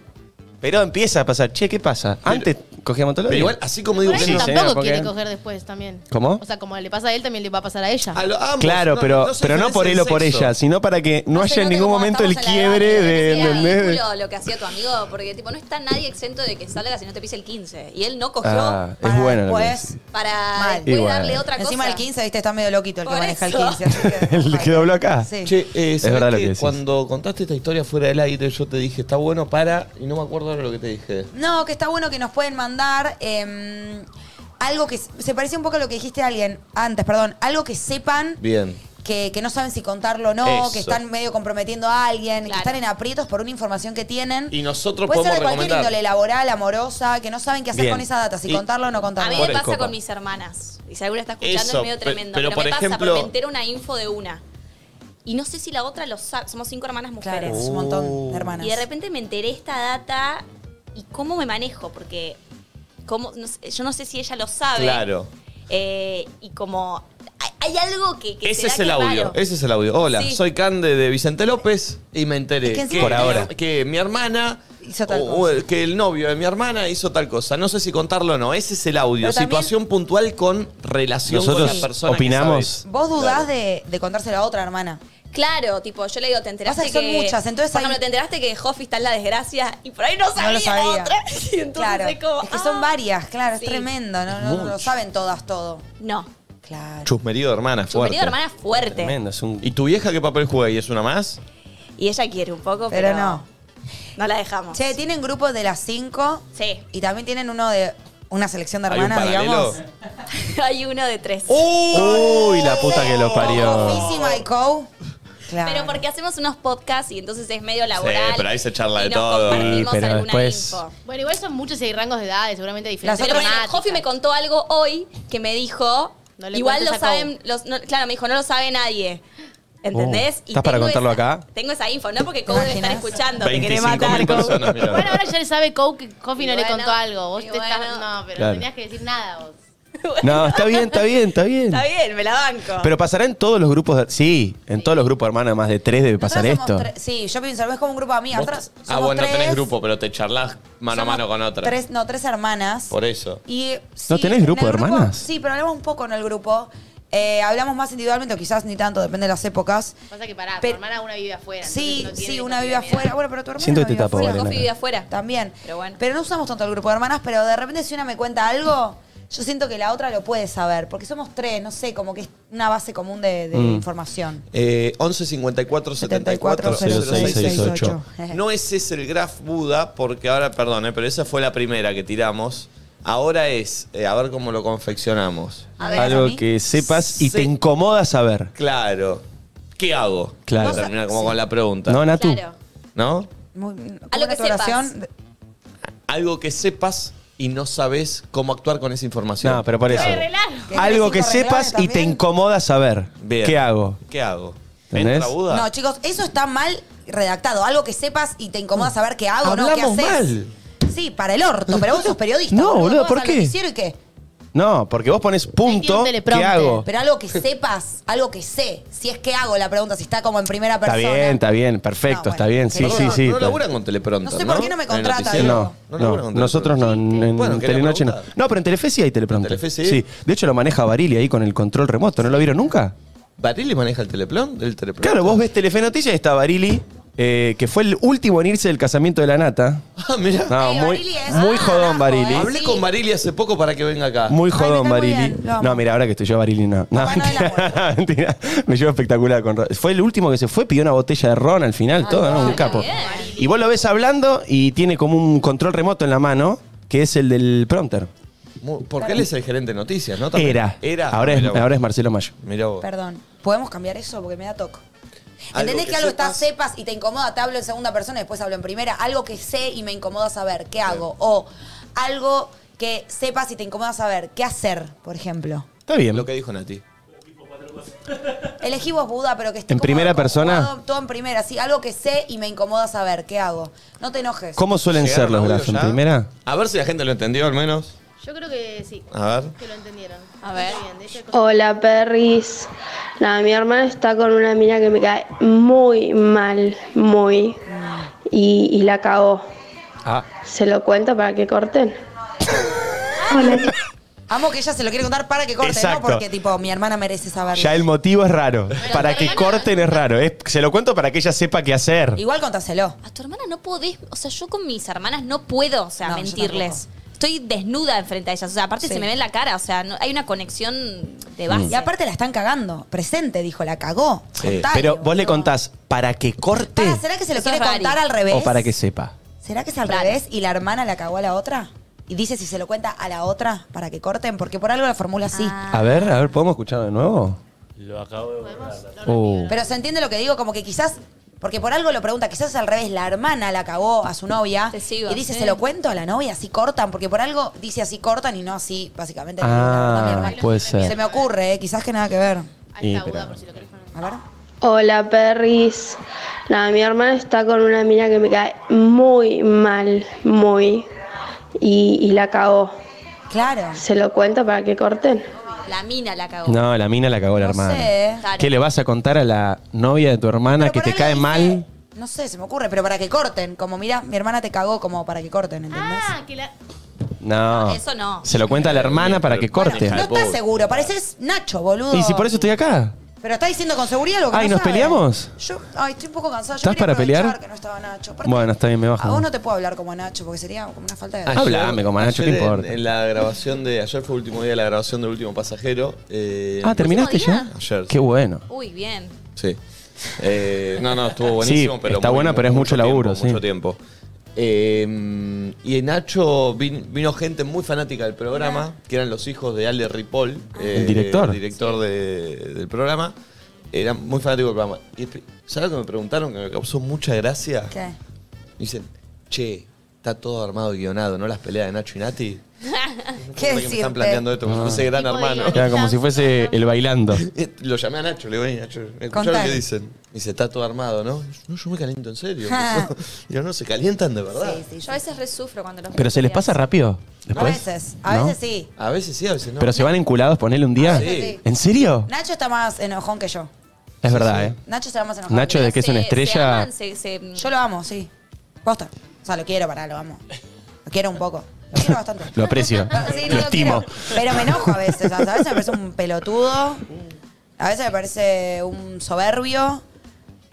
S3: Pero empieza a pasar, che, ¿qué pasa? Antes cogíamos todo el
S1: Pero
S3: día.
S1: igual, así como digo
S5: Por
S1: que
S5: ahí
S3: Sí,
S1: no.
S5: tampoco
S3: señora, porque-
S5: quiere coger después también.
S3: ¿eh? ¿Cómo?
S5: O sea, como le pasa a él, también le va a pasar a ella.
S1: a lo- ambos,
S3: Claro,
S1: no-
S3: pero,
S1: no se
S3: pero no por él o
S1: diferencia
S3: por
S1: el sexo.
S3: ella, sino para que no,
S2: No se
S3: haya en
S2: note
S3: ningún
S2: como
S3: momento el
S2: estamos en la edad
S3: quiebre
S2: que
S3: de.
S4: Era
S3: ¿entendés?
S4: ridículo lo que hacía tu amigo, porque tipo no está nadie exento de que salga si no te pise el 15. Y él no cogió
S3: Ah, es
S2: Para
S3: bueno lo que
S2: después,
S3: decís.
S4: para
S2: Mal.
S4: después
S3: Igual.
S4: darle otra cosa.
S2: Encima el 15, viste, está medio loquito el que
S4: Por
S2: maneja el
S4: eso.
S2: 15. así que-
S3: El que dobló acá.
S2: Sí.
S1: Che, eh,
S3: Es
S1: ¿sabés
S3: verdad lo
S1: qué?
S3: que decís.
S1: Cuando contaste esta historia fuera del aire, yo te dije, está bueno para. Y no me acuerdo ahora lo que te dije.
S2: No, que está bueno que nos pueden mandar eh, algo que s- se parece un poco a lo que dijiste a alguien antes, perdón, algo que sepan
S1: Bien.
S2: que, que no saben si contarlo o no,
S1: Eso.
S2: que están medio comprometiendo a alguien, que
S4: Claro.
S2: están en aprietos por una información que tienen.
S1: Y nosotros
S2: Puede ser
S1: podemos
S2: de cualquier
S1: recomendar.
S2: índole, laboral, amorosa, que no saben qué hacer
S3: Bien.
S2: con esa data, si
S1: Y-
S2: contarlo o no
S4: A
S2: contarlo.
S4: mí
S1: Por
S4: me
S1: el
S4: pasa
S1: copa.
S4: con mis hermanas. Y si alguna está escuchando
S1: Eso,
S4: es medio
S1: pe-
S4: tremendo.
S1: pero
S4: Pero,
S1: por
S4: me pasa
S1: ejemplo-
S4: porque me entero una info de una. Y no sé si la otra lo sabe. Somos cinco hermanas
S2: Claro,
S4: mujeres. Uh.
S2: es un montón de hermanas.
S4: Y de repente me enteré esta data y cómo me manejo, porque cómo, no sé, yo no sé si ella lo sabe.
S1: Claro.
S4: Eh, y como hay, hay algo que... que se
S1: Ese
S4: da
S1: es
S4: que
S1: el audio,
S4: raro.
S1: ese es el audio. Hola,
S4: Sí.
S1: soy Cande de Vicente López y me enteré
S2: Es que
S1: que,
S2: encima- Por ahora.
S1: que mi hermana
S2: Hizo tal
S1: o- o
S2: cosa.
S1: el- que el novio de mi hermana hizo tal cosa. No sé si contarlo o no. Ese es el audio.
S2: Pero también-
S1: Situación puntual con relación
S3: Nosotros
S1: con la persona. que
S3: opinamos.
S1: sabes.
S2: Vos dudás de, de contárselo a otra hermana.
S4: Claro, tipo, yo le digo, te enteraste
S2: Pasa que son muchas, entonces
S4: por
S2: hay-
S4: ejemplo, te enteraste que Hoffi está en la desgracia y por ahí no sabía,
S2: no lo sabía.
S4: otra. Y entonces
S2: claro.
S4: es como,
S2: que
S4: ah.
S2: son varias, claro,
S4: Sí.
S2: es tremendo, no, no, no lo saben todas todo.
S4: No.
S2: Claro.
S1: Chusmerío de hermana,
S4: Su
S1: fuerte.
S4: querido hermana es fuerte.
S3: Tremendo, es un-
S1: ¿Y tu vieja qué papel juega? ¿Y es una más?
S4: Y ella quiere un poco, pero,
S2: Pero no.
S4: No la dejamos.
S2: Che, tienen grupos de las 5
S4: Sí.
S2: y también tienen uno de una selección de
S1: ¿Hay un
S2: hermanas,
S1: paralelo? ¡Oh!
S2: digamos.
S4: Hay uno de tres.
S3: Uy, la puta que lo parió.
S2: Como Fizzy My Co. Claro.
S4: Pero porque hacemos unos podcasts y entonces es medio laboral.
S1: pero ahí se charla
S4: y
S1: de
S4: nos
S1: todo.
S4: compartimos
S3: Sí, pero
S4: alguna
S3: después-
S4: info.
S5: Bueno, igual son muchos y hay rangos de edades, seguramente
S2: Las
S5: diferentes.
S4: Pero
S2: otras-
S4: bueno,
S5: temáticas.
S4: Jofi me contó algo hoy que me dijo.
S5: No le
S4: igual
S5: cuentes
S4: lo
S5: a
S4: saben. los- no- claro, me dijo, no lo sabe nadie. ¿Entendés?
S3: Oh, ¿estás para
S4: tengo
S3: contarlo
S4: esa-
S3: acá?
S4: Tengo esa info, no porque Cou debe estar
S2: imaginas?
S4: escuchando. Te querés
S1: 25.000
S4: matar, Cou.
S1: personas, mirá.
S5: Bueno, ahora ya le sabe Cou que Coffee
S4: Y
S5: no le
S4: bueno,
S5: contó algo. Vos
S4: y
S5: te estás.
S4: bueno.
S5: No, pero
S3: Claro.
S5: no tenías que decir nada vos.
S3: No, está bien, está bien, está bien.
S4: Está bien, me la banco.
S3: Pero pasará en todos los grupos. de- sí, en todos los grupos, hermana, más de tres debe pasar
S2: Nosotras somos
S3: esto.
S2: tres- Sí, yo pienso, es como un grupo de amigas.
S1: Vos-
S2: Nosotras
S1: ah,
S2: somos
S1: bueno, no tenés
S2: tres,
S1: grupo, pero te charlas mano a
S2: somos
S1: mano con otra.
S2: Tres, no, tres hermanas.
S1: Por eso.
S2: Y, eh, sí,
S3: ¿No tenés
S2: en el
S3: grupo de hermanas?
S2: Sí, pero hablamos un poco en el grupo. Eh, hablamos más individualmente, o quizás ni tanto, depende de las épocas.
S5: Pasa que pará,
S2: Pero-
S5: tu hermana una vive afuera.
S2: Sí,
S5: entonces no tiene
S2: sí, una vive
S5: continuidad.
S2: afuera. Bueno, pero tu hermana
S3: Siento que te
S2: vive
S3: tapo,
S2: afuera.
S3: Vale,
S4: Jofi
S3: nada.
S4: vive afuera.
S2: También.
S4: Pero bueno.
S2: Pero no usamos tanto el grupo de hermanas, pero de repente si una me cuenta algo, yo siento que la otra lo puede saber. Porque somos tres, no sé, como que es una base común de, de
S3: Mm.
S2: información.
S1: Eh, 11 54 74 06
S3: 68.
S1: No ese es el Graf Buda, porque ahora, perdón, eh, pero esa fue la primera que tiramos. Ahora es, eh, a ver cómo lo confeccionamos.
S2: A ver, a
S3: Algo
S2: mí.
S3: que sepas
S1: Sí.
S3: y te incomoda saber.
S1: Claro. ¿Qué hago?
S3: Claro.
S1: Para terminar como con la pregunta.
S3: No, Natu.
S4: Claro.
S1: ¿No?
S2: Muy- como
S4: A lo
S2: una
S4: que sepas.
S2: oración.
S1: Algo que sepas y no sabes cómo actuar con esa información.
S3: No, pero por eso.
S5: Re relajo.
S2: Que
S3: Algo que
S2: tenés cinco
S3: sepas y
S2: renglones
S3: te
S2: también.
S3: incomoda saber.
S1: Bien.
S3: ¿Qué hago?
S1: ¿Qué hago?
S3: ¿Entendés?
S1: ¿Entra Buda?
S2: No, chicos, eso está mal redactado. Algo que sepas y te incomoda saber qué hago, no qué
S1: Hablamos
S2: haces.
S1: mal.
S2: Sí, para el orto, pero vos sos periodista.
S3: No, boludo,
S2: Vos
S3: ¿por
S2: vas
S3: qué?
S2: al noticiero y qué?
S3: No, porque vos pones punto,
S5: Ahí tiene un
S3: ¿qué hago?
S2: Pero algo que sepas, algo que sé. Si es que hago la pregunta, si está como en primera
S3: Está
S2: persona.
S3: bien, está bien, perfecto,
S2: No,
S3: está
S2: bueno,
S3: bien, sí,
S2: genial.
S3: sí,
S1: no,
S3: sí.
S1: No
S3: está-
S1: laburan con teleprompter.
S2: No sé por qué no me
S1: En el
S2: contratan,
S1: noticiero.
S2: digo.
S3: No,
S1: No
S3: no,
S1: laburan con
S3: nosotros no, en, en
S1: Bueno, quería
S3: Telenoche no.
S1: preguntar.
S3: No, pero en Telefe sí hay teleprompter.
S1: En Telefe sí.
S3: De hecho lo maneja Barili ahí con el control remoto, ¿no lo vieron nunca?
S1: ¿Barili maneja el teleplón? El teleprompter?
S3: Claro, vos ves Telefe Noticias y está Barili, eh, que fue el último en irse del casamiento de la nata.
S1: Ah, mirá.
S3: No,
S2: Ey,
S3: muy,
S2: Barili es-
S3: muy
S2: ah,
S3: jodón
S2: carajo,
S3: Barili.
S2: eh.
S1: Hablé
S2: Sí.
S1: con Barili hace poco para que venga acá.
S3: Muy
S2: Ay, me cae
S3: jodón,
S2: muy
S3: Barili.
S2: bien, lo amo.
S3: No, mira, ahora que estoy yo, Barili, no. No,
S2: Papá Noel
S3: mentira, mentira. Me llevo espectacular con Ron. Fue el último que se fue, pidió una botella de Ron al final,
S2: Ah,
S3: todo, ¿no? Un capo. Y vos lo ves hablando y tiene como un control remoto en la mano, que es el del prompter.
S1: Muy- Porque él es el gerente de noticias, ¿no? También.
S3: Era.
S1: Era.
S3: Ahora, es,
S1: Mirá vos.
S3: ahora es Marcelo Mayo.
S1: Mirá vos.
S2: Perdón. ¿Podemos cambiar eso? Porque me da toque.
S1: Algo
S2: ¿Entendés
S1: que
S2: que, algo
S1: sepas.
S2: está sepas y te incomoda? Te hablo en segunda persona y después hablo en primera. Algo que sé y me incomoda saber. ¿Qué hago? O algo que sepas y te incomoda saber. ¿Qué hacer, por ejemplo?
S3: Está bien.
S1: Lo que dijo Nati.
S2: Elegí vos Buda, pero que esté
S3: ¿En
S2: como
S3: primera persona?
S2: todo- Todo en primera, sí. Algo que sé y me incomoda saber. ¿Qué hago? No te enojes.
S3: ¿Cómo suelen ser
S1: ¿Llegaron
S3: los
S1: audio
S3: grafos? ¿En
S1: ya?
S3: primera?
S1: A ver si la gente lo entendió al menos.
S5: Yo creo que sí,
S1: A ver.
S5: que lo entendieron.
S4: A ver.
S5: Está bien, de hecho,
S6: Hola, perris. Nada, mi hermana está con una mina que me cae muy mal, muy. Y, y la cagó.
S3: Ah.
S6: ¿Se lo cuento para que corten?
S2: Amo que ella se lo quiere contar para que corte,
S3: Exacto.
S2: ¿no? Porque, tipo, mi hermana merece saberlo.
S3: Ya el motivo es raro. Para que corten es raro. Es- se lo cuento para que ella sepa qué hacer.
S2: Igual contáselo.
S4: A tu hermana no podés, o sea, yo con mis hermanas no puedo, o sea,
S2: No, yo
S4: mentirles. Estoy desnuda enfrente a ellas, o sea, aparte
S2: Sí.
S4: se me ve en la cara, o sea, no- hay una conexión de base.
S3: Mm.
S2: Y aparte la están cagando. Presente, dijo, la cagó. Contale,
S3: Pero vos le
S2: boludo.
S3: contás para que corte
S2: Para, ¿Será que se lo
S4: Eso
S2: quiere
S4: es raro.
S2: contar al revés?
S3: o para que sepa.
S2: ¿Será que es al
S4: Raro.
S2: revés y la hermana la cagó a la otra? Y dice si se lo cuenta a la otra para que corten, porque por algo la formula así.
S5: Ah.
S3: A ver, a ver, ¿podemos escuchar de nuevo? Uh, Lo acabo de
S2: Pero se entiende lo que digo, como que quizás, porque por algo lo pregunta, quizás es al revés, la hermana la cagó a su novia
S4: Te sigo,
S2: y dice,
S4: sí.
S2: se lo cuento a la novia, así cortan, porque por algo dice así cortan y no así, básicamente.
S3: Ah,
S2: Mi hermana.
S3: puede ser.
S2: Se me ocurre, eh, quizás que nada que ver.
S5: Ahí está
S3: Y,
S5: Buda,
S3: pero-
S5: por si lo querés poner.
S2: A ver.
S6: Hola, perris. Nada, mi hermana está con una mina que me cae muy mal, muy. Y, y la cagó.
S2: Claro.
S6: ¿Se lo cuento para que corten?
S4: La mina la cagó.
S3: No, la mina la cagó la
S2: No
S3: hermana.
S2: sé.
S4: Claro.
S3: ¿Qué le vas a contar a la novia de tu hermana
S2: Pero
S3: que
S2: por
S3: te
S2: algo
S3: cae
S2: dice,
S3: mal?
S2: No sé, se me ocurre, pero para que corten. Como, mira, mi hermana te cagó, como para que corten, ¿entendés?
S5: Ah, que la.
S3: No.
S4: Eso no.
S3: Se lo cuenta a la hermana para que
S2: Bueno,
S3: corte.
S2: no estás seguro, pareces Nacho, boludo.
S3: Y si por eso estoy acá.
S2: Pero está diciendo con seguridad lo que
S3: Ay,
S2: no
S3: ¿nos
S2: sabe.
S3: peleamos?
S2: Yo, ay, estoy un poco cansada. Yo
S3: ¿Estás
S2: quería
S3: para pelear?
S2: aprovechar Que no estaba Nacho. Aparte,
S3: Bueno, está bien, me bajo.
S2: A vos no te puedo hablar como a Nacho, porque sería como una falta de...
S3: Ah, Hablame con Manacho, ¿qué
S1: ayer en-
S3: importa?
S1: En, la grabación de. Ayer fue el último día de la grabación del último pasajero. eh,
S3: Ah, ¿terminaste
S4: ¿Último
S3: ya?
S4: día?
S1: Ayer, sí.
S3: Qué bueno.
S4: Uy, bien.
S1: Sí. Eh, no, no, estuvo buenísimo,
S3: Sí,
S1: pero.
S3: está
S1: muy-
S3: buena, pero es mucho laburo,
S1: tiempo,
S3: sí.
S1: Mucho tiempo. Eh, y Nacho vin- vino gente muy fanática del programa, que eran los hijos de Ale Ripoll, eh,
S3: Ah. El director.
S1: director de- del programa. Eran muy fanáticos del programa. Y espe- ¿Sabes lo que me preguntaron? Que me causó mucha gracia.
S2: ¿Qué?
S1: Dicen, che, está todo armado y guionado, ¿no? Las peleas de Nacho y Nati. No
S2: ¿Qué
S1: sé me
S2: decirte?
S1: están planteando esto
S3: Ah.
S1: como si fuese gran
S5: Tipo de
S1: hermano.
S5: guion.
S3: Era como si fuese el bailando.
S1: Eh, Lo llamé a Nacho, le digo, "Ey, Nacho, escuchá lo
S2: Contale.
S1: que dicen. Dice, está todo armado, ¿no? No, yo me caliento en serio.
S2: Ah.
S1: Digo, no, se calientan de verdad.
S2: Sí, sí,
S4: Yo a veces resufro cuando los
S3: Pero se les pasa rápido.
S2: A
S3: Después.
S2: veces, a
S3: ¿No?
S2: veces sí.
S1: A veces sí, a veces no.
S3: Pero se van enculados, ponele un
S2: A
S3: día.
S2: veces sí.
S3: ¿En serio?
S2: Nacho está más enojón que yo.
S3: Es verdad, ¿eh?
S2: Nacho está más enojón.
S3: Nacho,
S2: que
S3: de que es una
S4: Se- se
S3: estrella.
S4: aman, se- se-
S2: yo. Yo lo amo, sí. Posta. O sea, lo quiero, pará, lo amo. Lo quiero un poco. Lo quiero bastante.
S3: Lo aprecio.
S2: Sí, no
S3: Lo
S2: lo
S3: estimo.
S2: quiero. Pero me enojo a veces. A veces me parece un pelotudo. A veces me parece un soberbio.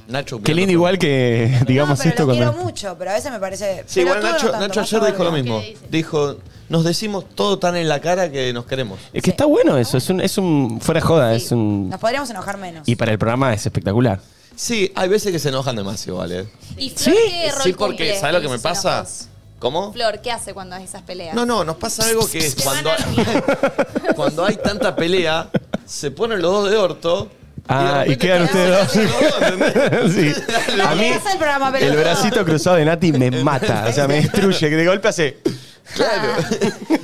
S1: Nacho, mirando
S3: Qué lindo,
S1: todo.
S3: igual que digamos
S2: no, pero
S3: esto
S2: lo
S3: cuando.
S2: quiero mucho, pero a veces me parece.
S1: Sí, igual
S2: pelotudo
S1: Nacho,
S2: no tanto,
S1: Nacho
S2: más
S1: ayer dijo lo
S2: soberbio.
S1: mismo.
S5: ¿Qué dice?
S1: Dijo, nos decimos todo tan en la cara que nos queremos.
S3: Es que está bueno eso, es un, es un fuera de joda, es
S2: Sí,
S3: un
S2: Nos podríamos enojar menos.
S3: y para el programa es espectacular.
S1: Sí, hay veces que se enojan demasiado, ¿vale?
S4: Y Flor,
S3: Sí.
S4: ¿qué rol
S1: Sí, porque,
S4: cumple
S1: ¿sabes lo que
S4: en
S1: me
S4: esos
S1: pasa?
S4: enojos?
S1: ¿Cómo?
S4: Flor, ¿qué hace cuando hay esas peleas?
S1: No, no, nos pasa algo que es cuando hay, cuando hay tanta pelea, se ponen los dos de orto.
S3: Ah, y quedan ustedes dos. Sí.
S2: No,
S3: A mí
S2: ¿qué pasa el programa,
S3: el
S2: pelotudo?
S3: bracito cruzado de Nati me mata, o sea, me destruye, que de golpe hace
S1: Claro.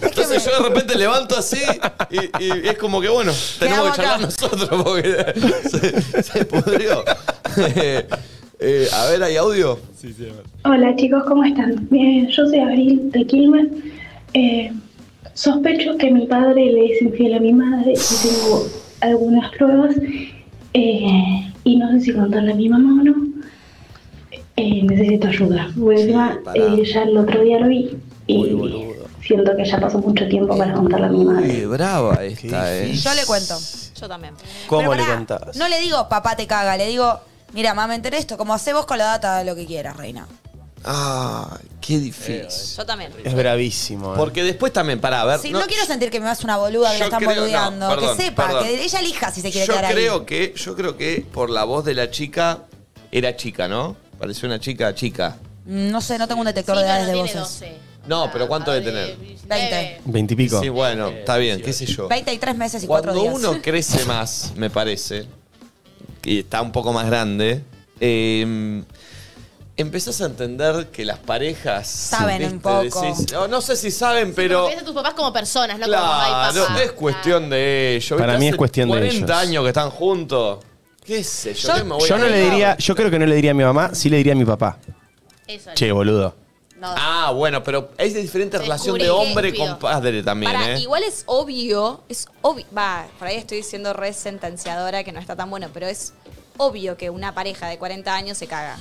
S1: Entonces yo de repente levanto así y, y es como que bueno, tenemos que
S2: Quedamos
S1: charlar
S2: acá.
S1: nosotros porque se, se pudrió. Eh, eh, a ver, ¿hay audio?
S8: Hola chicos, ¿cómo están? Bien, yo soy Abril de Quilmes. Eh, Sospecho que mi padre le es infiel a mi madre y tengo algunas pruebas eh, y no sé si contarle a mi mamá o no. Eh, necesito ayuda. Porque
S1: Sí,
S8: encima
S1: pará.
S8: eh, ya el otro día lo vi
S1: Uy,
S8: y
S1: boludo.
S8: siento que ya pasó mucho tiempo para contarle a mi
S1: Uy,
S8: madre.
S1: brava esta, eh.
S2: Yo le cuento.
S4: Yo también.
S3: ¿Cómo
S2: Pero
S3: le
S2: pará,
S3: contabas?
S2: No le digo, papá te caga, le digo, mira, mamá, me enteré esto, como hace vos con la data lo que quieras, reina.
S1: Ah, qué difícil.
S4: Yo también.
S3: Es bravísimo. eh.
S1: Porque después también, para ver.
S2: Si no, quiero sentir que me vas una boluda que
S1: Yo
S2: la están
S1: creo- no,
S2: boludeando.
S1: perdón,
S2: que sepa,
S1: perdón.
S2: que ella elija si se quiere
S1: yo
S2: quedar
S1: creo
S2: ahí.
S1: que Yo creo que por la voz de la chica, era chica, ¿no? Pareció una chica chica.
S2: Mm, No sé, no tengo un detector
S5: Sí,
S2: de
S5: pero
S2: edades
S5: no
S2: de
S5: tiene
S2: voces.
S5: 12.
S1: No, pero ¿cuánto
S5: Ah,
S1: debe tener?
S5: 19.
S3: Veintipico.
S1: Sí, bueno, está bien, qué sé yo.
S2: 23 meses y 4
S1: Cuando
S2: días.
S1: uno crece más, me parece, y está un poco más grande, eh, empezás a entender que las parejas...
S2: Saben
S1: ¿viste?
S2: un poco.
S1: Decís, no, no sé si saben,
S5: Pero.
S1: pero...
S5: a tus papás como personas, no como mamá y
S1: Claro,
S5: papá.
S1: es cuestión de ellos.
S3: Para
S1: ¿viste?
S3: mí es
S1: Hace
S3: cuestión de
S1: 40
S3: ellos.
S1: años que están juntos. ¿Qué sé yo?
S2: Yo-
S1: ¿Qué me voy
S3: Yo
S1: a
S3: no le
S1: quejar?
S3: diría, yo creo que no le diría a mi mamá, sí le diría a mi papá.
S5: Eso es.
S3: Che, boludo.
S4: No.
S1: Ah, bueno, pero es de diferente
S5: Descubrí
S1: relación de
S5: que
S1: hombre
S5: pido.
S1: con padre también,
S4: Pará,
S1: ¿eh?
S4: igual es obvio, es obvio, va, por ahí estoy diciendo re sentenciadora que no está tan bueno, pero es obvio que una pareja de 40 años se caga.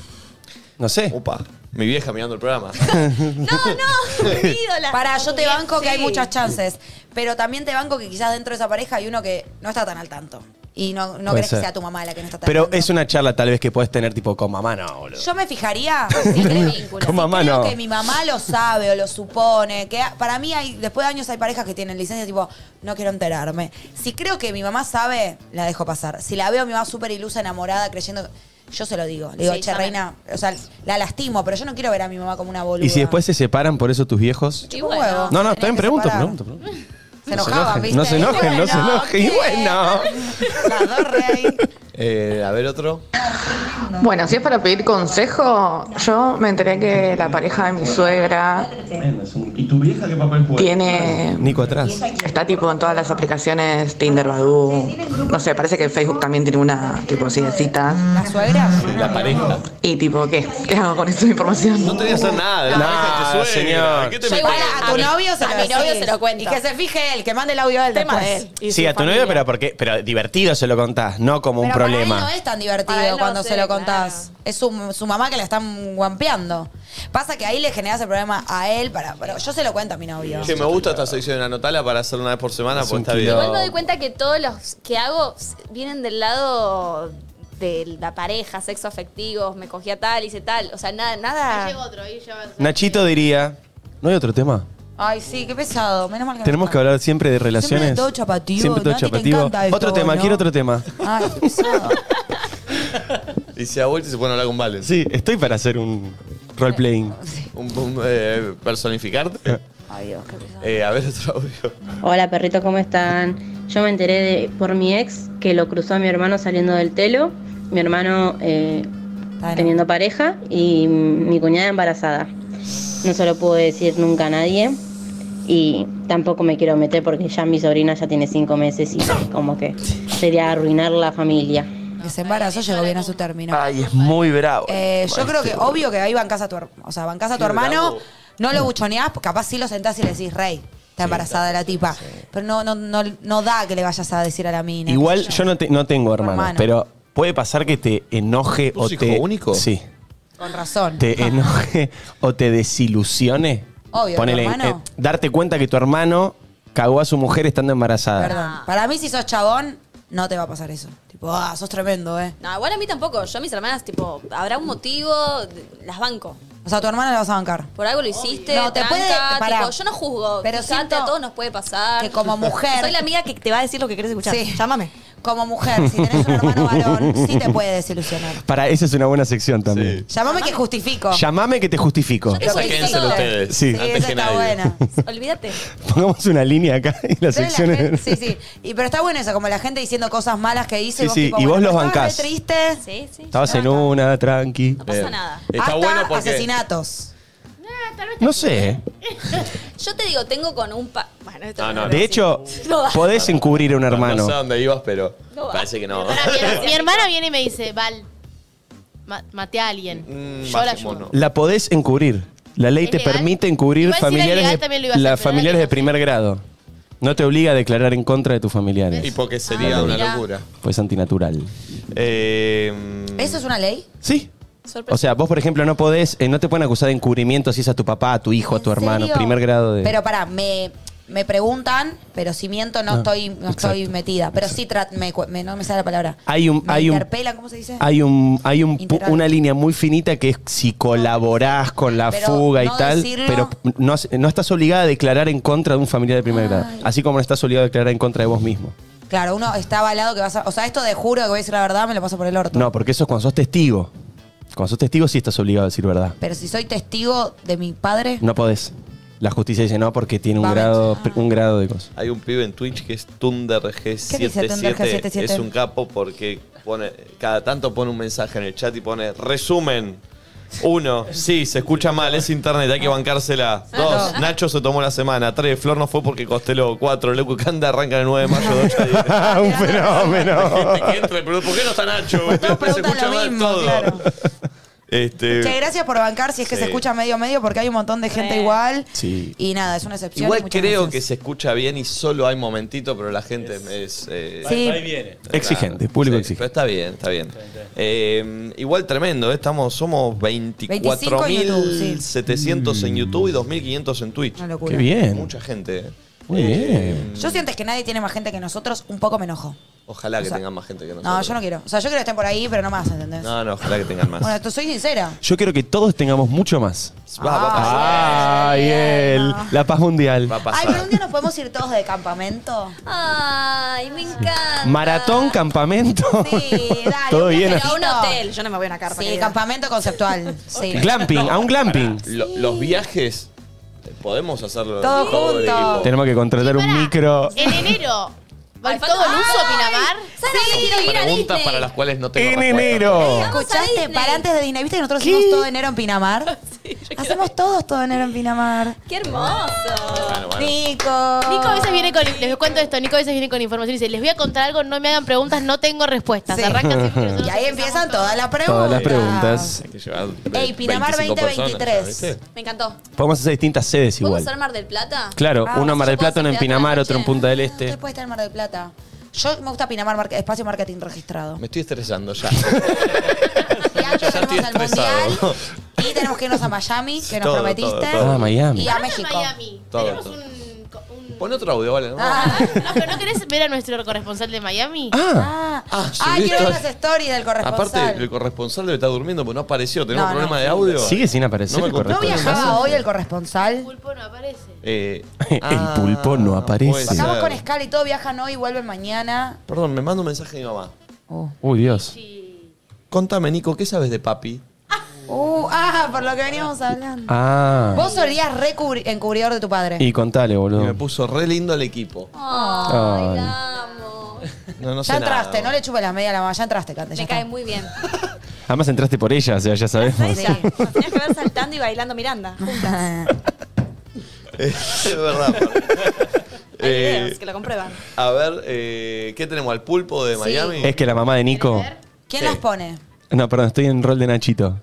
S3: No sé.
S1: Opa, mi vieja mirando el programa.
S4: No, no, mi ídola.
S2: Para, yo te banco que hay
S4: Sí.
S2: muchas chances. Pero también te banco que quizás dentro de esa pareja hay uno que no está tan al tanto. Y no, no
S3: Puede
S2: crees
S3: ser.
S2: que sea tu mamá la que no está tan al
S3: Pero
S2: tanto.
S3: es una charla tal vez que puedes tener tipo con mamá, no, boludo.
S2: Yo me fijaría.
S4: Sí, tiene vínculo.
S3: Con mamá
S2: Creo
S3: no.
S2: que mi mamá lo sabe o lo supone. Que a- para mí, hay, después de años, hay parejas que tienen licencia, tipo, no quiero enterarme. Si creo que mi mamá sabe, la dejo pasar. Si la veo a mi mamá súper ilusa, enamorada, creyendo. Yo se lo digo. Le digo,
S4: Sí,
S2: che,
S4: también.
S2: reina, o sea, la lastimo, pero yo no quiero ver a mi mamá como una boluda.
S3: Y si después se separan por eso tus viejos.
S4: Y
S2: Chupa un
S4: bueno.
S2: huevo.
S3: No,
S2: Tenés
S3: no, está bien,
S2: que
S3: pregunto,
S2: separar.
S3: pregunto, pregunto.
S2: Se enojaban, ¿viste?
S3: No se enojen, no se
S2: Bueno,
S3: enojen. Y
S2: ¿qué?
S3: bueno.
S2: Las dos re ahí.
S1: Eh, a ver otro.
S9: Bueno, si es para pedir consejo, yo me enteré que la pareja de mi suegra
S7: ¿Y tu vieja qué papel puede?
S9: tiene
S3: Nico atrás.
S9: Está tipo en todas las aplicaciones, Tinder, Badoo, no sé, parece que Facebook también tiene una tipo así de citas.
S2: ¿La suegra?
S1: La pareja.
S9: Y tipo, ¿qué? ¿Qué hago con esta información?
S1: No te voy a hacer nada. de la
S3: No,
S1: pareja de tu suegra.
S3: señor.
S1: ¿Qué te
S4: Yo
S1: metes?
S4: igual
S2: Para, a tu
S4: mi-
S2: novio se
S4: a
S2: lo
S4: mi novio
S2: decís.
S4: se lo cuento.
S2: Y que se fije él, que mande el audio del
S4: Tema
S2: tema
S4: de él.
S3: Sí, a tu novio, pero porque pero divertido se lo contás, no como un
S2: Pero
S3: problema.
S2: Para él no es tan
S4: Para él
S2: divertido
S4: no
S2: cuando
S4: sé,
S2: se lo contás.
S4: claro.
S2: Es su, su mamá que la están guampeando. Pasa que ahí le generas el problema a él. Para, pero yo se lo cuento a mi novio.
S1: Che, me gusta esta sección, anotala para hacerla una vez por semana,
S3: Es
S1: pues
S3: un
S1: está bien.
S3: quilombo.
S4: Igual me doy cuenta que todos los que hago s- vienen del lado de la pareja, sexo afectivo, me cogí a tal, hice tal, o sea, nada,
S5: Ahí llegó
S4: nada.
S5: otro, ahí ya va-
S3: Nachito diría, ¿no hay otro tema?
S2: Ay, sí, qué pesado. Menos mal que
S3: Tenemos que hablar siempre de relaciones.
S2: todo chapativo,
S3: Siempre todo
S2: Nati, te
S3: chapativo.
S2: encanta esto,
S3: Otro tema,
S2: ¿no?
S3: quiero otro tema.
S2: Ay, qué pesado.
S1: Y se da vuelta y se pone a hablar con Valen.
S3: Sí, estoy para hacer un role playing.
S1: Un, un, eh, personificarte.
S2: Ay, Dios, qué pesado.
S1: Eh, a ver otro audio.
S10: Hola perrito, ¿cómo están? Yo me enteré de, por mi ex que lo cruzó a mi hermano saliendo del telo, mi hermano eh,
S2: Dale.
S10: teniendo pareja y mi cuñada embarazada. No se lo pude decir nunca a nadie y tampoco me quiero meter porque ya mi sobrina ya tiene cinco meses y como que sería arruinar la familia.
S2: Que se embarazó, llegó bien a su término.
S3: Ay, es muy bravo.
S2: Eh, yo creo que, obvio que ahí bancás a tu, her- o sea, bancás a tu
S1: Qué
S2: hermano,
S1: bravo.
S2: no lo buchoneás, capaz sí lo sentás y le decís, rey, está embarazada la tipa. Pero no, no, no, no da que le vayas a decir a la mina.
S3: Igual
S2: qué sé
S3: yo no, te- no tengo hermanos,
S2: Hermano.
S3: pero puede pasar que te enoje o
S1: ¿Vos
S3: te.
S1: hijo único?
S3: Sí.
S2: Con razón.
S3: Te enoje o te desilusione.
S2: Obvio, tu
S3: Ponele, eh,
S2: hermano.
S3: darte cuenta que tu hermano cagó a su mujer estando embarazada.
S2: Perdón. Para mí, si sos chabón, no te va a pasar eso. Tipo, ah, sos tremendo, ¿eh?
S4: No, igual a mí tampoco, yo a mis hermanas, tipo, habrá un motivo, d- las banco.
S2: O sea, a tu hermana la vas a bancar.
S4: Por algo lo hiciste,
S2: No, te
S4: tranca,
S2: puede- pará.
S4: tipo, yo no juzgo,
S2: Pero
S4: pero
S2: siento
S4: a todos nos puede pasar.
S2: que como mujer-
S4: Soy la amiga que te va a decir lo que quieres escuchar.
S2: Sí.
S4: Llámame.
S2: Como mujer, si tenés un hermano varón, sí te puede desilusionar.
S3: Para, esa es una buena sección también.
S2: Llamame que justifico.
S3: Llamame que te justifico.
S4: Yo
S1: Esa
S4: te-
S1: quédenselo ustedes.
S3: Sí.
S2: Sí,
S1: Antes
S2: esa
S1: que
S2: está
S1: nadie.
S2: buena.
S4: Olvídate.
S3: Pongamos una línea acá y la
S2: Entonces,
S3: sección
S2: la
S3: es-
S2: gente- sí, sí. Y, pero está bueno eso, como la gente diciendo cosas malas que hizo.
S3: Sí, sí, y vos
S2: pero
S3: los
S2: estaba
S3: bancás.
S2: re triste.
S4: Sí, sí.
S3: Estabas
S4: ya
S3: en
S4: está.
S3: una, tranqui.
S4: No pasa nada.
S1: Está
S2: Hasta
S1: bueno porque.
S2: asesinatos.
S3: No sé. eh.
S4: Yo te digo, tengo con un pa. Bueno, esto
S1: No, no,
S4: lo
S1: no.
S4: voy
S3: De
S4: a
S3: hecho,
S4: decir. No va.
S3: podés encubrir a un
S1: No
S3: hermano.
S1: sé a dónde ibas, pero.
S4: No va.
S1: parece que no.
S5: Pará, mi, her- mi hermana viene y me dice, Val, ma- maté a alguien.
S1: Mm,
S5: Yo la
S1: bajemos,
S5: ayudo.
S1: no.
S3: La podés encubrir. La ley
S5: ¿Es
S3: te
S5: legal?
S3: permite encubrir
S5: Igual si era
S3: familiares,
S5: ilegal,
S3: de-
S5: también lo ibas a
S3: las
S5: hacer,
S3: familiares de primer grado. No te obliga a declarar en contra de tus familiares.
S1: Y porque sería
S3: Ah,
S1: una
S2: mirá.
S1: locura.
S3: Pues antinatural.
S1: Eh,
S2: ¿Eso es una ley?
S3: Sí. O sea, vos, por ejemplo, no podés, eh, no te pueden acusar de encubrimiento si es a tu papá, a tu hijo, a tu hermano,
S2: serio?
S3: primer grado de.
S2: Pero pará, me, me preguntan, pero si miento no,
S3: Ah,
S2: estoy, no
S3: exacto,
S2: estoy metida. Pero sí, tra- me cu- me- no me sale la palabra.
S3: hay un,
S2: Me
S3: hay un,
S2: interpelan, ¿cómo se dice?
S3: hay un, hay un, pu-
S2: Interpelan.
S3: una línea muy finita que es si colaborás con la
S2: Pero
S3: fuga y
S2: no
S3: tal,
S2: decirlo.
S3: pero no, has- no estás obligada a declarar en contra de un familiar de primer grado, así como no estás obligado a declarar en contra de vos mismo.
S2: Claro, uno está avalado que vas a... O sea, esto de juro que voy a decir la verdad me lo paso por el orto.
S3: No, porque eso es cuando sos testigo. Cuando sos testigo sí estás obligado a decir verdad.
S2: Pero si soy testigo de mi padre...
S3: No podés. La justicia dice no porque tiene un
S2: Vamos.
S3: grado, un grado de cosa.
S1: Hay un pibe en Twitch que es TunderG77.
S2: TunderG77?
S1: Es un capo porque pone, cada tanto pone un mensaje en el chat y pone resumen. Uno, sí, se escucha mal, es internet, hay que bancársela.
S2: Ah,
S1: Dos, Nacho se tomó la semana. Tres, Flor no fue porque Costello. Cuatro, Leuco Canda arranca el 9 de mayo de 8 a 10.
S3: Ah, un fenómeno.
S1: Gente que entra, pero ¿por qué no está Nacho? Siempre se
S2: preguntan
S1: escucha
S2: lo
S1: mal
S2: mismo,
S1: todo.
S2: claro.
S1: Este,
S2: Che, gracias por bancar si es que
S1: Sí.
S2: se escucha medio a medio porque hay un montón de gente igual.
S3: Sí.
S2: Y nada, es una excepción. y
S1: igual
S2: muchas
S1: creo
S2: gracias.
S1: que se escucha bien y solo hay momentito, pero la gente es... eh,
S2: Sí.
S11: Ahí viene.
S3: Exigente, público
S1: Sí,
S3: exigente.
S1: Pero está bien, está bien. Eh, igual tremendo, ¿eh? estamos, somos 24.700 en YouTube y 2.500 en Twitch.
S2: Una locura.
S3: Qué bien.
S1: Mucha gente. ¿eh?
S3: Muy bien.
S2: Yo si antes que nadie tiene más gente que nosotros, un poco me enojo.
S1: Ojalá que
S2: O sea,
S1: tengan más gente que nosotros.
S2: No, yo no quiero. O sea, yo quiero que estén por ahí, pero no más, ¿entendés?
S1: No, no, ojalá que tengan más.
S2: Bueno, esto soy sincera.
S3: Yo quiero que todos tengamos mucho más.
S1: va, va a pasar.
S3: Ay, el- la paz mundial.
S1: Va a
S2: Ah, Ay,
S1: pasar.
S2: pero un día nos podemos ir todos de campamento.
S4: Ay, me encanta.
S3: Maratón, campamento.
S2: Sí, dale.
S3: Todo
S2: un
S3: bien.
S4: Pero a un
S2: campamento.
S4: hotel, yo no me voy a una carpa.
S2: Sí, campamento conceptual. Sí.
S3: Glamping, a un glamping.
S1: Lo- los viajes, eh, podemos hacerlo
S2: Todo
S1: todo el
S2: junto.
S1: equipo.
S3: Tenemos que contratar un micro.
S5: En enero. ¿Va
S4: Ay,
S5: todo el uso, Pinamar?
S4: Sara, yo quiero ir a
S1: Preguntas
S4: Disney.
S1: para las cuales no tengo
S3: En
S1: respuesta.
S3: enero.
S4: Vamos a
S2: ¿Escuchaste?
S4: Disney.
S2: Para antes de Disney, ¿viste que nosotros hicimos todo enero en Pinamar? Hacemos todos todo enero en Pinamar.
S4: ¡Qué hermoso!
S1: Bueno, bueno.
S2: Nico.
S5: Nico a veces viene con. Les cuento esto. Nico a veces viene con información y dice: Les voy a contar algo, no me hagan preguntas, no tengo respuestas.
S2: Sí.
S5: Arranca siempre que nosotros
S2: Y ahí
S5: empezamos
S2: empiezan
S5: todo.
S2: todas las preguntas.
S3: Todas las preguntas.
S1: Hay que llevar
S2: Ey, Pinamar
S1: 25 personas,
S2: 2023.
S1: ¿viste?
S4: Me encantó.
S3: Podemos hacer distintas sedes
S4: ¿Podemos
S3: igual.
S4: hacer Mar del Plata?
S3: Claro,
S2: Ah,
S3: uno en Mar del
S4: yo puedo
S3: Plata, uno en
S4: hacer teatro
S3: Pinamar,
S4: de
S3: otro en
S4: noche.
S3: Punta del
S2: No,
S3: Este.
S2: Usted puede estar en Mar del Plata. Yo me gusta Pinamar Marque- Espacio Marketing Registrado.
S1: Me estoy estresando ya.
S2: Y antes
S1: Ya estoy
S2: tenemos al
S1: estresado.
S2: Mundial. Y tenemos que irnos a Miami, que nos
S1: Todo,
S2: prometiste.
S1: todo, todo.
S3: Ah, Miami.
S2: Y a
S5: Hablando de
S2: México.
S5: Miami.
S1: Todo,
S5: Tenemos
S1: todo.
S5: un. co- un-
S1: Pon otro audio, vale. ¿no?
S2: Ah,
S5: No, pero ¿no querés ver a nuestro corresponsal de Miami?
S3: Ah,
S1: Ah,
S2: ah, ah,
S1: subí
S2: quiero ver
S1: todo.
S2: las stories del corresponsal.
S1: Aparte, el corresponsal debe estar durmiendo porque no apareció. ¿Tenemos
S2: No,
S1: problema
S2: no.
S1: de audio?
S3: sigue sin aparecer
S1: No me
S3: el
S1: contó.
S2: ¿No
S3: corresponsal.
S2: viajaba hoy el corresponsal?
S5: Pulpo no aparece.
S1: Eh,
S3: El pulpo no aparece.
S1: puede ser.
S2: Estamos con escala y todo, viajan hoy, vuelven mañana.
S1: Perdón, me manda un mensaje de mi mamá.
S3: Uy, Dios.
S1: Contame, Nico, ¿qué sabes de papi?
S2: Uh, ah, por lo que veníamos hablando.
S3: Ah.
S2: Vos solías re cubri- encubridor de tu padre.
S3: Y contale,
S1: Y me
S3: boludo.
S1: puso re lindo el equipo.
S4: Ay,
S3: Ay.
S4: la amo.
S1: No, no sé
S2: ya entraste,
S1: nada.
S2: no le chupes las medias a la mamá, ya entraste, Cante. ya
S4: Me
S2: está.
S4: cae muy bien.
S3: Además entraste por ella, o sea, ya sabemos.
S4: Ella, nos tenías que ver saltando y bailando Miranda.
S1: Es verdad.
S4: Hay
S1: Eh,
S4: videos que lo comprueban.
S1: a ver, eh, ¿qué tenemos? ¿Al pulpo de Miami?
S3: Es que la mamá de Nico.
S2: ¿Quién
S1: Sí.
S2: nos pone?
S3: No, perdón, estoy en rol de Nachito.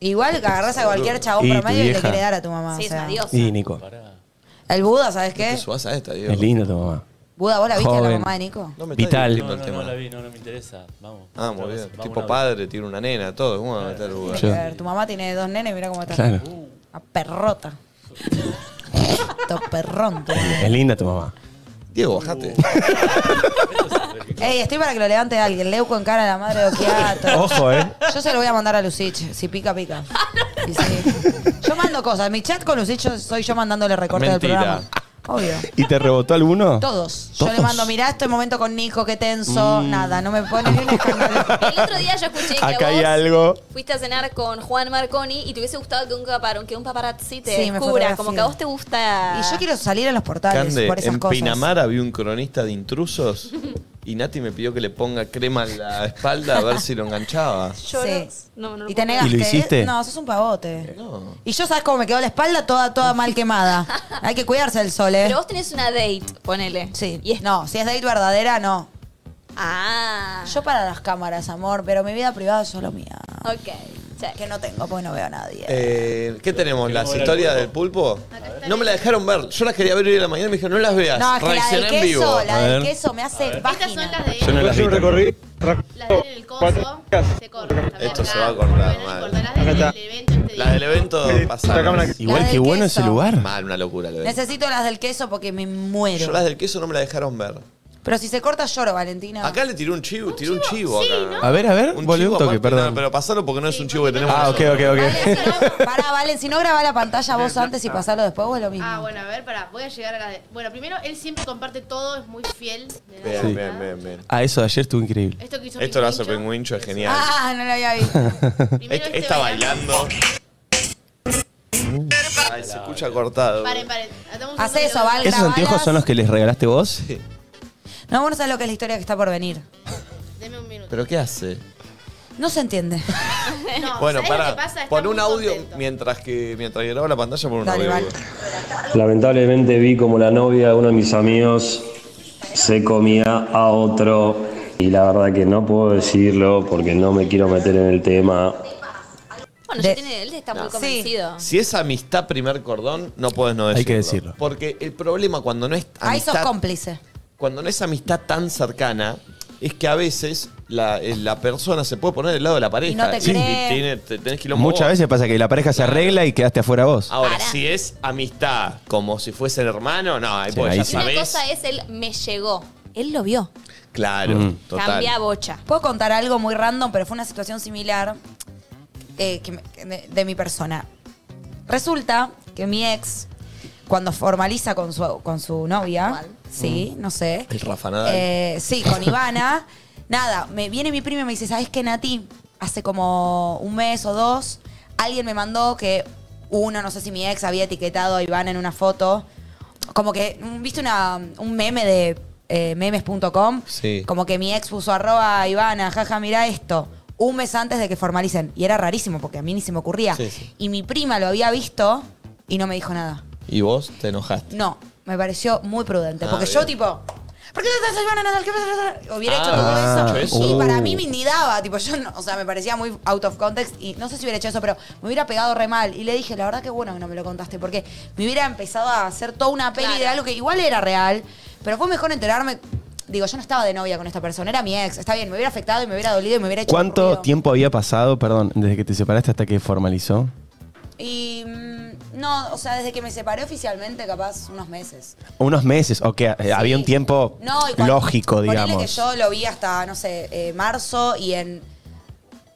S2: Igual que agarras a cualquier chabón
S3: Y tu
S2: promedio y le
S3: vieja.
S2: quiere dar a tu mamá.
S4: Sí,
S2: o
S4: es
S2: sea.
S4: una diosa.
S3: Y Nico.
S2: El Buda, ¿sabes qué?
S1: ¿Qué subas a esta, Diego?
S3: Es linda tu mamá.
S2: Buda, ¿vos la viste a la
S3: Joven.
S2: mamá de Nico?
S1: No me está
S3: Vital.
S1: divirtiendo
S11: No,
S1: el
S11: no,
S1: tema.
S11: no la vi, no, no me interesa. Vamos.
S1: Ah,
S11: otra
S1: muy bien.
S11: cosa, vamos a
S1: tipo
S11: una-
S1: padre, tiene una nena, todo. ¿Cómo va a meter lugar?
S3: Yo-
S2: A ver, tu mamá tiene dos nenes, mira cómo está.
S3: Claro.
S2: A perrota. Esto perrón, tu mamá.
S3: Es linda tu mamá.
S1: Diego, bajate.
S2: Uh, Ey, estoy para que lo levante alguien. Leuco en cara de la madre de Okiato.
S3: Ojo, eh.
S2: Yo se lo voy a mandar a Lucich. Si pica, pica.
S4: Ah,
S2: Y sí. Yo mando cosas. Mi chat con Lucich yo- soy yo mandándole recortes
S1: Mentira.
S2: del programa. Obvio.
S3: ¿Y te rebotó alguno?
S2: Todos. Yo
S3: ¿Todos?
S2: le mando, mirá, estoy momento con Nico, qué tenso.
S1: Mm.
S2: Nada, no me pone bien escándalo.
S4: El otro día yo escuché que
S3: Acá hay
S4: vos
S3: algo.
S4: fuiste a cenar con Juan Marconi y te hubiese gustado que un, papar- que un paparazzi te
S2: Sí, me
S4: descubra. Como
S2: fotografié.
S4: que a vos te gusta...
S2: Y yo quiero salir en los portales
S1: Cande,
S2: por esas
S1: en
S2: cosas.
S1: Pinamar había un cronista de intrusos y Nati me pidió que le ponga crema en la espalda a ver si lo enganchaba.
S4: Yo
S2: Sí.
S4: no, no, no lo
S2: y
S4: puedo
S2: te negaste.
S3: ¿Y lo hiciste?
S2: No, sos un pavote.
S1: No.
S2: Y yo, ¿sabes cómo me quedó la espalda toda, toda mal quemada? Hay que cuidarse del sol, ¿eh?
S4: Pero vos tenés una date, ponele.
S2: Sí.
S4: Y es-
S2: No, si es date verdadera, no.
S4: Ah.
S2: Yo para las cámaras, amor, pero mi vida privada es solo mía.
S4: Ok.
S2: Que no tengo, porque no veo a nadie.
S1: Eh, ¿Qué tenemos? ¿Las
S2: ver al
S1: historias
S2: pulpo.
S1: del pulpo? No me la dejaron ver. Yo las quería ver hoy en la mañana y me dijeron, no las veas.
S2: No, es que la del
S1: Reaccioné en
S2: queso,
S1: vivo.
S2: la del queso me hace página.
S1: Yo no las vi.
S12: recorrí.
S1: Esto se va a cortar, mal.
S5: este
S1: Las del evento pasaron.
S2: Igual La que del bueno
S1: ese lugar. Mal, una locura. lo de-
S2: Necesito las del queso porque me muero.
S1: Yo las del queso no me la dejaron ver.
S2: Pero si se corta lloro, Valentina.
S1: Acá le tiró un chivo, tiró un chivo acá.
S3: A ver, a ver, volví un
S1: chivo
S3: toque,
S1: aparte,
S3: perdón.
S1: no, pero pasalo porque no es un chivo que tenemos.
S3: Ah, ok, ok, ok.
S2: Pará, Valen, si no grabá la pantalla vos antes y pasarlo después, vos es lo mismo.
S5: Ah, bueno, a ver, pará, voy a llegar a la de... Bueno, primero, él siempre comparte todo, es muy fiel. de nada.
S1: Bien,
S3: Sí.
S1: bien, bien, bien.
S3: Ah, eso de ayer estuvo increíble.
S5: Esto que hizo
S1: Esto lo hace Penguincho, es genial.
S2: Ah, no lo había visto.
S1: Esta,
S5: este
S1: esta bailando. Ay, se escucha cortado.
S5: Paren, paren.
S2: Haz eso, Val,
S3: ¿Esos
S2: grabalas.
S3: anteojos son los que les regalaste vos?
S2: No, vos no sabés lo que es la historia que está por venir.
S1: ¿Pero qué hace?
S2: No se entiende.
S1: bueno,
S2: ¿sabés lo
S1: para
S2: que pasa? Está
S1: pon un
S2: muy
S1: audio mientras que mientras que grabo la pantalla por un
S2: Dale,
S1: audio.
S2: vale.
S13: Lamentablemente vi como la novia de uno de mis amigos se comía a otro y la verdad que no puedo decirlo porque no me quiero meter en el tema.
S4: Bueno, ya tiene, él está muy
S1: No.
S2: Ah.
S4: convencido.
S1: Si es amistad primer cordón, no puedes no decirlo.
S3: Hay que decirlo.
S1: Porque el problema cuando no es
S2: Ahí sos
S1: amistad,
S2: cómplice.
S1: cuando no es amistad tan cercana, es que a veces la, eh, la persona se puede poner del lado de la pareja.
S2: Y no te cree.
S1: tiene- te- tenés que
S3: Muchas veces pasa que la pareja se arregla y quedaste afuera vos.
S2: Ah,
S1: Ahora, si es amistad como si fuese el hermano, no, ahí
S3: Sí,
S1: pues
S3: ahí
S1: ya
S3: sí.
S4: Y una
S1: sabés.
S4: cosa es él me llegó. Él lo vio.
S1: Claro,
S3: Mm.
S1: total.
S4: Cambia bocha.
S2: Puedo contar algo muy random, pero fue una situación similar eh, que me- que de, de mi persona. Resulta que mi ex, cuando formaliza con su, con su novia, sí, no sé,
S1: Mm. El Rafa Nadal.
S2: eh, sí, con Ivana, nada, me viene mi prima y me dice, ¿sabes qué, Nati? Hace como un mes o dos, alguien me mandó que uno, no sé si mi ex había etiquetado a Ivana en una foto, como que, ¿viste una, un meme de eh, memes.com?
S1: Sí.
S2: Como que mi ex puso arroba Ivana, jaja, mira esto. Un mes antes de que formalicen. Y era rarísimo porque a mí ni se me ocurría.
S1: Sí, sí.
S2: Y mi prima lo había visto y no me dijo nada.
S1: Y vos te enojaste.
S2: No, me pareció muy prudente.
S1: Ah,
S2: Porque yo,
S1: bien.
S2: tipo, ¿por qué te estás Ivana Nadal? ¿Qué pasa? Hubiera hecho
S1: Ah,
S2: todo
S1: ¿hecho
S2: eso.
S1: eso?
S2: Y
S1: Uh.
S2: para mí me indignaba. Tipo, yo, no- o sea, me parecía muy out of context y no sé si hubiera hecho eso, pero me hubiera pegado re mal. Y le dije, la verdad que bueno que no me lo contaste porque me hubiera empezado a hacer toda una peli de algo que igual era real, pero fue mejor enterarme. Digo, yo no estaba de novia con esta persona, era mi ex. Está bien, me hubiera afectado y me hubiera dolido y me hubiera hecho.
S3: ¿Cuánto
S2: ruido.
S3: tiempo había pasado, perdón, desde que te separaste hasta que formalizó?
S2: Y. mm, No, o sea, desde que me separé oficialmente, capaz unos meses.
S3: Unos meses, o que eh, había un tiempo
S2: No, y cuando-
S3: lógico,
S2: ponele
S3: digamos.
S2: que yo lo vi hasta, no sé, eh, marzo y en.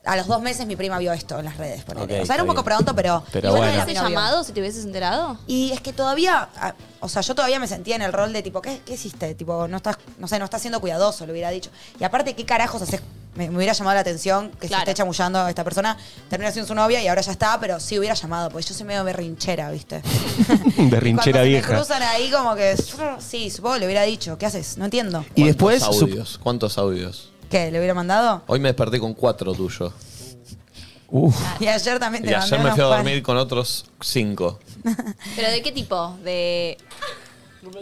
S2: A los dos meses mi prima vio esto en las redes. ponele.
S3: Ok,
S2: o sea,
S3: está
S2: era un poco
S3: bien.
S2: pronto, pero.
S3: Pero
S2: igual
S3: bueno.
S2: era
S4: ¿Te
S2: mi
S4: hubieses
S2: novio.
S4: llamado si te hubieses enterado?
S2: Y es que todavía. ah, O sea, yo todavía me sentía en el rol de tipo, ¿qué, qué hiciste? Tipo, no estás, no sé, no estás siendo cuidadoso, lo hubiera dicho. Y aparte, ¿qué carajos haces? Me, me hubiera llamado la atención que
S4: Claro.
S2: se esté chamullando a esta persona. Termina siendo su novia y ahora ya está, pero sí hubiera llamado, porque yo soy medio berrinchera, ¿viste?
S3: Berrinchera
S2: Cuando se me
S3: vieja.
S2: cruzan ahí como que. Sí, supongo que le hubiera dicho, ¿qué haces? No entiendo.
S3: Y después.
S1: ¿Cuántos
S3: su-
S1: audios? ¿Cuántos audios?
S2: ¿Qué? ¿Le hubiera mandado?
S1: Hoy me desperté con cuatro tuyos.
S3: Uf.
S2: Y ayer también te
S1: Y
S2: mandé
S1: ayer me
S2: unos
S1: fui a
S2: par.
S1: dormir con otros cinco.
S4: ¿Pero de qué tipo? De.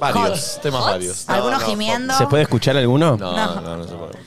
S1: Varios,
S4: Hot.
S1: temas
S4: Hot.
S1: varios.
S2: Algunos gimiendo.
S3: ¿Se puede escuchar alguno?
S1: No, no, no, se puede.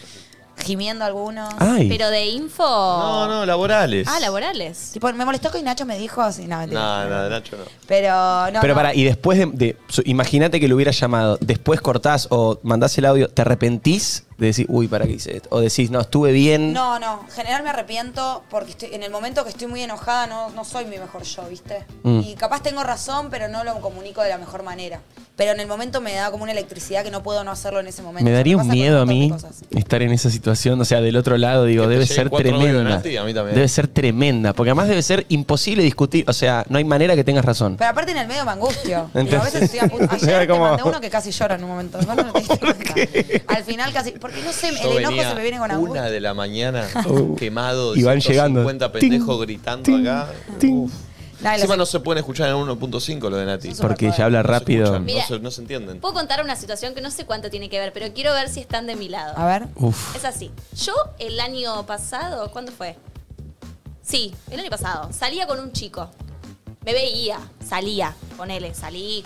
S2: Gimiendo algunos.
S3: Ay.
S4: Pero de info.
S1: No, no, laborales.
S4: Oh. Ah, laborales.
S2: Tipo, me molestó que hoy Nacho me dijo así. No, mentira.
S1: No, no, Nacho no.
S2: Pero no.
S3: Pero
S2: no.
S3: para, y después de. de- su- Imagínate que lo hubiera llamado, después cortás o mandás el audio, ¿te arrepentís de decir, uy, para qué hice esto? O decís, no, estuve bien.
S2: No, no. En general me arrepiento porque estoy, en el momento que estoy muy enojada no, no soy mi mejor yo, ¿viste?
S3: Mm.
S2: Y capaz tengo razón, pero no lo comunico de la mejor manera. Pero en el momento me da como una electricidad que no puedo no hacerlo en ese momento.
S3: Me daría un
S2: pasa con
S3: miedo a
S2: montón de
S3: mí
S2: cosas.
S3: estar en esa situación, o sea, del otro lado, digo,
S1: Que te
S3: debe
S1: lleguen
S3: ser
S1: cuatro audios de
S3: tremenda.
S1: Nati, a mí también.
S3: Debe ser tremenda, porque además debe ser imposible discutir, o sea, no hay manera que tengas razón.
S2: Pero aparte en el medio me angustio. Digo, a
S3: Entonces-
S2: veces estoy a punto. Ayer
S3: Como-
S2: te mandé uno que casi llora en un momento. Vos no te diste cuenta. Al final casi. Porque no sé, el
S1: Yo
S2: enojo
S1: venía
S2: se me viene con angustia.
S1: Una de la mañana,
S3: Uh.
S1: quemado,
S3: Y
S1: de
S3: van llegando.
S1: 150 pendejos gritando acá. Uf.
S4: Ah,
S2: Dale,
S1: Encima no se pueden escuchar en 1.5 lo de Nati.
S3: Porque ya habla rápido.
S1: No,
S4: Mira.
S1: se, no se entienden.
S4: Puedo contar una situación que no sé cuánto tiene que ver, pero quiero ver si están de mi lado.
S2: A ver.
S3: Uf.
S4: Es así. Yo el año pasado, ¿cuándo fue? Sí, el año pasado. Salía con un chico. Me veía, salía con él, salí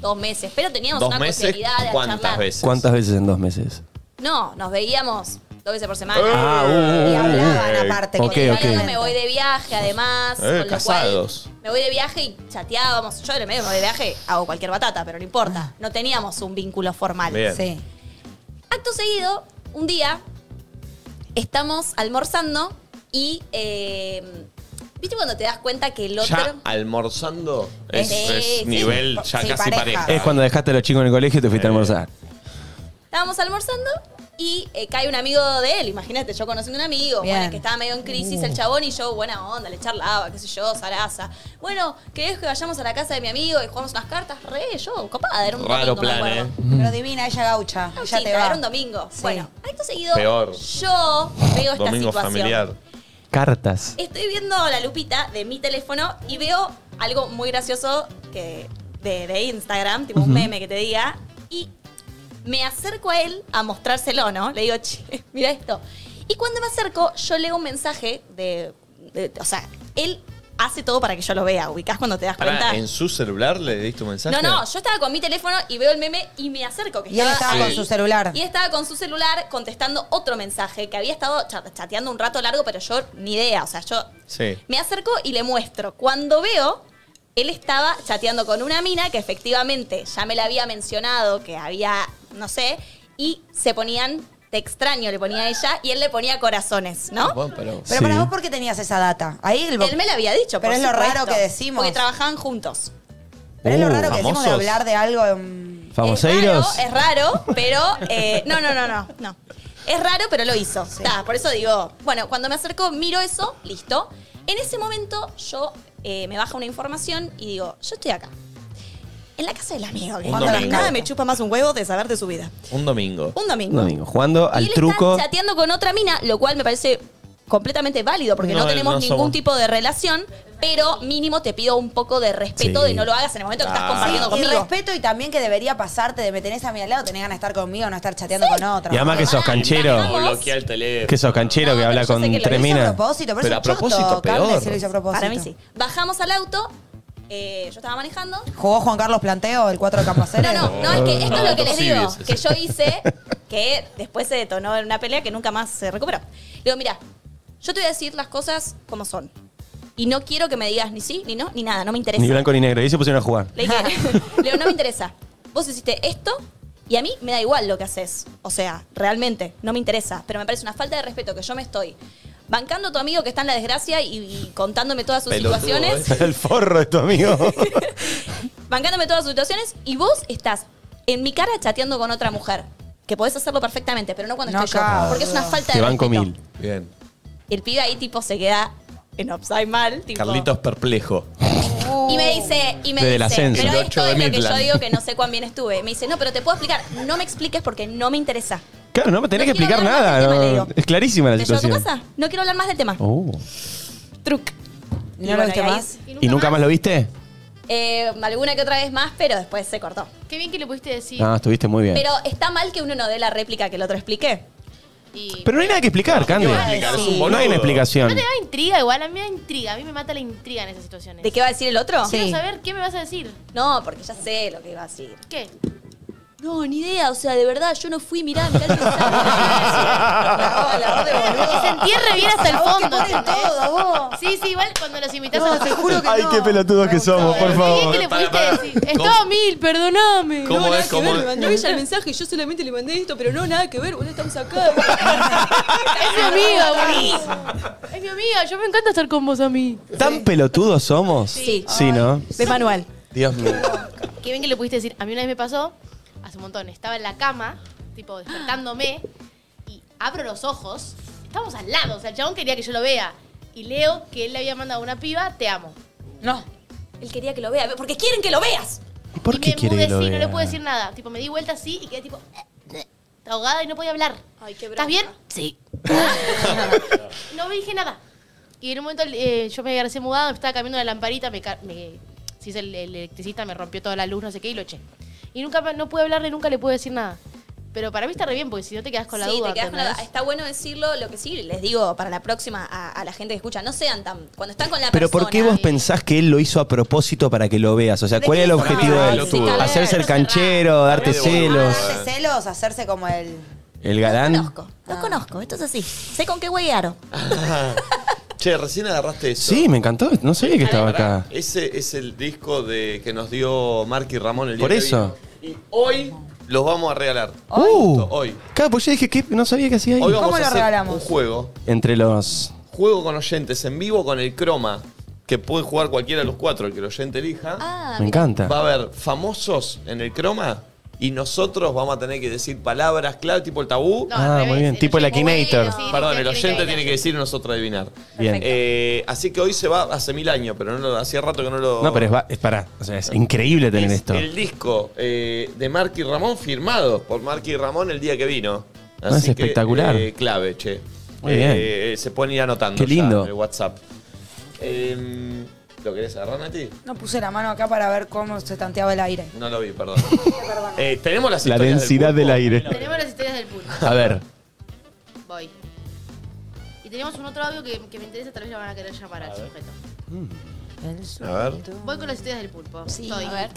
S4: dos meses, pero teníamos
S3: ¿Dos
S4: una
S3: meses?
S4: posibilidad de
S3: ¿Cuántas
S4: charlar.
S3: ¿Cuántas veces en dos meses?
S4: No, nos veíamos dos veces por semana.
S1: Ah, uh,
S4: y
S1: uh,
S4: hablaban
S1: uh,
S4: aparte.
S1: ok,
S4: con el
S1: ok.
S4: verano me voy de viaje, además.
S1: Eh,
S4: con lo cual,
S1: casados.
S4: me voy de viaje y chateábamos. Yo en el medio me voy de viaje, hago cualquier batata, pero no importa. No teníamos un vínculo formal.
S1: Ah. Bien. Sí.
S4: Acto seguido, un día estamos almorzando y. eh, ¿Viste cuando te das cuenta que el otro.
S1: Ya almorzando es,
S4: Sí,
S1: es
S4: sí.
S1: nivel ya
S4: Sí,
S1: casi
S4: pareja.
S1: pareja.
S3: Es cuando dejaste a los chicos en el colegio y te
S1: Eh.
S3: fuiste a almorzar.
S4: Estábamos almorzando y eh, cae un amigo de él, imagínate, yo conociendo un amigo,
S2: Bien. Uh.
S4: bueno, que estaba medio en crisis el chabón y yo, buena onda, le charlaba, qué sé yo, zaraza. Bueno, ¿querés que vayamos a la casa de mi amigo y jugamos unas cartas? Re, yo, copada, era un
S1: Raro
S4: domingo, me
S1: plan,
S4: acuerdo.
S1: ¿eh?
S2: Pero divina, ella gaucha. Ya te
S4: Chita,
S2: va.
S4: Era un domingo. Bueno, acto seguido,
S1: Peor.
S4: yo veo esta
S1: Domingo
S4: situación.
S1: familiar.
S3: Cartas.
S4: Estoy viendo la lupita de mi teléfono y veo algo muy gracioso que de, de Instagram, tipo un
S3: Ujú.
S4: meme que te diga, y me acerco a él a mostrárselo, ¿no? Le digo, che, mira esto. Y cuando me acerco, yo leo un mensaje de, de- O sea, él hace todo para que yo lo vea. ¿Ubicás cuando te das
S1: Pará,
S4: cuenta?
S1: ¿En su celular le diste un mensaje?
S4: No, no, yo estaba con mi teléfono y veo el meme y me acerco. Que
S2: Y él estaba con
S1: Sí.
S2: su celular.
S4: y estaba con su celular contestando otro mensaje que había estado cha- chateando un rato largo, pero yo ni idea. O sea, yo
S1: Sí.
S4: me acerco y le muestro. Cuando veo, él estaba chateando con una mina que efectivamente ya me la había mencionado, que había, no sé, y se ponían, te extraño, le ponía a ella, y él le ponía corazones, ¿no?
S1: Ah, pero
S2: Pero para vos, ¿por qué tenías esa data? Ahí el bo-
S4: Él me la había dicho,
S2: Pero
S4: por
S2: es lo
S4: supuesto,
S2: raro que decimos.
S4: Porque trabajaban juntos.
S2: Pero es lo
S3: Uh,
S2: raro que decimos de
S3: famosos.
S2: hablar de algo. mm, en-
S3: ¿Famoseiros?
S4: Es raro, pero. eh, no, no, no, no, no. Es raro, pero lo hizo. Está, por eso digo. Bueno, cuando me acerco, miro eso, listo. En ese momento, yo eh, me baja una información y digo, yo estoy acá. En la casa del amigo. que
S1: Un
S4: cuando las
S1: domingo.
S4: nada me chupa más un huevo de saber de su vida.
S1: Un domingo.
S4: Un domingo.
S3: Domingo. Jugando
S4: Y
S3: al
S4: él
S3: truco.
S4: está chateando con otra mina, lo cual me parece completamente válido porque no,
S3: No,
S4: tenemos
S3: no
S4: ningún
S3: somos-
S4: tipo de relación, pero mínimo te pido un poco de respeto
S3: Sí.
S4: de no lo hagas en el momento que estás
S3: Ah.
S4: compartiendo
S2: Y
S4: conmigo.
S2: respeto y también que debería pasarte de me tenés a mi al lado, tenés ganas de estar conmigo, no estar chateando con otra.
S3: Y además que sos canchero.
S1: O bloquea el teléfono.
S3: Que sos canchero que habla con tres minas.
S1: Pero a propósito, peor.
S4: Para mí sí. Bajamos al auto, eh, yo estaba manejando.
S2: ¿Jugó Juan Carlos Planteo, el 4 de Campo Aceres?
S4: No, no, es que esto es lo que les digo,
S2: Torcides,
S4: que
S2: ese.
S4: yo hice, que después se detonó en una pelea que nunca más se recuperó. Le digo, mira, yo te voy a decir las cosas como son. Y no quiero que me digas ni sí, ni no, ni nada, no me interesa.
S3: Ni blanco ni negro. Y se pusieron a jugar.
S4: Le dije, Leo, no me interesa. Vos hiciste esto y a mí me da igual lo que haces. O sea, realmente, no me interesa. Pero me parece una falta de respeto que yo me estoy bancando a tu amigo que está en la desgracia y, y contándome todas sus
S3: Pelotudo,
S4: situaciones.
S3: ¿eh? El forro de tu amigo.
S4: Bancándome todas sus situaciones y vos estás en mi cara chateando con otra mujer. Que podés hacerlo perfectamente, pero no cuando
S2: No,
S4: estoy
S2: claro.
S4: yo. Porque es una falta
S3: Te
S4: de
S3: banco
S4: respeto.
S3: mil.
S1: Bien.
S4: El pibe ahí tipo se queda en upside mal. Tipo,
S1: Carlitos perplejo.
S4: Y me dice, y me
S1: Desde el
S4: dice,
S1: ascenso.
S4: pero
S1: El
S4: esto
S1: ocho de
S4: es lo que yo
S1: Midland.
S4: digo que no sé cuán bien estuve. Me dice, no, pero te puedo explicar. No me expliques porque no me interesa.
S3: Claro, no me tenés
S4: No
S3: que explicar
S4: quiero hablar
S3: nada.
S4: más del tema,
S3: no.
S4: le digo.
S3: Es clarísima la
S4: ¿Te llevo a tu
S3: situación.
S4: casa? No quiero hablar más del tema.
S3: Oh.
S4: Y
S2: ¿Y no lo
S4: bueno,
S2: viste
S4: y ahí
S2: más?
S3: ¿Y nunca más lo viste?
S4: Eh, alguna que otra vez más, pero después se cortó.
S5: Qué bien que le pudiste decir.
S3: Ah, estuviste muy bien.
S4: Pero está mal que uno no dé la réplica que el otro explique.
S3: Pero no hay nada que explicar, Candy.
S4: va a explicar? Es un
S3: No hay
S4: boludo.
S3: una
S5: No
S3: explicación.
S5: te da intriga igual, a mí me da intriga. A mí me mata la intriga en esas situaciones.
S4: ¿De qué va a decir el otro?
S5: Quiero saber qué me vas a decir.
S4: No, porque ya sé lo que iba a decir.
S5: ¿Qué?
S4: No, ni idea, o sea, de verdad, yo no fui, mirá, mirá el mensaje.
S5: Que se entierre bien hasta el
S2: Vos que
S5: fondo.
S2: ponen
S5: ¿entendés?
S2: todo, vos.
S5: Sí, sí, igual cuando los invitas a los
S3: Ay, qué pelotudos que somos, por favor.
S5: ¿Qué le
S1: Para,
S5: pudiste
S1: para.
S5: decir?
S1: ¿Cómo?
S5: Estaba mil, perdóname.
S1: ¿Cómo es? ¿Cómo es?
S12: ella el mensaje, yo solamente le mandé esto, pero no, nada que ver, vos estamos acá.
S5: Es mi amiga, boludo. Es mi amiga, yo me encanta estar con vos a mí.
S3: ¿Tan pelotudos somos?
S5: Sí.
S3: Sí, ¿no?
S5: De manual.
S3: Dios mío.
S5: Qué bien que le pudiste decir. A mí una vez me pasó, hace un montón, estaba en la cama, tipo despertándome, y abro los ojos. Estábamos al lado, o sea, el chabón quería que yo lo vea. Y leo que él le había mandado a una piba, te amo.
S2: No.
S4: Él quería que lo vea, porque quieren que lo veas.
S3: ¿Por qué quiere que lo
S5: Sí, no le
S3: vea?
S5: puedo decir nada. Tipo, me di vuelta así y quedé tipo. eh, ahogada y no podía hablar. ¿Estás bien? Sí. No me dije nada. Y en un momento eh, yo me había recién mudado, estaba cambiando la lamparita, me, ca- me- se hizo el, el electricista, me rompió toda la luz, no sé qué, y lo eché. Y nunca más- no pude hablarle, nunca le pude decir nada. Pero para mí está re bien, porque si no te quedas con la
S4: sí,
S5: duda.
S4: te quedas con la duda.
S5: ¿entendés?
S4: Está bueno decirlo, lo que sí les digo para la próxima a, a la gente que escucha, no sean tan. Cuando están con la
S3: Pero
S4: persona. eh,
S3: ¿por qué vos pensás que él lo hizo a propósito para que lo veas? O sea, ¿cuál es Ah, el
S1: qué
S3: objetivo
S1: forma?
S3: de
S1: Pelotudo.
S3: él? Hacerse el canchero, darte
S1: Darte
S3: celos.
S2: Hacerse celos, hacerse como el.
S3: El galán.
S4: Conozco, lo conozco, esto es así. Sé con qué hueguearon.
S1: che, recién agarraste eso.
S3: Sí, me encantó. No sabía que estaba acá.
S1: Ese es el disco de que nos dio Mark y Ramón el día
S3: Por
S1: que
S3: eso.
S1: vino. Y hoy los vamos a regalar.
S3: Uh,
S1: Hoy.
S3: claro, pues yo dije que no sabía que hacía ahí.
S1: Hoy vamos a hacer un juego.
S3: Entre los.
S1: Juego con oyentes en vivo con el croma. Que puede jugar cualquiera de los cuatro, el que el oyente elija.
S3: me encanta.
S1: Va a haber famosos en el croma y nosotros vamos a tener que decir palabras clave, tipo el tabú.
S3: ah, muy bien. Tipo el Akinator.
S1: Perdón, el oyente tiene que decir y nosotros adivinar.
S3: Bien.
S1: Eh, así que hoy se va hace mil años, pero no lo, hacía rato que no lo.
S3: No, pero es, va- es para. O sea, es increíble tener
S1: Es
S3: esto.
S1: El disco eh, de Marky Ramón firmado por Marky Ramón el día que vino.
S3: No, Ah, es
S1: que,
S3: espectacular.
S1: eh, clave, che.
S3: Muy
S1: Eh, se pueden ir anotando.
S3: Qué
S1: ya
S3: lindo.
S1: en el WhatsApp. Eh, ¿Lo querés agarrar, Nati?
S2: No puse la mano acá para ver cómo se tanteaba el aire.
S1: No lo vi, perdón. Eh, tenemos las
S3: La
S1: historias
S3: densidad del aire.
S5: Tenemos las historias del pulpo.
S3: A ver.
S5: Voy. Y tenemos un otro audio que, que me interesa, tal vez lo van a querer llamar al sujeto.
S1: A ver.
S5: Voy con las historias del pulpo.
S2: Sí,
S5: Estoy.
S2: a ver.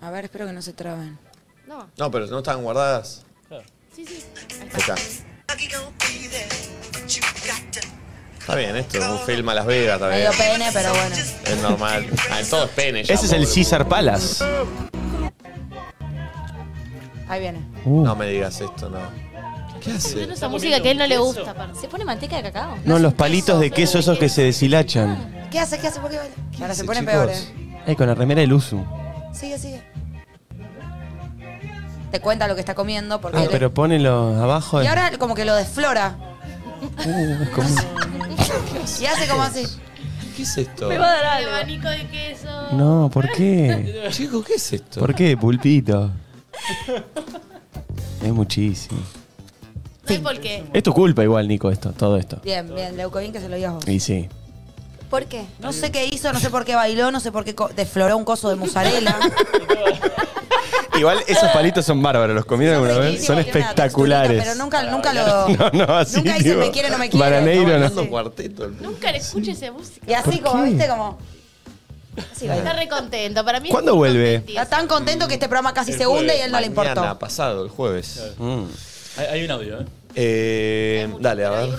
S2: A ver, espero que no se traben.
S5: No.
S1: No, pero no están guardadas.
S5: Sí, sí.
S1: Ahí está. Está bien, esto es un film a Las Vegas, está bien.
S2: Medio pene, pero bueno.
S1: Es normal. Ah, en todo es pene. ya,
S3: Ese es el
S1: pobre.
S3: Caesar Palace.
S2: Ahí viene.
S3: Uh.
S1: No me digas esto, no. ¿Qué hace?
S5: Esa música que a él no le gusta, parce.
S4: ¿Se pone manteca de cacao?
S3: No, los palitos de queso esos que se deshilachan.
S2: ¿Qué hace? ¿Qué hace? ¿Por qué baila? Ahora se
S3: Sí,
S2: ponen
S3: chicos.
S2: peores.
S3: Ay, con la remera del Usu.
S2: Sigue, sigue. Te cuenta lo que está comiendo porque.
S3: Ah,
S2: le-
S3: pero ponelo abajo.
S2: Y
S3: del-
S2: ahora como que lo desflora.
S3: Uh, es como-
S2: Y hace como así.
S1: ¿Qué es esto?
S5: va a dar algo. abanico de queso.
S3: No, ¿por qué?
S1: Chico, ¿qué es esto?
S3: ¿Por qué, pulpito? Es muchísimo.
S5: No hay por qué.
S3: Es tu culpa igual, Nico, esto, todo esto.
S2: Bien, bien, Leucovin, que se lo digas vos.
S3: Y sí.
S2: ¿Por qué? No sé qué hizo, no sé por qué bailó, no sé por qué co- desfloró un coso de mozzarella.
S3: Igual esos palitos son bárbaros, los comieron alguna vez, son espectaculares.
S2: Pero nunca, nunca lo.
S3: No, no, así.
S2: Nunca dice,
S3: tipo,
S2: "Me quiere, no me quiere".
S3: Baraneiro,
S1: Está
S3: no.
S1: bailando cuarteto. el-
S5: Nunca le escuché esa música.
S2: Y así como,
S3: qué?
S2: viste, como. Así
S5: Está
S2: baila.
S5: re contento. Para mí.
S3: ¿Cuándo vuelve?
S2: Está tan contento que este programa casi
S11: El
S2: se hunde y
S11: jueves,
S2: a él no le
S1: Mañana,
S2: importó.
S1: pasado, el jueves. Mm.
S11: Hay, hay un audio, ¿eh?
S1: Eh, dale, a ver.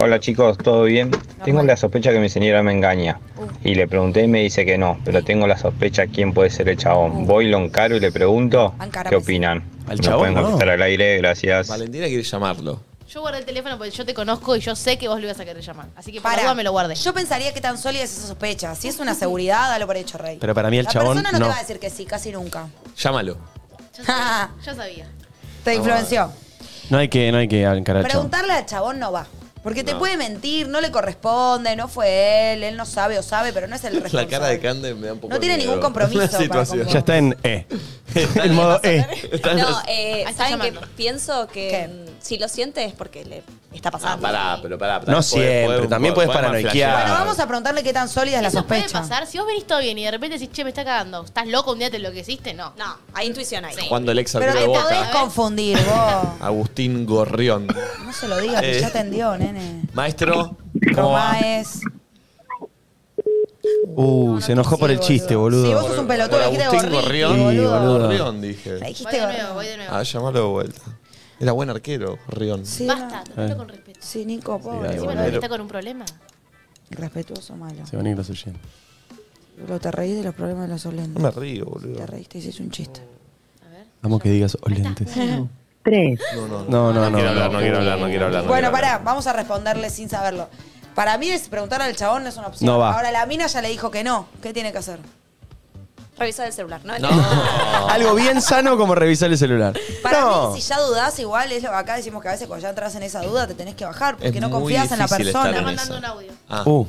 S14: Hola chicos, ¿todo bien? Tengo la sospecha que mi señora me engaña. Y le pregunté y me dice que no, pero tengo la sospecha quién puede ser el chabón. Voy, lo encaro y le pregunto
S2: Ankara,
S14: qué
S2: pues.
S14: opinan.
S1: Al
S14: Me
S1: chabón,
S14: pueden
S1: no.
S14: contestar al aire, gracias.
S1: Valentina quiere llamarlo.
S5: Yo guardé el teléfono porque yo te conozco y yo sé que vos lo ibas a querer llamar. Así que por la
S2: Para.
S5: duda me lo guardé.
S2: Yo pensaría que tan sólida es esa sospecha. Si es una seguridad, dalo por hecho, Rey.
S3: Pero para mí el
S2: La
S3: chabón,
S2: persona no,
S3: no.
S2: te va a decir que sí, casi nunca.
S1: Llámalo.
S5: Yo sabía. yo sabía.
S2: Te influenció.
S3: No hay que, no hay que encarar al chabón.
S2: Preguntarle al chabón no va. Porque te
S1: No.
S2: puede mentir, no le corresponde, no fue él, él no sabe o sabe, pero no es el
S1: La
S2: responsable.
S1: cara de Cande me da un poco
S2: No tiene
S1: miedo.
S2: ningún compromiso
S1: La
S2: para
S1: situación.
S2: con
S3: Ya está en E. En modo E.
S1: Está en
S4: No,
S1: la-
S4: eh,
S5: está
S4: ¿saben que
S5: llamando.
S4: pienso que mm, si lo siente es porque le está
S1: Ah,
S4: pasando?
S1: pará, pero pará.
S3: No siempre, también puedes paranoiquear.
S2: Bueno, vamos a preguntarle qué tan sólida es la
S5: Eso puede
S2: sospecha.
S5: pasar. Si vos venís todo bien y de repente decís, che, me está cagando. ¿Estás loco? ¿Un día te enloqueciste? No.
S4: No, hay intuición ahí.
S1: Cuando el ex
S2: Pero
S1: arquero de
S2: te podés
S1: Boca,
S2: confundir, vos.
S1: Agustín Gorrión.
S2: No se lo digas, que
S1: Eh.
S2: ya atendió, nene.
S1: Maestro, ¿cómo va?
S2: Roma es.
S3: Uh, se enojó por el chiste,
S2: Sí,
S3: boludo.
S2: vos sos un
S1: Por
S2: pelotudo, dijiste
S1: Agustín
S2: gorrito,
S1: Gorrión.
S3: Sí, boludo.
S1: Gorrión,
S2: Le
S1: dije.
S5: Voy
S2: dijiste
S5: de nuevo, voy
S2: gorrito.
S5: de nuevo.
S1: Ah, llámalo de vuelta. Era buen arquero, Gorrión.
S2: Sí,
S5: Basta,
S2: no.
S5: tratalo con respeto.
S2: Sí, Nico, pobre.
S3: dale,
S5: Encima
S3: bueno,
S5: no
S1: pero-
S5: está con un problema.
S2: Respetuoso malo.
S3: Se van a ir los oyentes.
S2: Lo te reís de los problemas de los
S1: No
S2: solenes.
S1: me Ah, río,
S2: Te
S1: boludo.
S2: reíste, hiciste un chiste.
S3: Vamos que digas olentes.
S12: Tres.
S1: No, no, no.
S3: No, no, no.
S1: No quiero hablar, no quiero hablar, no quiero hablar. no
S2: Bueno,
S1: quiero hablar.
S2: pará, vamos a responderle sin saberlo. Para mí es preguntar al chabón no es una opción.
S3: No va.
S2: Ahora la mina ya le dijo que no. ¿Qué tiene que hacer?
S4: Revisar el celular, ¿no?
S1: No.
S3: Algo bien sano como revisar el celular.
S2: Para
S3: no.
S2: mí, si ya dudás, igual es lo que acá decimos que a veces cuando ya entras en esa duda te tenés que bajar porque
S1: Es
S2: no
S1: muy
S2: confías en la
S1: difícil estar
S2: persona.
S1: en
S5: Está mandando
S1: esa.
S5: un audio.
S1: Ah,
S3: Uh,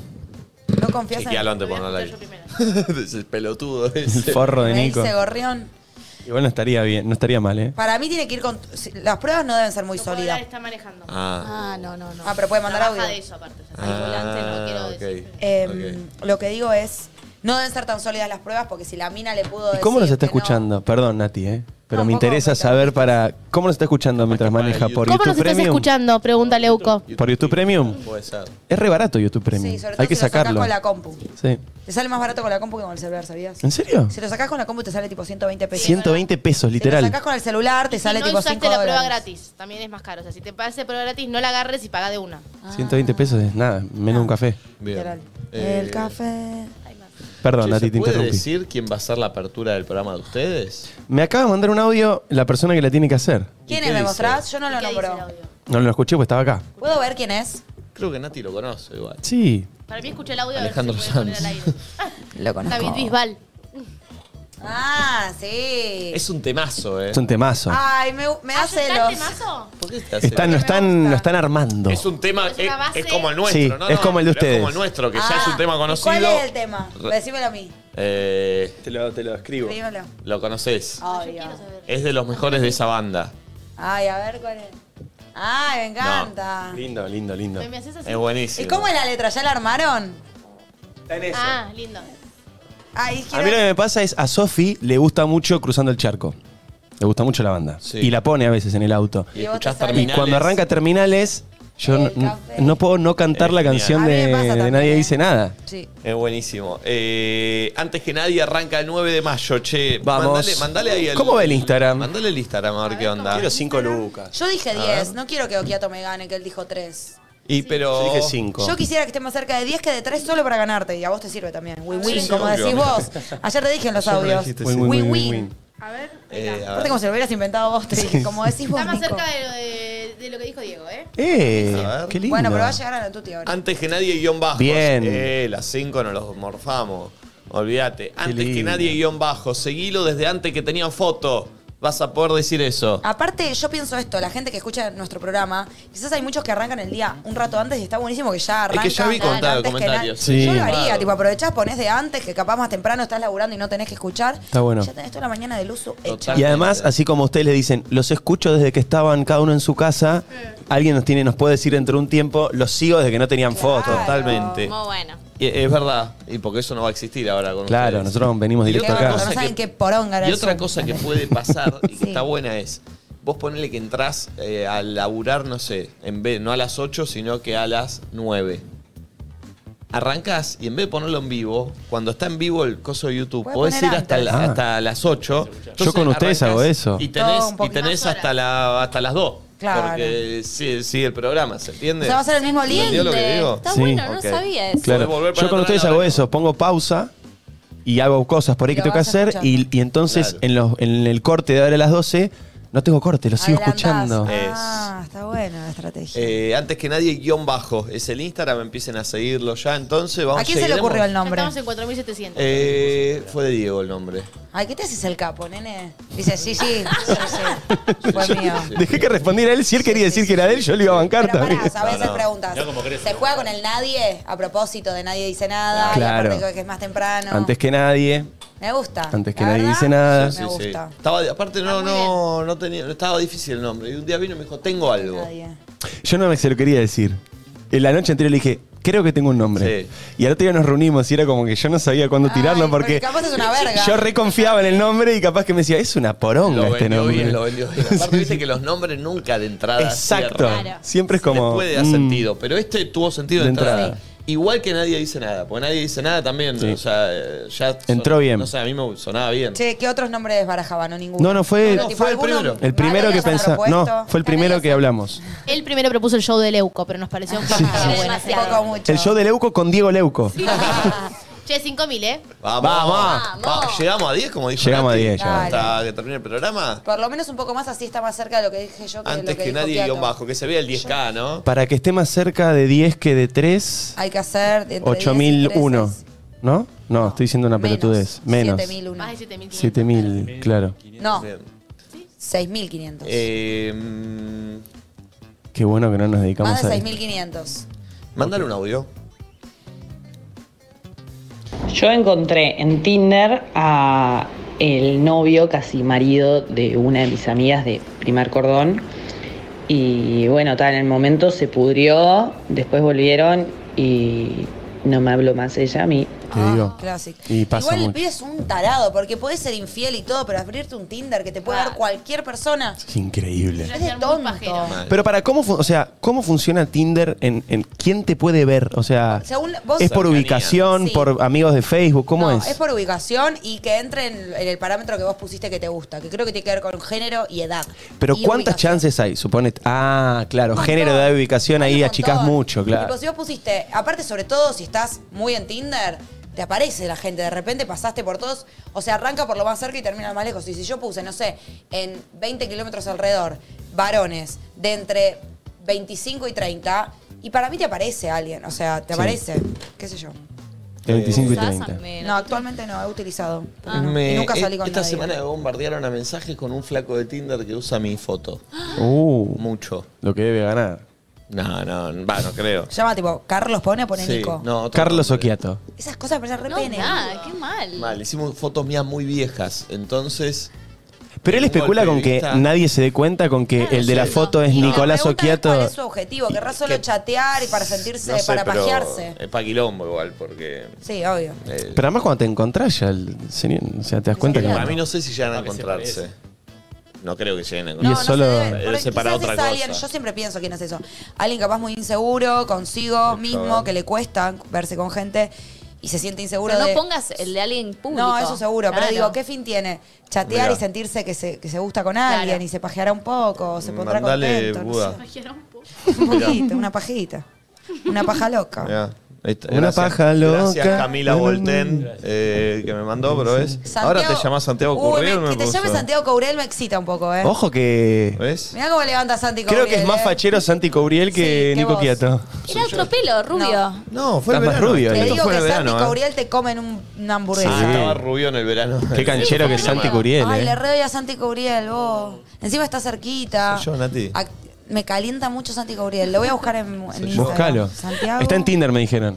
S2: No confías en
S1: chequealo antes de
S5: Lo voy a
S1: ponerlo al
S5: escuchar
S1: aire.
S5: yo
S1: Es el pelotudo
S3: el
S1: ese.
S3: forro de
S2: Me
S3: Nico.
S2: dice Gorrión.
S3: Igual no estaría bien, no estaría mal, ¿eh?
S2: Para mí tiene que ir con. si- Las pruebas no deben ser muy
S5: No puedo hablar,
S2: sólidas.
S5: está manejando.
S1: Ah,
S4: Ah, no, no, no.
S2: Ah, pero puede mandar
S5: Trabaja
S2: audio.
S5: de eso, aparte. O sea, soy volante, no
S1: ah
S5: quiero
S1: ok.
S5: decir.
S2: Em, Lo que digo es. No deben ser tan sólidas las pruebas porque si la mina le pudo
S3: ¿Y cómo
S2: decir
S3: nos está
S2: que no-
S3: escuchando? Perdón, Nati, ¿eh? Pero me interesa saber para. ¿Cómo nos está escuchando mientras maneja? ¿Por
S5: ¿Cómo
S3: YouTube
S5: nos estás
S3: Premium?
S5: escuchando? Pregunta Leuco.
S3: ¿Por YouTube Premium?
S1: Puede ser.
S3: Es re barato YouTube Premium.
S2: Sí, sobre todo
S3: Hay que
S2: si lo sacás
S3: sacarlo.
S2: con la compu.
S3: Sí.
S2: Te sale más barato con la compu que con el celular, ¿sabías?
S3: ¿En serio?
S2: Si lo sacás con la compu te sale tipo 120 pesos.
S3: 120 pesos,
S2: Si lo
S3: literal.
S2: sacás con el celular te
S5: Y
S2: sale
S5: si no
S2: tipo 5
S5: usaste la prueba
S2: dólares.
S5: gratis, también es más caro. O sea, si te pasa prueba gratis, no la agarres y paga de una.
S2: Ah.
S3: 120 pesos es nada, menos un café.
S1: Bien. Eh,
S2: El café.
S3: Perdón, Nati,
S1: ¿se
S3: te
S1: ¿Puede
S3: interrumpí.
S1: decir quién va a ser la apertura del programa de ustedes?
S3: Me acaba de mandar un audio la persona que la tiene que hacer.
S2: ¿Quién
S1: ¿Y qué
S2: es? ¿Me
S1: dice?
S2: mostrás? Yo no lo nombro.
S3: No lo escuché porque estaba acá.
S2: ¿Puedo ver quién es?
S1: Creo que Nati lo conoce igual.
S3: Sí.
S5: Para mí escuché el audio
S1: Alejandro
S5: a ver si puede poner al
S1: Sanz.
S5: aire.
S3: Lo conozco.
S5: David Bisbal.
S2: Ah, sí.
S1: Es un temazo, ¿eh?
S3: Es un temazo.
S2: Ay, me, me
S5: Ah,
S2: da celos.
S1: ¿Por qué te hace-
S3: Están, lo, están, lo están armando.
S1: Es un tema, es,
S2: una base-
S1: es como el nuestro,
S3: Sí,
S1: ¿no?
S3: es
S1: No,
S3: como el de
S1: pero Es como
S3: ustedes.
S1: el nuestro, que ya es un tema conocido.
S2: Ah, ¿Cuál es el tema? Decímelo a mí.
S1: Eh, te, lo, escribo.
S2: Dímelo.
S1: Lo
S5: Ah,
S1: conoces.
S2: Obvio.
S1: Es de los mejores de esa banda.
S2: Ay, a ver cuál es. Ay, me encanta.
S3: Lindo, lindo, lindo.
S5: Me haces así.
S1: Es buenísimo.
S2: ¿Y cómo Ah. es la letra? ¿Ya la armaron?
S5: Ah, lindo.
S2: Ay,
S3: A mí lo
S2: quiero...
S3: que me pasa es a Sofi le gusta mucho Cruzando el Charco. Le gusta mucho la banda. Y la pone a veces en el auto.
S1: Y escuchás
S3: Y
S1: terminales.
S3: cuando arranca Terminales, yo
S2: Eh,
S3: no, no puedo no cantar la canción de, de Nadie
S2: ¿eh?
S3: Dice Nada.
S2: Sí.
S1: Es buenísimo. Eh, antes que nadie arranca el 9 de mayo, che.
S3: Vamos.
S1: Mandale, mandale ahí el.
S3: ¿Cómo ve el Instagram?
S1: Mandale el Instagram a ver qué onda.
S3: Quiero 5 lucas.
S2: Yo dije
S1: A
S2: 10.
S1: ver.
S2: No quiero que Okiato me gane, que él dijo 3.
S1: Y pero.
S3: Yo dije cinco.
S2: Yo quisiera que esté más cerca de 10 que de 3 solo para ganarte. Y a vos te sirve también. Win-win,
S1: Sí, sí,
S2: como
S1: obvio.
S2: decís vos. Ayer te dije en los
S1: Siempre
S2: audios.
S3: Este
S1: dijiste sí.
S2: Win-win.
S5: A ver.
S1: Eh, a
S2: Aparte, como si
S1: ver.
S2: lo hubieras inventado vos, te dije. Como decís vos.
S5: Está más
S2: Nico.
S5: cerca de lo, de, de lo que dijo Diego, ¿eh?
S3: Eh,
S1: A ver.
S3: qué lindo.
S2: Bueno, pero va a llegar a la tuti ahora.
S1: Antes que nadie guión bajos.
S3: Bien.
S1: Eh, las 5 nos los morfamos. Olvídate. Antes que
S3: lindo.
S1: nadie guión bajo. Seguilo desde antes que tenían foto. Vas a poder decir eso.
S2: Aparte, yo pienso esto, la gente que escucha nuestro programa, quizás hay muchos que arrancan el día un rato antes y está buenísimo que ya
S1: Es
S2: arrancan.
S1: que ya vi
S2: antes
S1: contado
S2: que
S1: comentarios.
S2: na-
S1: Sí.
S2: Yo lo haría,
S1: Claro.
S2: tipo, aprovechás, ponés de antes, que capaz más temprano estás laburando y no tenés que escuchar.
S3: Está bueno.
S2: Ya tenés toda la mañana del uso hecha.
S3: Y además, así como ustedes le dicen, los escucho desde que estaban cada uno en su casa, alguien nos tiene, nos puede decir dentro de un tiempo, los sigo desde que no tenían fotos.
S1: Totalmente.
S4: Muy bueno.
S1: Y- es verdad. Y porque eso no va a existir ahora con
S3: Claro,
S1: ustedes.
S3: nosotros venimos
S1: Y
S3: directo
S1: otra
S3: acá.
S2: no
S1: cosa
S2: saben
S1: que-
S2: qué poronga era
S1: Y
S2: el
S1: otra
S2: Zoom.
S1: cosa que puede pasar y que está buena es, vos ponele que entrás eh, a laburar, no sé, en vez, no a las 8, sino que a las 9. Arrancás y en vez de ponerlo en vivo, cuando está en vivo el coso de YouTube,
S2: Puede
S1: podés ir
S2: poner
S1: hasta,
S2: antes.
S1: la-
S3: Ah.
S1: hasta las 8. Entonces
S3: con ustedes
S1: arrancás
S3: hago eso.
S1: Y tenés,
S2: Todo un
S1: y
S2: poquito.
S1: tenés hasta, la, hasta las 2.
S2: Claro.
S1: Porque sigue, sigue el programa, ¿se entiende?
S2: O sea, va a ser el mismo
S1: ¿Se
S2: link.
S1: entendió lo que digo?
S4: Está
S3: Sí.
S4: bueno, no
S1: Ok.
S4: sabía eso.
S1: Podés
S3: Claro.
S1: volver para
S3: Yo con
S1: atrás
S3: ustedes
S1: ahora.
S3: hago eso, pongo pausa y hago cosas por ahí que
S2: Lo
S3: tengo que
S2: vas
S3: hacer y, y entonces en, los, en el corte de ahora a las 12 no tengo corte, lo sigo
S2: Adelantás.
S3: escuchando.
S2: Ah, está buena la estrategia.
S1: Eh, antes que nadie, guión bajo. Es el Instagram, empiecen a seguirlo ya. Entonces vamos
S2: ¿A quién se le
S1: seguiremos.
S2: ocurrió el
S5: Ya
S2: nombre?
S5: Estamos en 4700.
S1: Eh, fue de Diego el nombre.
S2: Ay, ¿qué te haces el capo, nene? Dice, sí, sí, sí, sí. Fue mío.
S3: Dejé que respondiera él, si él quería decir que era de él, yo le iba a bancar
S2: Pero
S3: también.
S2: pará, sabés
S1: No,
S2: hacer
S1: no.
S2: preguntas.
S11: Mirá cómo crece.
S2: ¿Se juega con el nadie? A propósito de nadie dice nada. y
S3: Claro.
S2: aparte que es más temprano.
S3: Antes que nadie,
S2: Me gusta.
S3: antes que
S2: La
S3: nadie
S2: verdad,
S3: dice nada.
S2: Ah, Me gusta.
S1: Estaba, aparte no, no, no tenía, estaba difícil el nombre. Y un día vino y me dijo, tengo algo.
S2: Nadie.
S3: Yo no me se lo quería decir. En la noche anterior le dije, creo que tengo un nombre.
S1: Sí.
S3: Y al otro día nos reunimos y era como que yo no sabía cuándo tirarlo
S2: Ay,
S3: porque
S2: capaz es una verga.
S3: yo reconfiaba en el nombre y capaz que me decía, es una poronga
S1: Lo
S3: este
S1: vendió
S3: nombre.
S1: bien, lo vendió bien. Aparte viste que los nombres nunca de entrada
S3: Exacto.
S1: cierran.
S3: Siempre es como.
S1: Después da
S3: mm,
S1: sentido, pero este tuvo sentido de,
S3: De
S1: entrada.
S3: entrada.
S1: Igual que nadie dice nada, porque nadie dice nada también.
S3: Sí.
S1: O sea, eh, ya son-
S3: Entró bien.
S1: No sé, a mí me sonaba bien.
S2: Che, ¿qué otros nombres barajaban? No, ninguno.
S3: No, no, fue-
S1: No, fue el
S2: alguno-
S1: primero.
S3: El primero
S2: ¿Nadie
S3: que
S2: se lo
S3: pensamos.
S2: propuesto?
S3: No, fue el primero que hablamos.
S5: Él primero propuso el show de Leuco, pero nos pareció un poco
S2: Ah, bueno,
S5: demasiado.
S2: un poco mucho.
S3: El show de Leuco con Diego Leuco.
S5: Che, 5000, ¿eh?
S1: Vamos.
S3: Vamos.
S1: Va, Llegamos a 10, como dijo
S3: Llegamos a
S1: Nati.
S3: 10,
S2: ya.
S1: Hasta que termine el programa.
S2: Por lo menos un poco más así está más cerca de lo que dije yo que de
S1: Antes
S2: lo que,
S1: que
S2: dijo
S1: nadie,
S2: Kiato.
S1: guión bajo. Que se vea el 10K, ¿no?
S3: Para que esté más cerca de 10 que de 3,
S2: Hay que hacer de entre
S3: 8001.
S2: 10 y 13.
S3: ¿No? No, estoy diciendo una pelotudez. Menos.
S2: 7001.
S5: Más de 7500.
S3: 7000, claro.
S2: No,
S1: Bien.
S2: 6500.
S1: Eh, mm,
S3: Qué bueno que no nos dedicamos
S2: Más de
S3: a esto.
S2: 6500.
S1: Mándale un audio.
S9: Yo encontré en Tinder a el novio, casi marido de una de mis amigas de primer cordón. Y bueno, tal, en el momento se pudrió, después volvieron y no me habló más ella a mí.
S3: te digo.
S2: Clásico.
S3: Y pasa
S2: Igual el
S3: mucho.
S2: pibe es un tarado, porque puede ser infiel y todo, pero abrirte un Tinder que te puede dar cualquier persona.
S3: Es increíble.
S2: Es de tonto.
S3: Pero para cómo, fun- o sea, cómo funciona Tinder en, en quién te puede ver, o sea,
S2: Según vos-
S3: es por
S2: Cercanía.
S3: ubicación,
S2: Sí.
S3: por amigos de Facebook, ¿cómo
S2: No,
S3: es?
S2: por ubicación y que entre en, en el parámetro que vos pusiste que te gusta, que creo que tiene que ver con género y edad.
S3: Pero
S2: Y
S3: cuántas chances hay, supone. Ah, claro,
S2: Un
S3: género
S2: montón.
S3: de ubicatoria ahí achicás
S2: montón.
S3: mucho, claro.
S2: Tipo, si vos pusiste, aparte sobre todo si estás muy en Tinder, te aparece la gente, de repente pasaste por todos, o sea, arranca por lo más cerca y termina más lejos. Y si yo puse, no sé, en 20 kilómetros alrededor, varones de entre 25 y 30, y para mí te aparece alguien, o sea, te
S3: Sí.
S2: aparece, qué sé yo.
S3: De 25 y 30.
S2: No, actualmente no, he utilizado. porque no,
S1: Me-
S2: Ah, y nunca salí
S1: e-
S2: con
S1: Esta
S2: nadie.
S1: semana me bombardearon a mensajes con un flaco de Tinder que usa mi foto.
S3: Uh,
S1: Mucho.
S3: lo que debe ganar.
S1: No, no, va, no creo.
S2: Se llama tipo, Carlos pone, pone
S1: Sí,
S2: Nico.
S1: no, otro
S3: Carlos
S1: nombre.
S3: Oquiato.
S2: Esas cosas parecen re
S5: No,
S2: pene.
S5: nada, qué mal.
S1: Mal, hicimos fotos mías muy viejas. Entonces,
S3: Pero él
S1: Un
S3: especula
S1: golpe
S3: con
S1: de
S3: que
S1: vista.
S3: nadie se dé cuenta con que el de la
S1: sí.
S3: foto es
S1: Y la
S3: Nicolás Oquiato.
S2: ¿Cuál es su objetivo? ¿Querrá solo chatear y para sentirse,
S1: no sé,
S2: para
S1: pero
S2: pajearse?
S1: es pa' quilombo igual, porque...
S2: Sí, obvio.
S1: eh,
S3: Pero además cuando te encontrás ya, el señor- o sea, te das cuenta que...
S1: para mí no sé si llegan a encontrarse. No creo que lleguen a encontrarse.
S3: es solo-
S1: Debe
S2: Porque
S1: ser para
S2: quizás
S1: otra
S2: es
S1: cosa.
S2: alguien- yo siempre pienso quién es eso. Alguien capaz muy inseguro, consigo mismo, que le cuesta verse con gente y se siente inseguro.
S4: Pero no
S2: de-
S4: pongas el de alguien público.
S2: No, eso seguro, pero
S4: Claro.
S2: digo, ¿qué fin tiene? Chatear
S1: Mirá.
S2: y sentirse que se, que se gusta con alguien y se pajeará un poco, se pondrá
S1: Mandale,
S2: contento. no
S1: Buda.
S2: sé. Un poquito, una pajita. Una paja loca.
S1: Mirá, Ah. ahí está.
S3: Una paja loca.
S1: Gracias Camila Volten, eh, que me mandó, pero es.
S2: Santiago-
S1: Ahora te llamas Santiago
S2: Uy, me-
S1: Correo.
S2: que te llame Santiago Courel me excita un poco, ¿eh?
S3: Ojo que...
S2: Mirá cómo levanta Santi
S3: Creo que es
S2: Courel,
S3: más
S2: ¿eh?
S3: fachero Santi Cobriel que
S2: que
S3: Nico
S2: vos.
S3: Quiato.
S4: Era otro pelo, rubio.
S1: No,
S3: fue el Estás más verano. rubio,
S2: Te
S3: Esto
S2: digo
S3: fue
S2: que
S3: el
S2: Santi
S3: verano, ¿eh?
S2: Cobriel te come en un- una hamburguesa.
S1: Ah, estaba rubio en el verano.
S3: Qué canchero que es Santi Curiel,
S2: Ay, le
S3: eh.
S2: re doy a Santi Cobriel, vos. Encima está cerquita.
S1: Soy yo, Nati.
S2: Ac- me calienta mucho Santi Cobriel. Lo voy a buscar en, en Instagram.
S3: Buscalo.
S2: Santiago.
S3: Está en Tinder, me dijeron.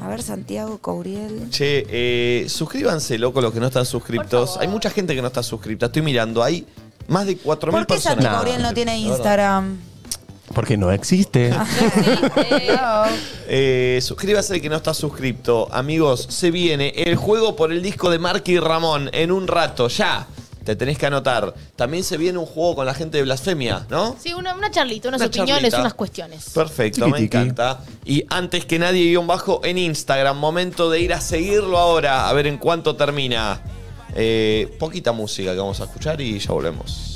S2: A ver, Santiago Cobriel.
S1: Che, eh, suscríbanse, loco, los que no están suscriptos. Hay mucha gente que no está suscripta. Estoy mirando, hay más de 4.000 personas.
S2: ¿Por qué Santi Cobriel no tiene Instagram?
S3: Porque no existe.
S1: Eh, suscríbase el que no está suscripto. Amigos, se viene el juego por el disco de Marky Ramón en un rato, ya. Te tenés que anotar. También se viene un juego con la gente de Blasfemia, ¿no?
S5: Sí, una, una charlita, unas
S1: Una
S5: opiniones,
S1: charlita.
S5: unas cuestiones.
S1: Perfecto, me
S3: Tiquitiqui.
S1: encanta. Y antes que nadie, guión bajo en Instagram. Momento de ir a seguirlo ahora, a ver en cuánto termina. Eh, poquita música que vamos a escuchar y ya volvemos.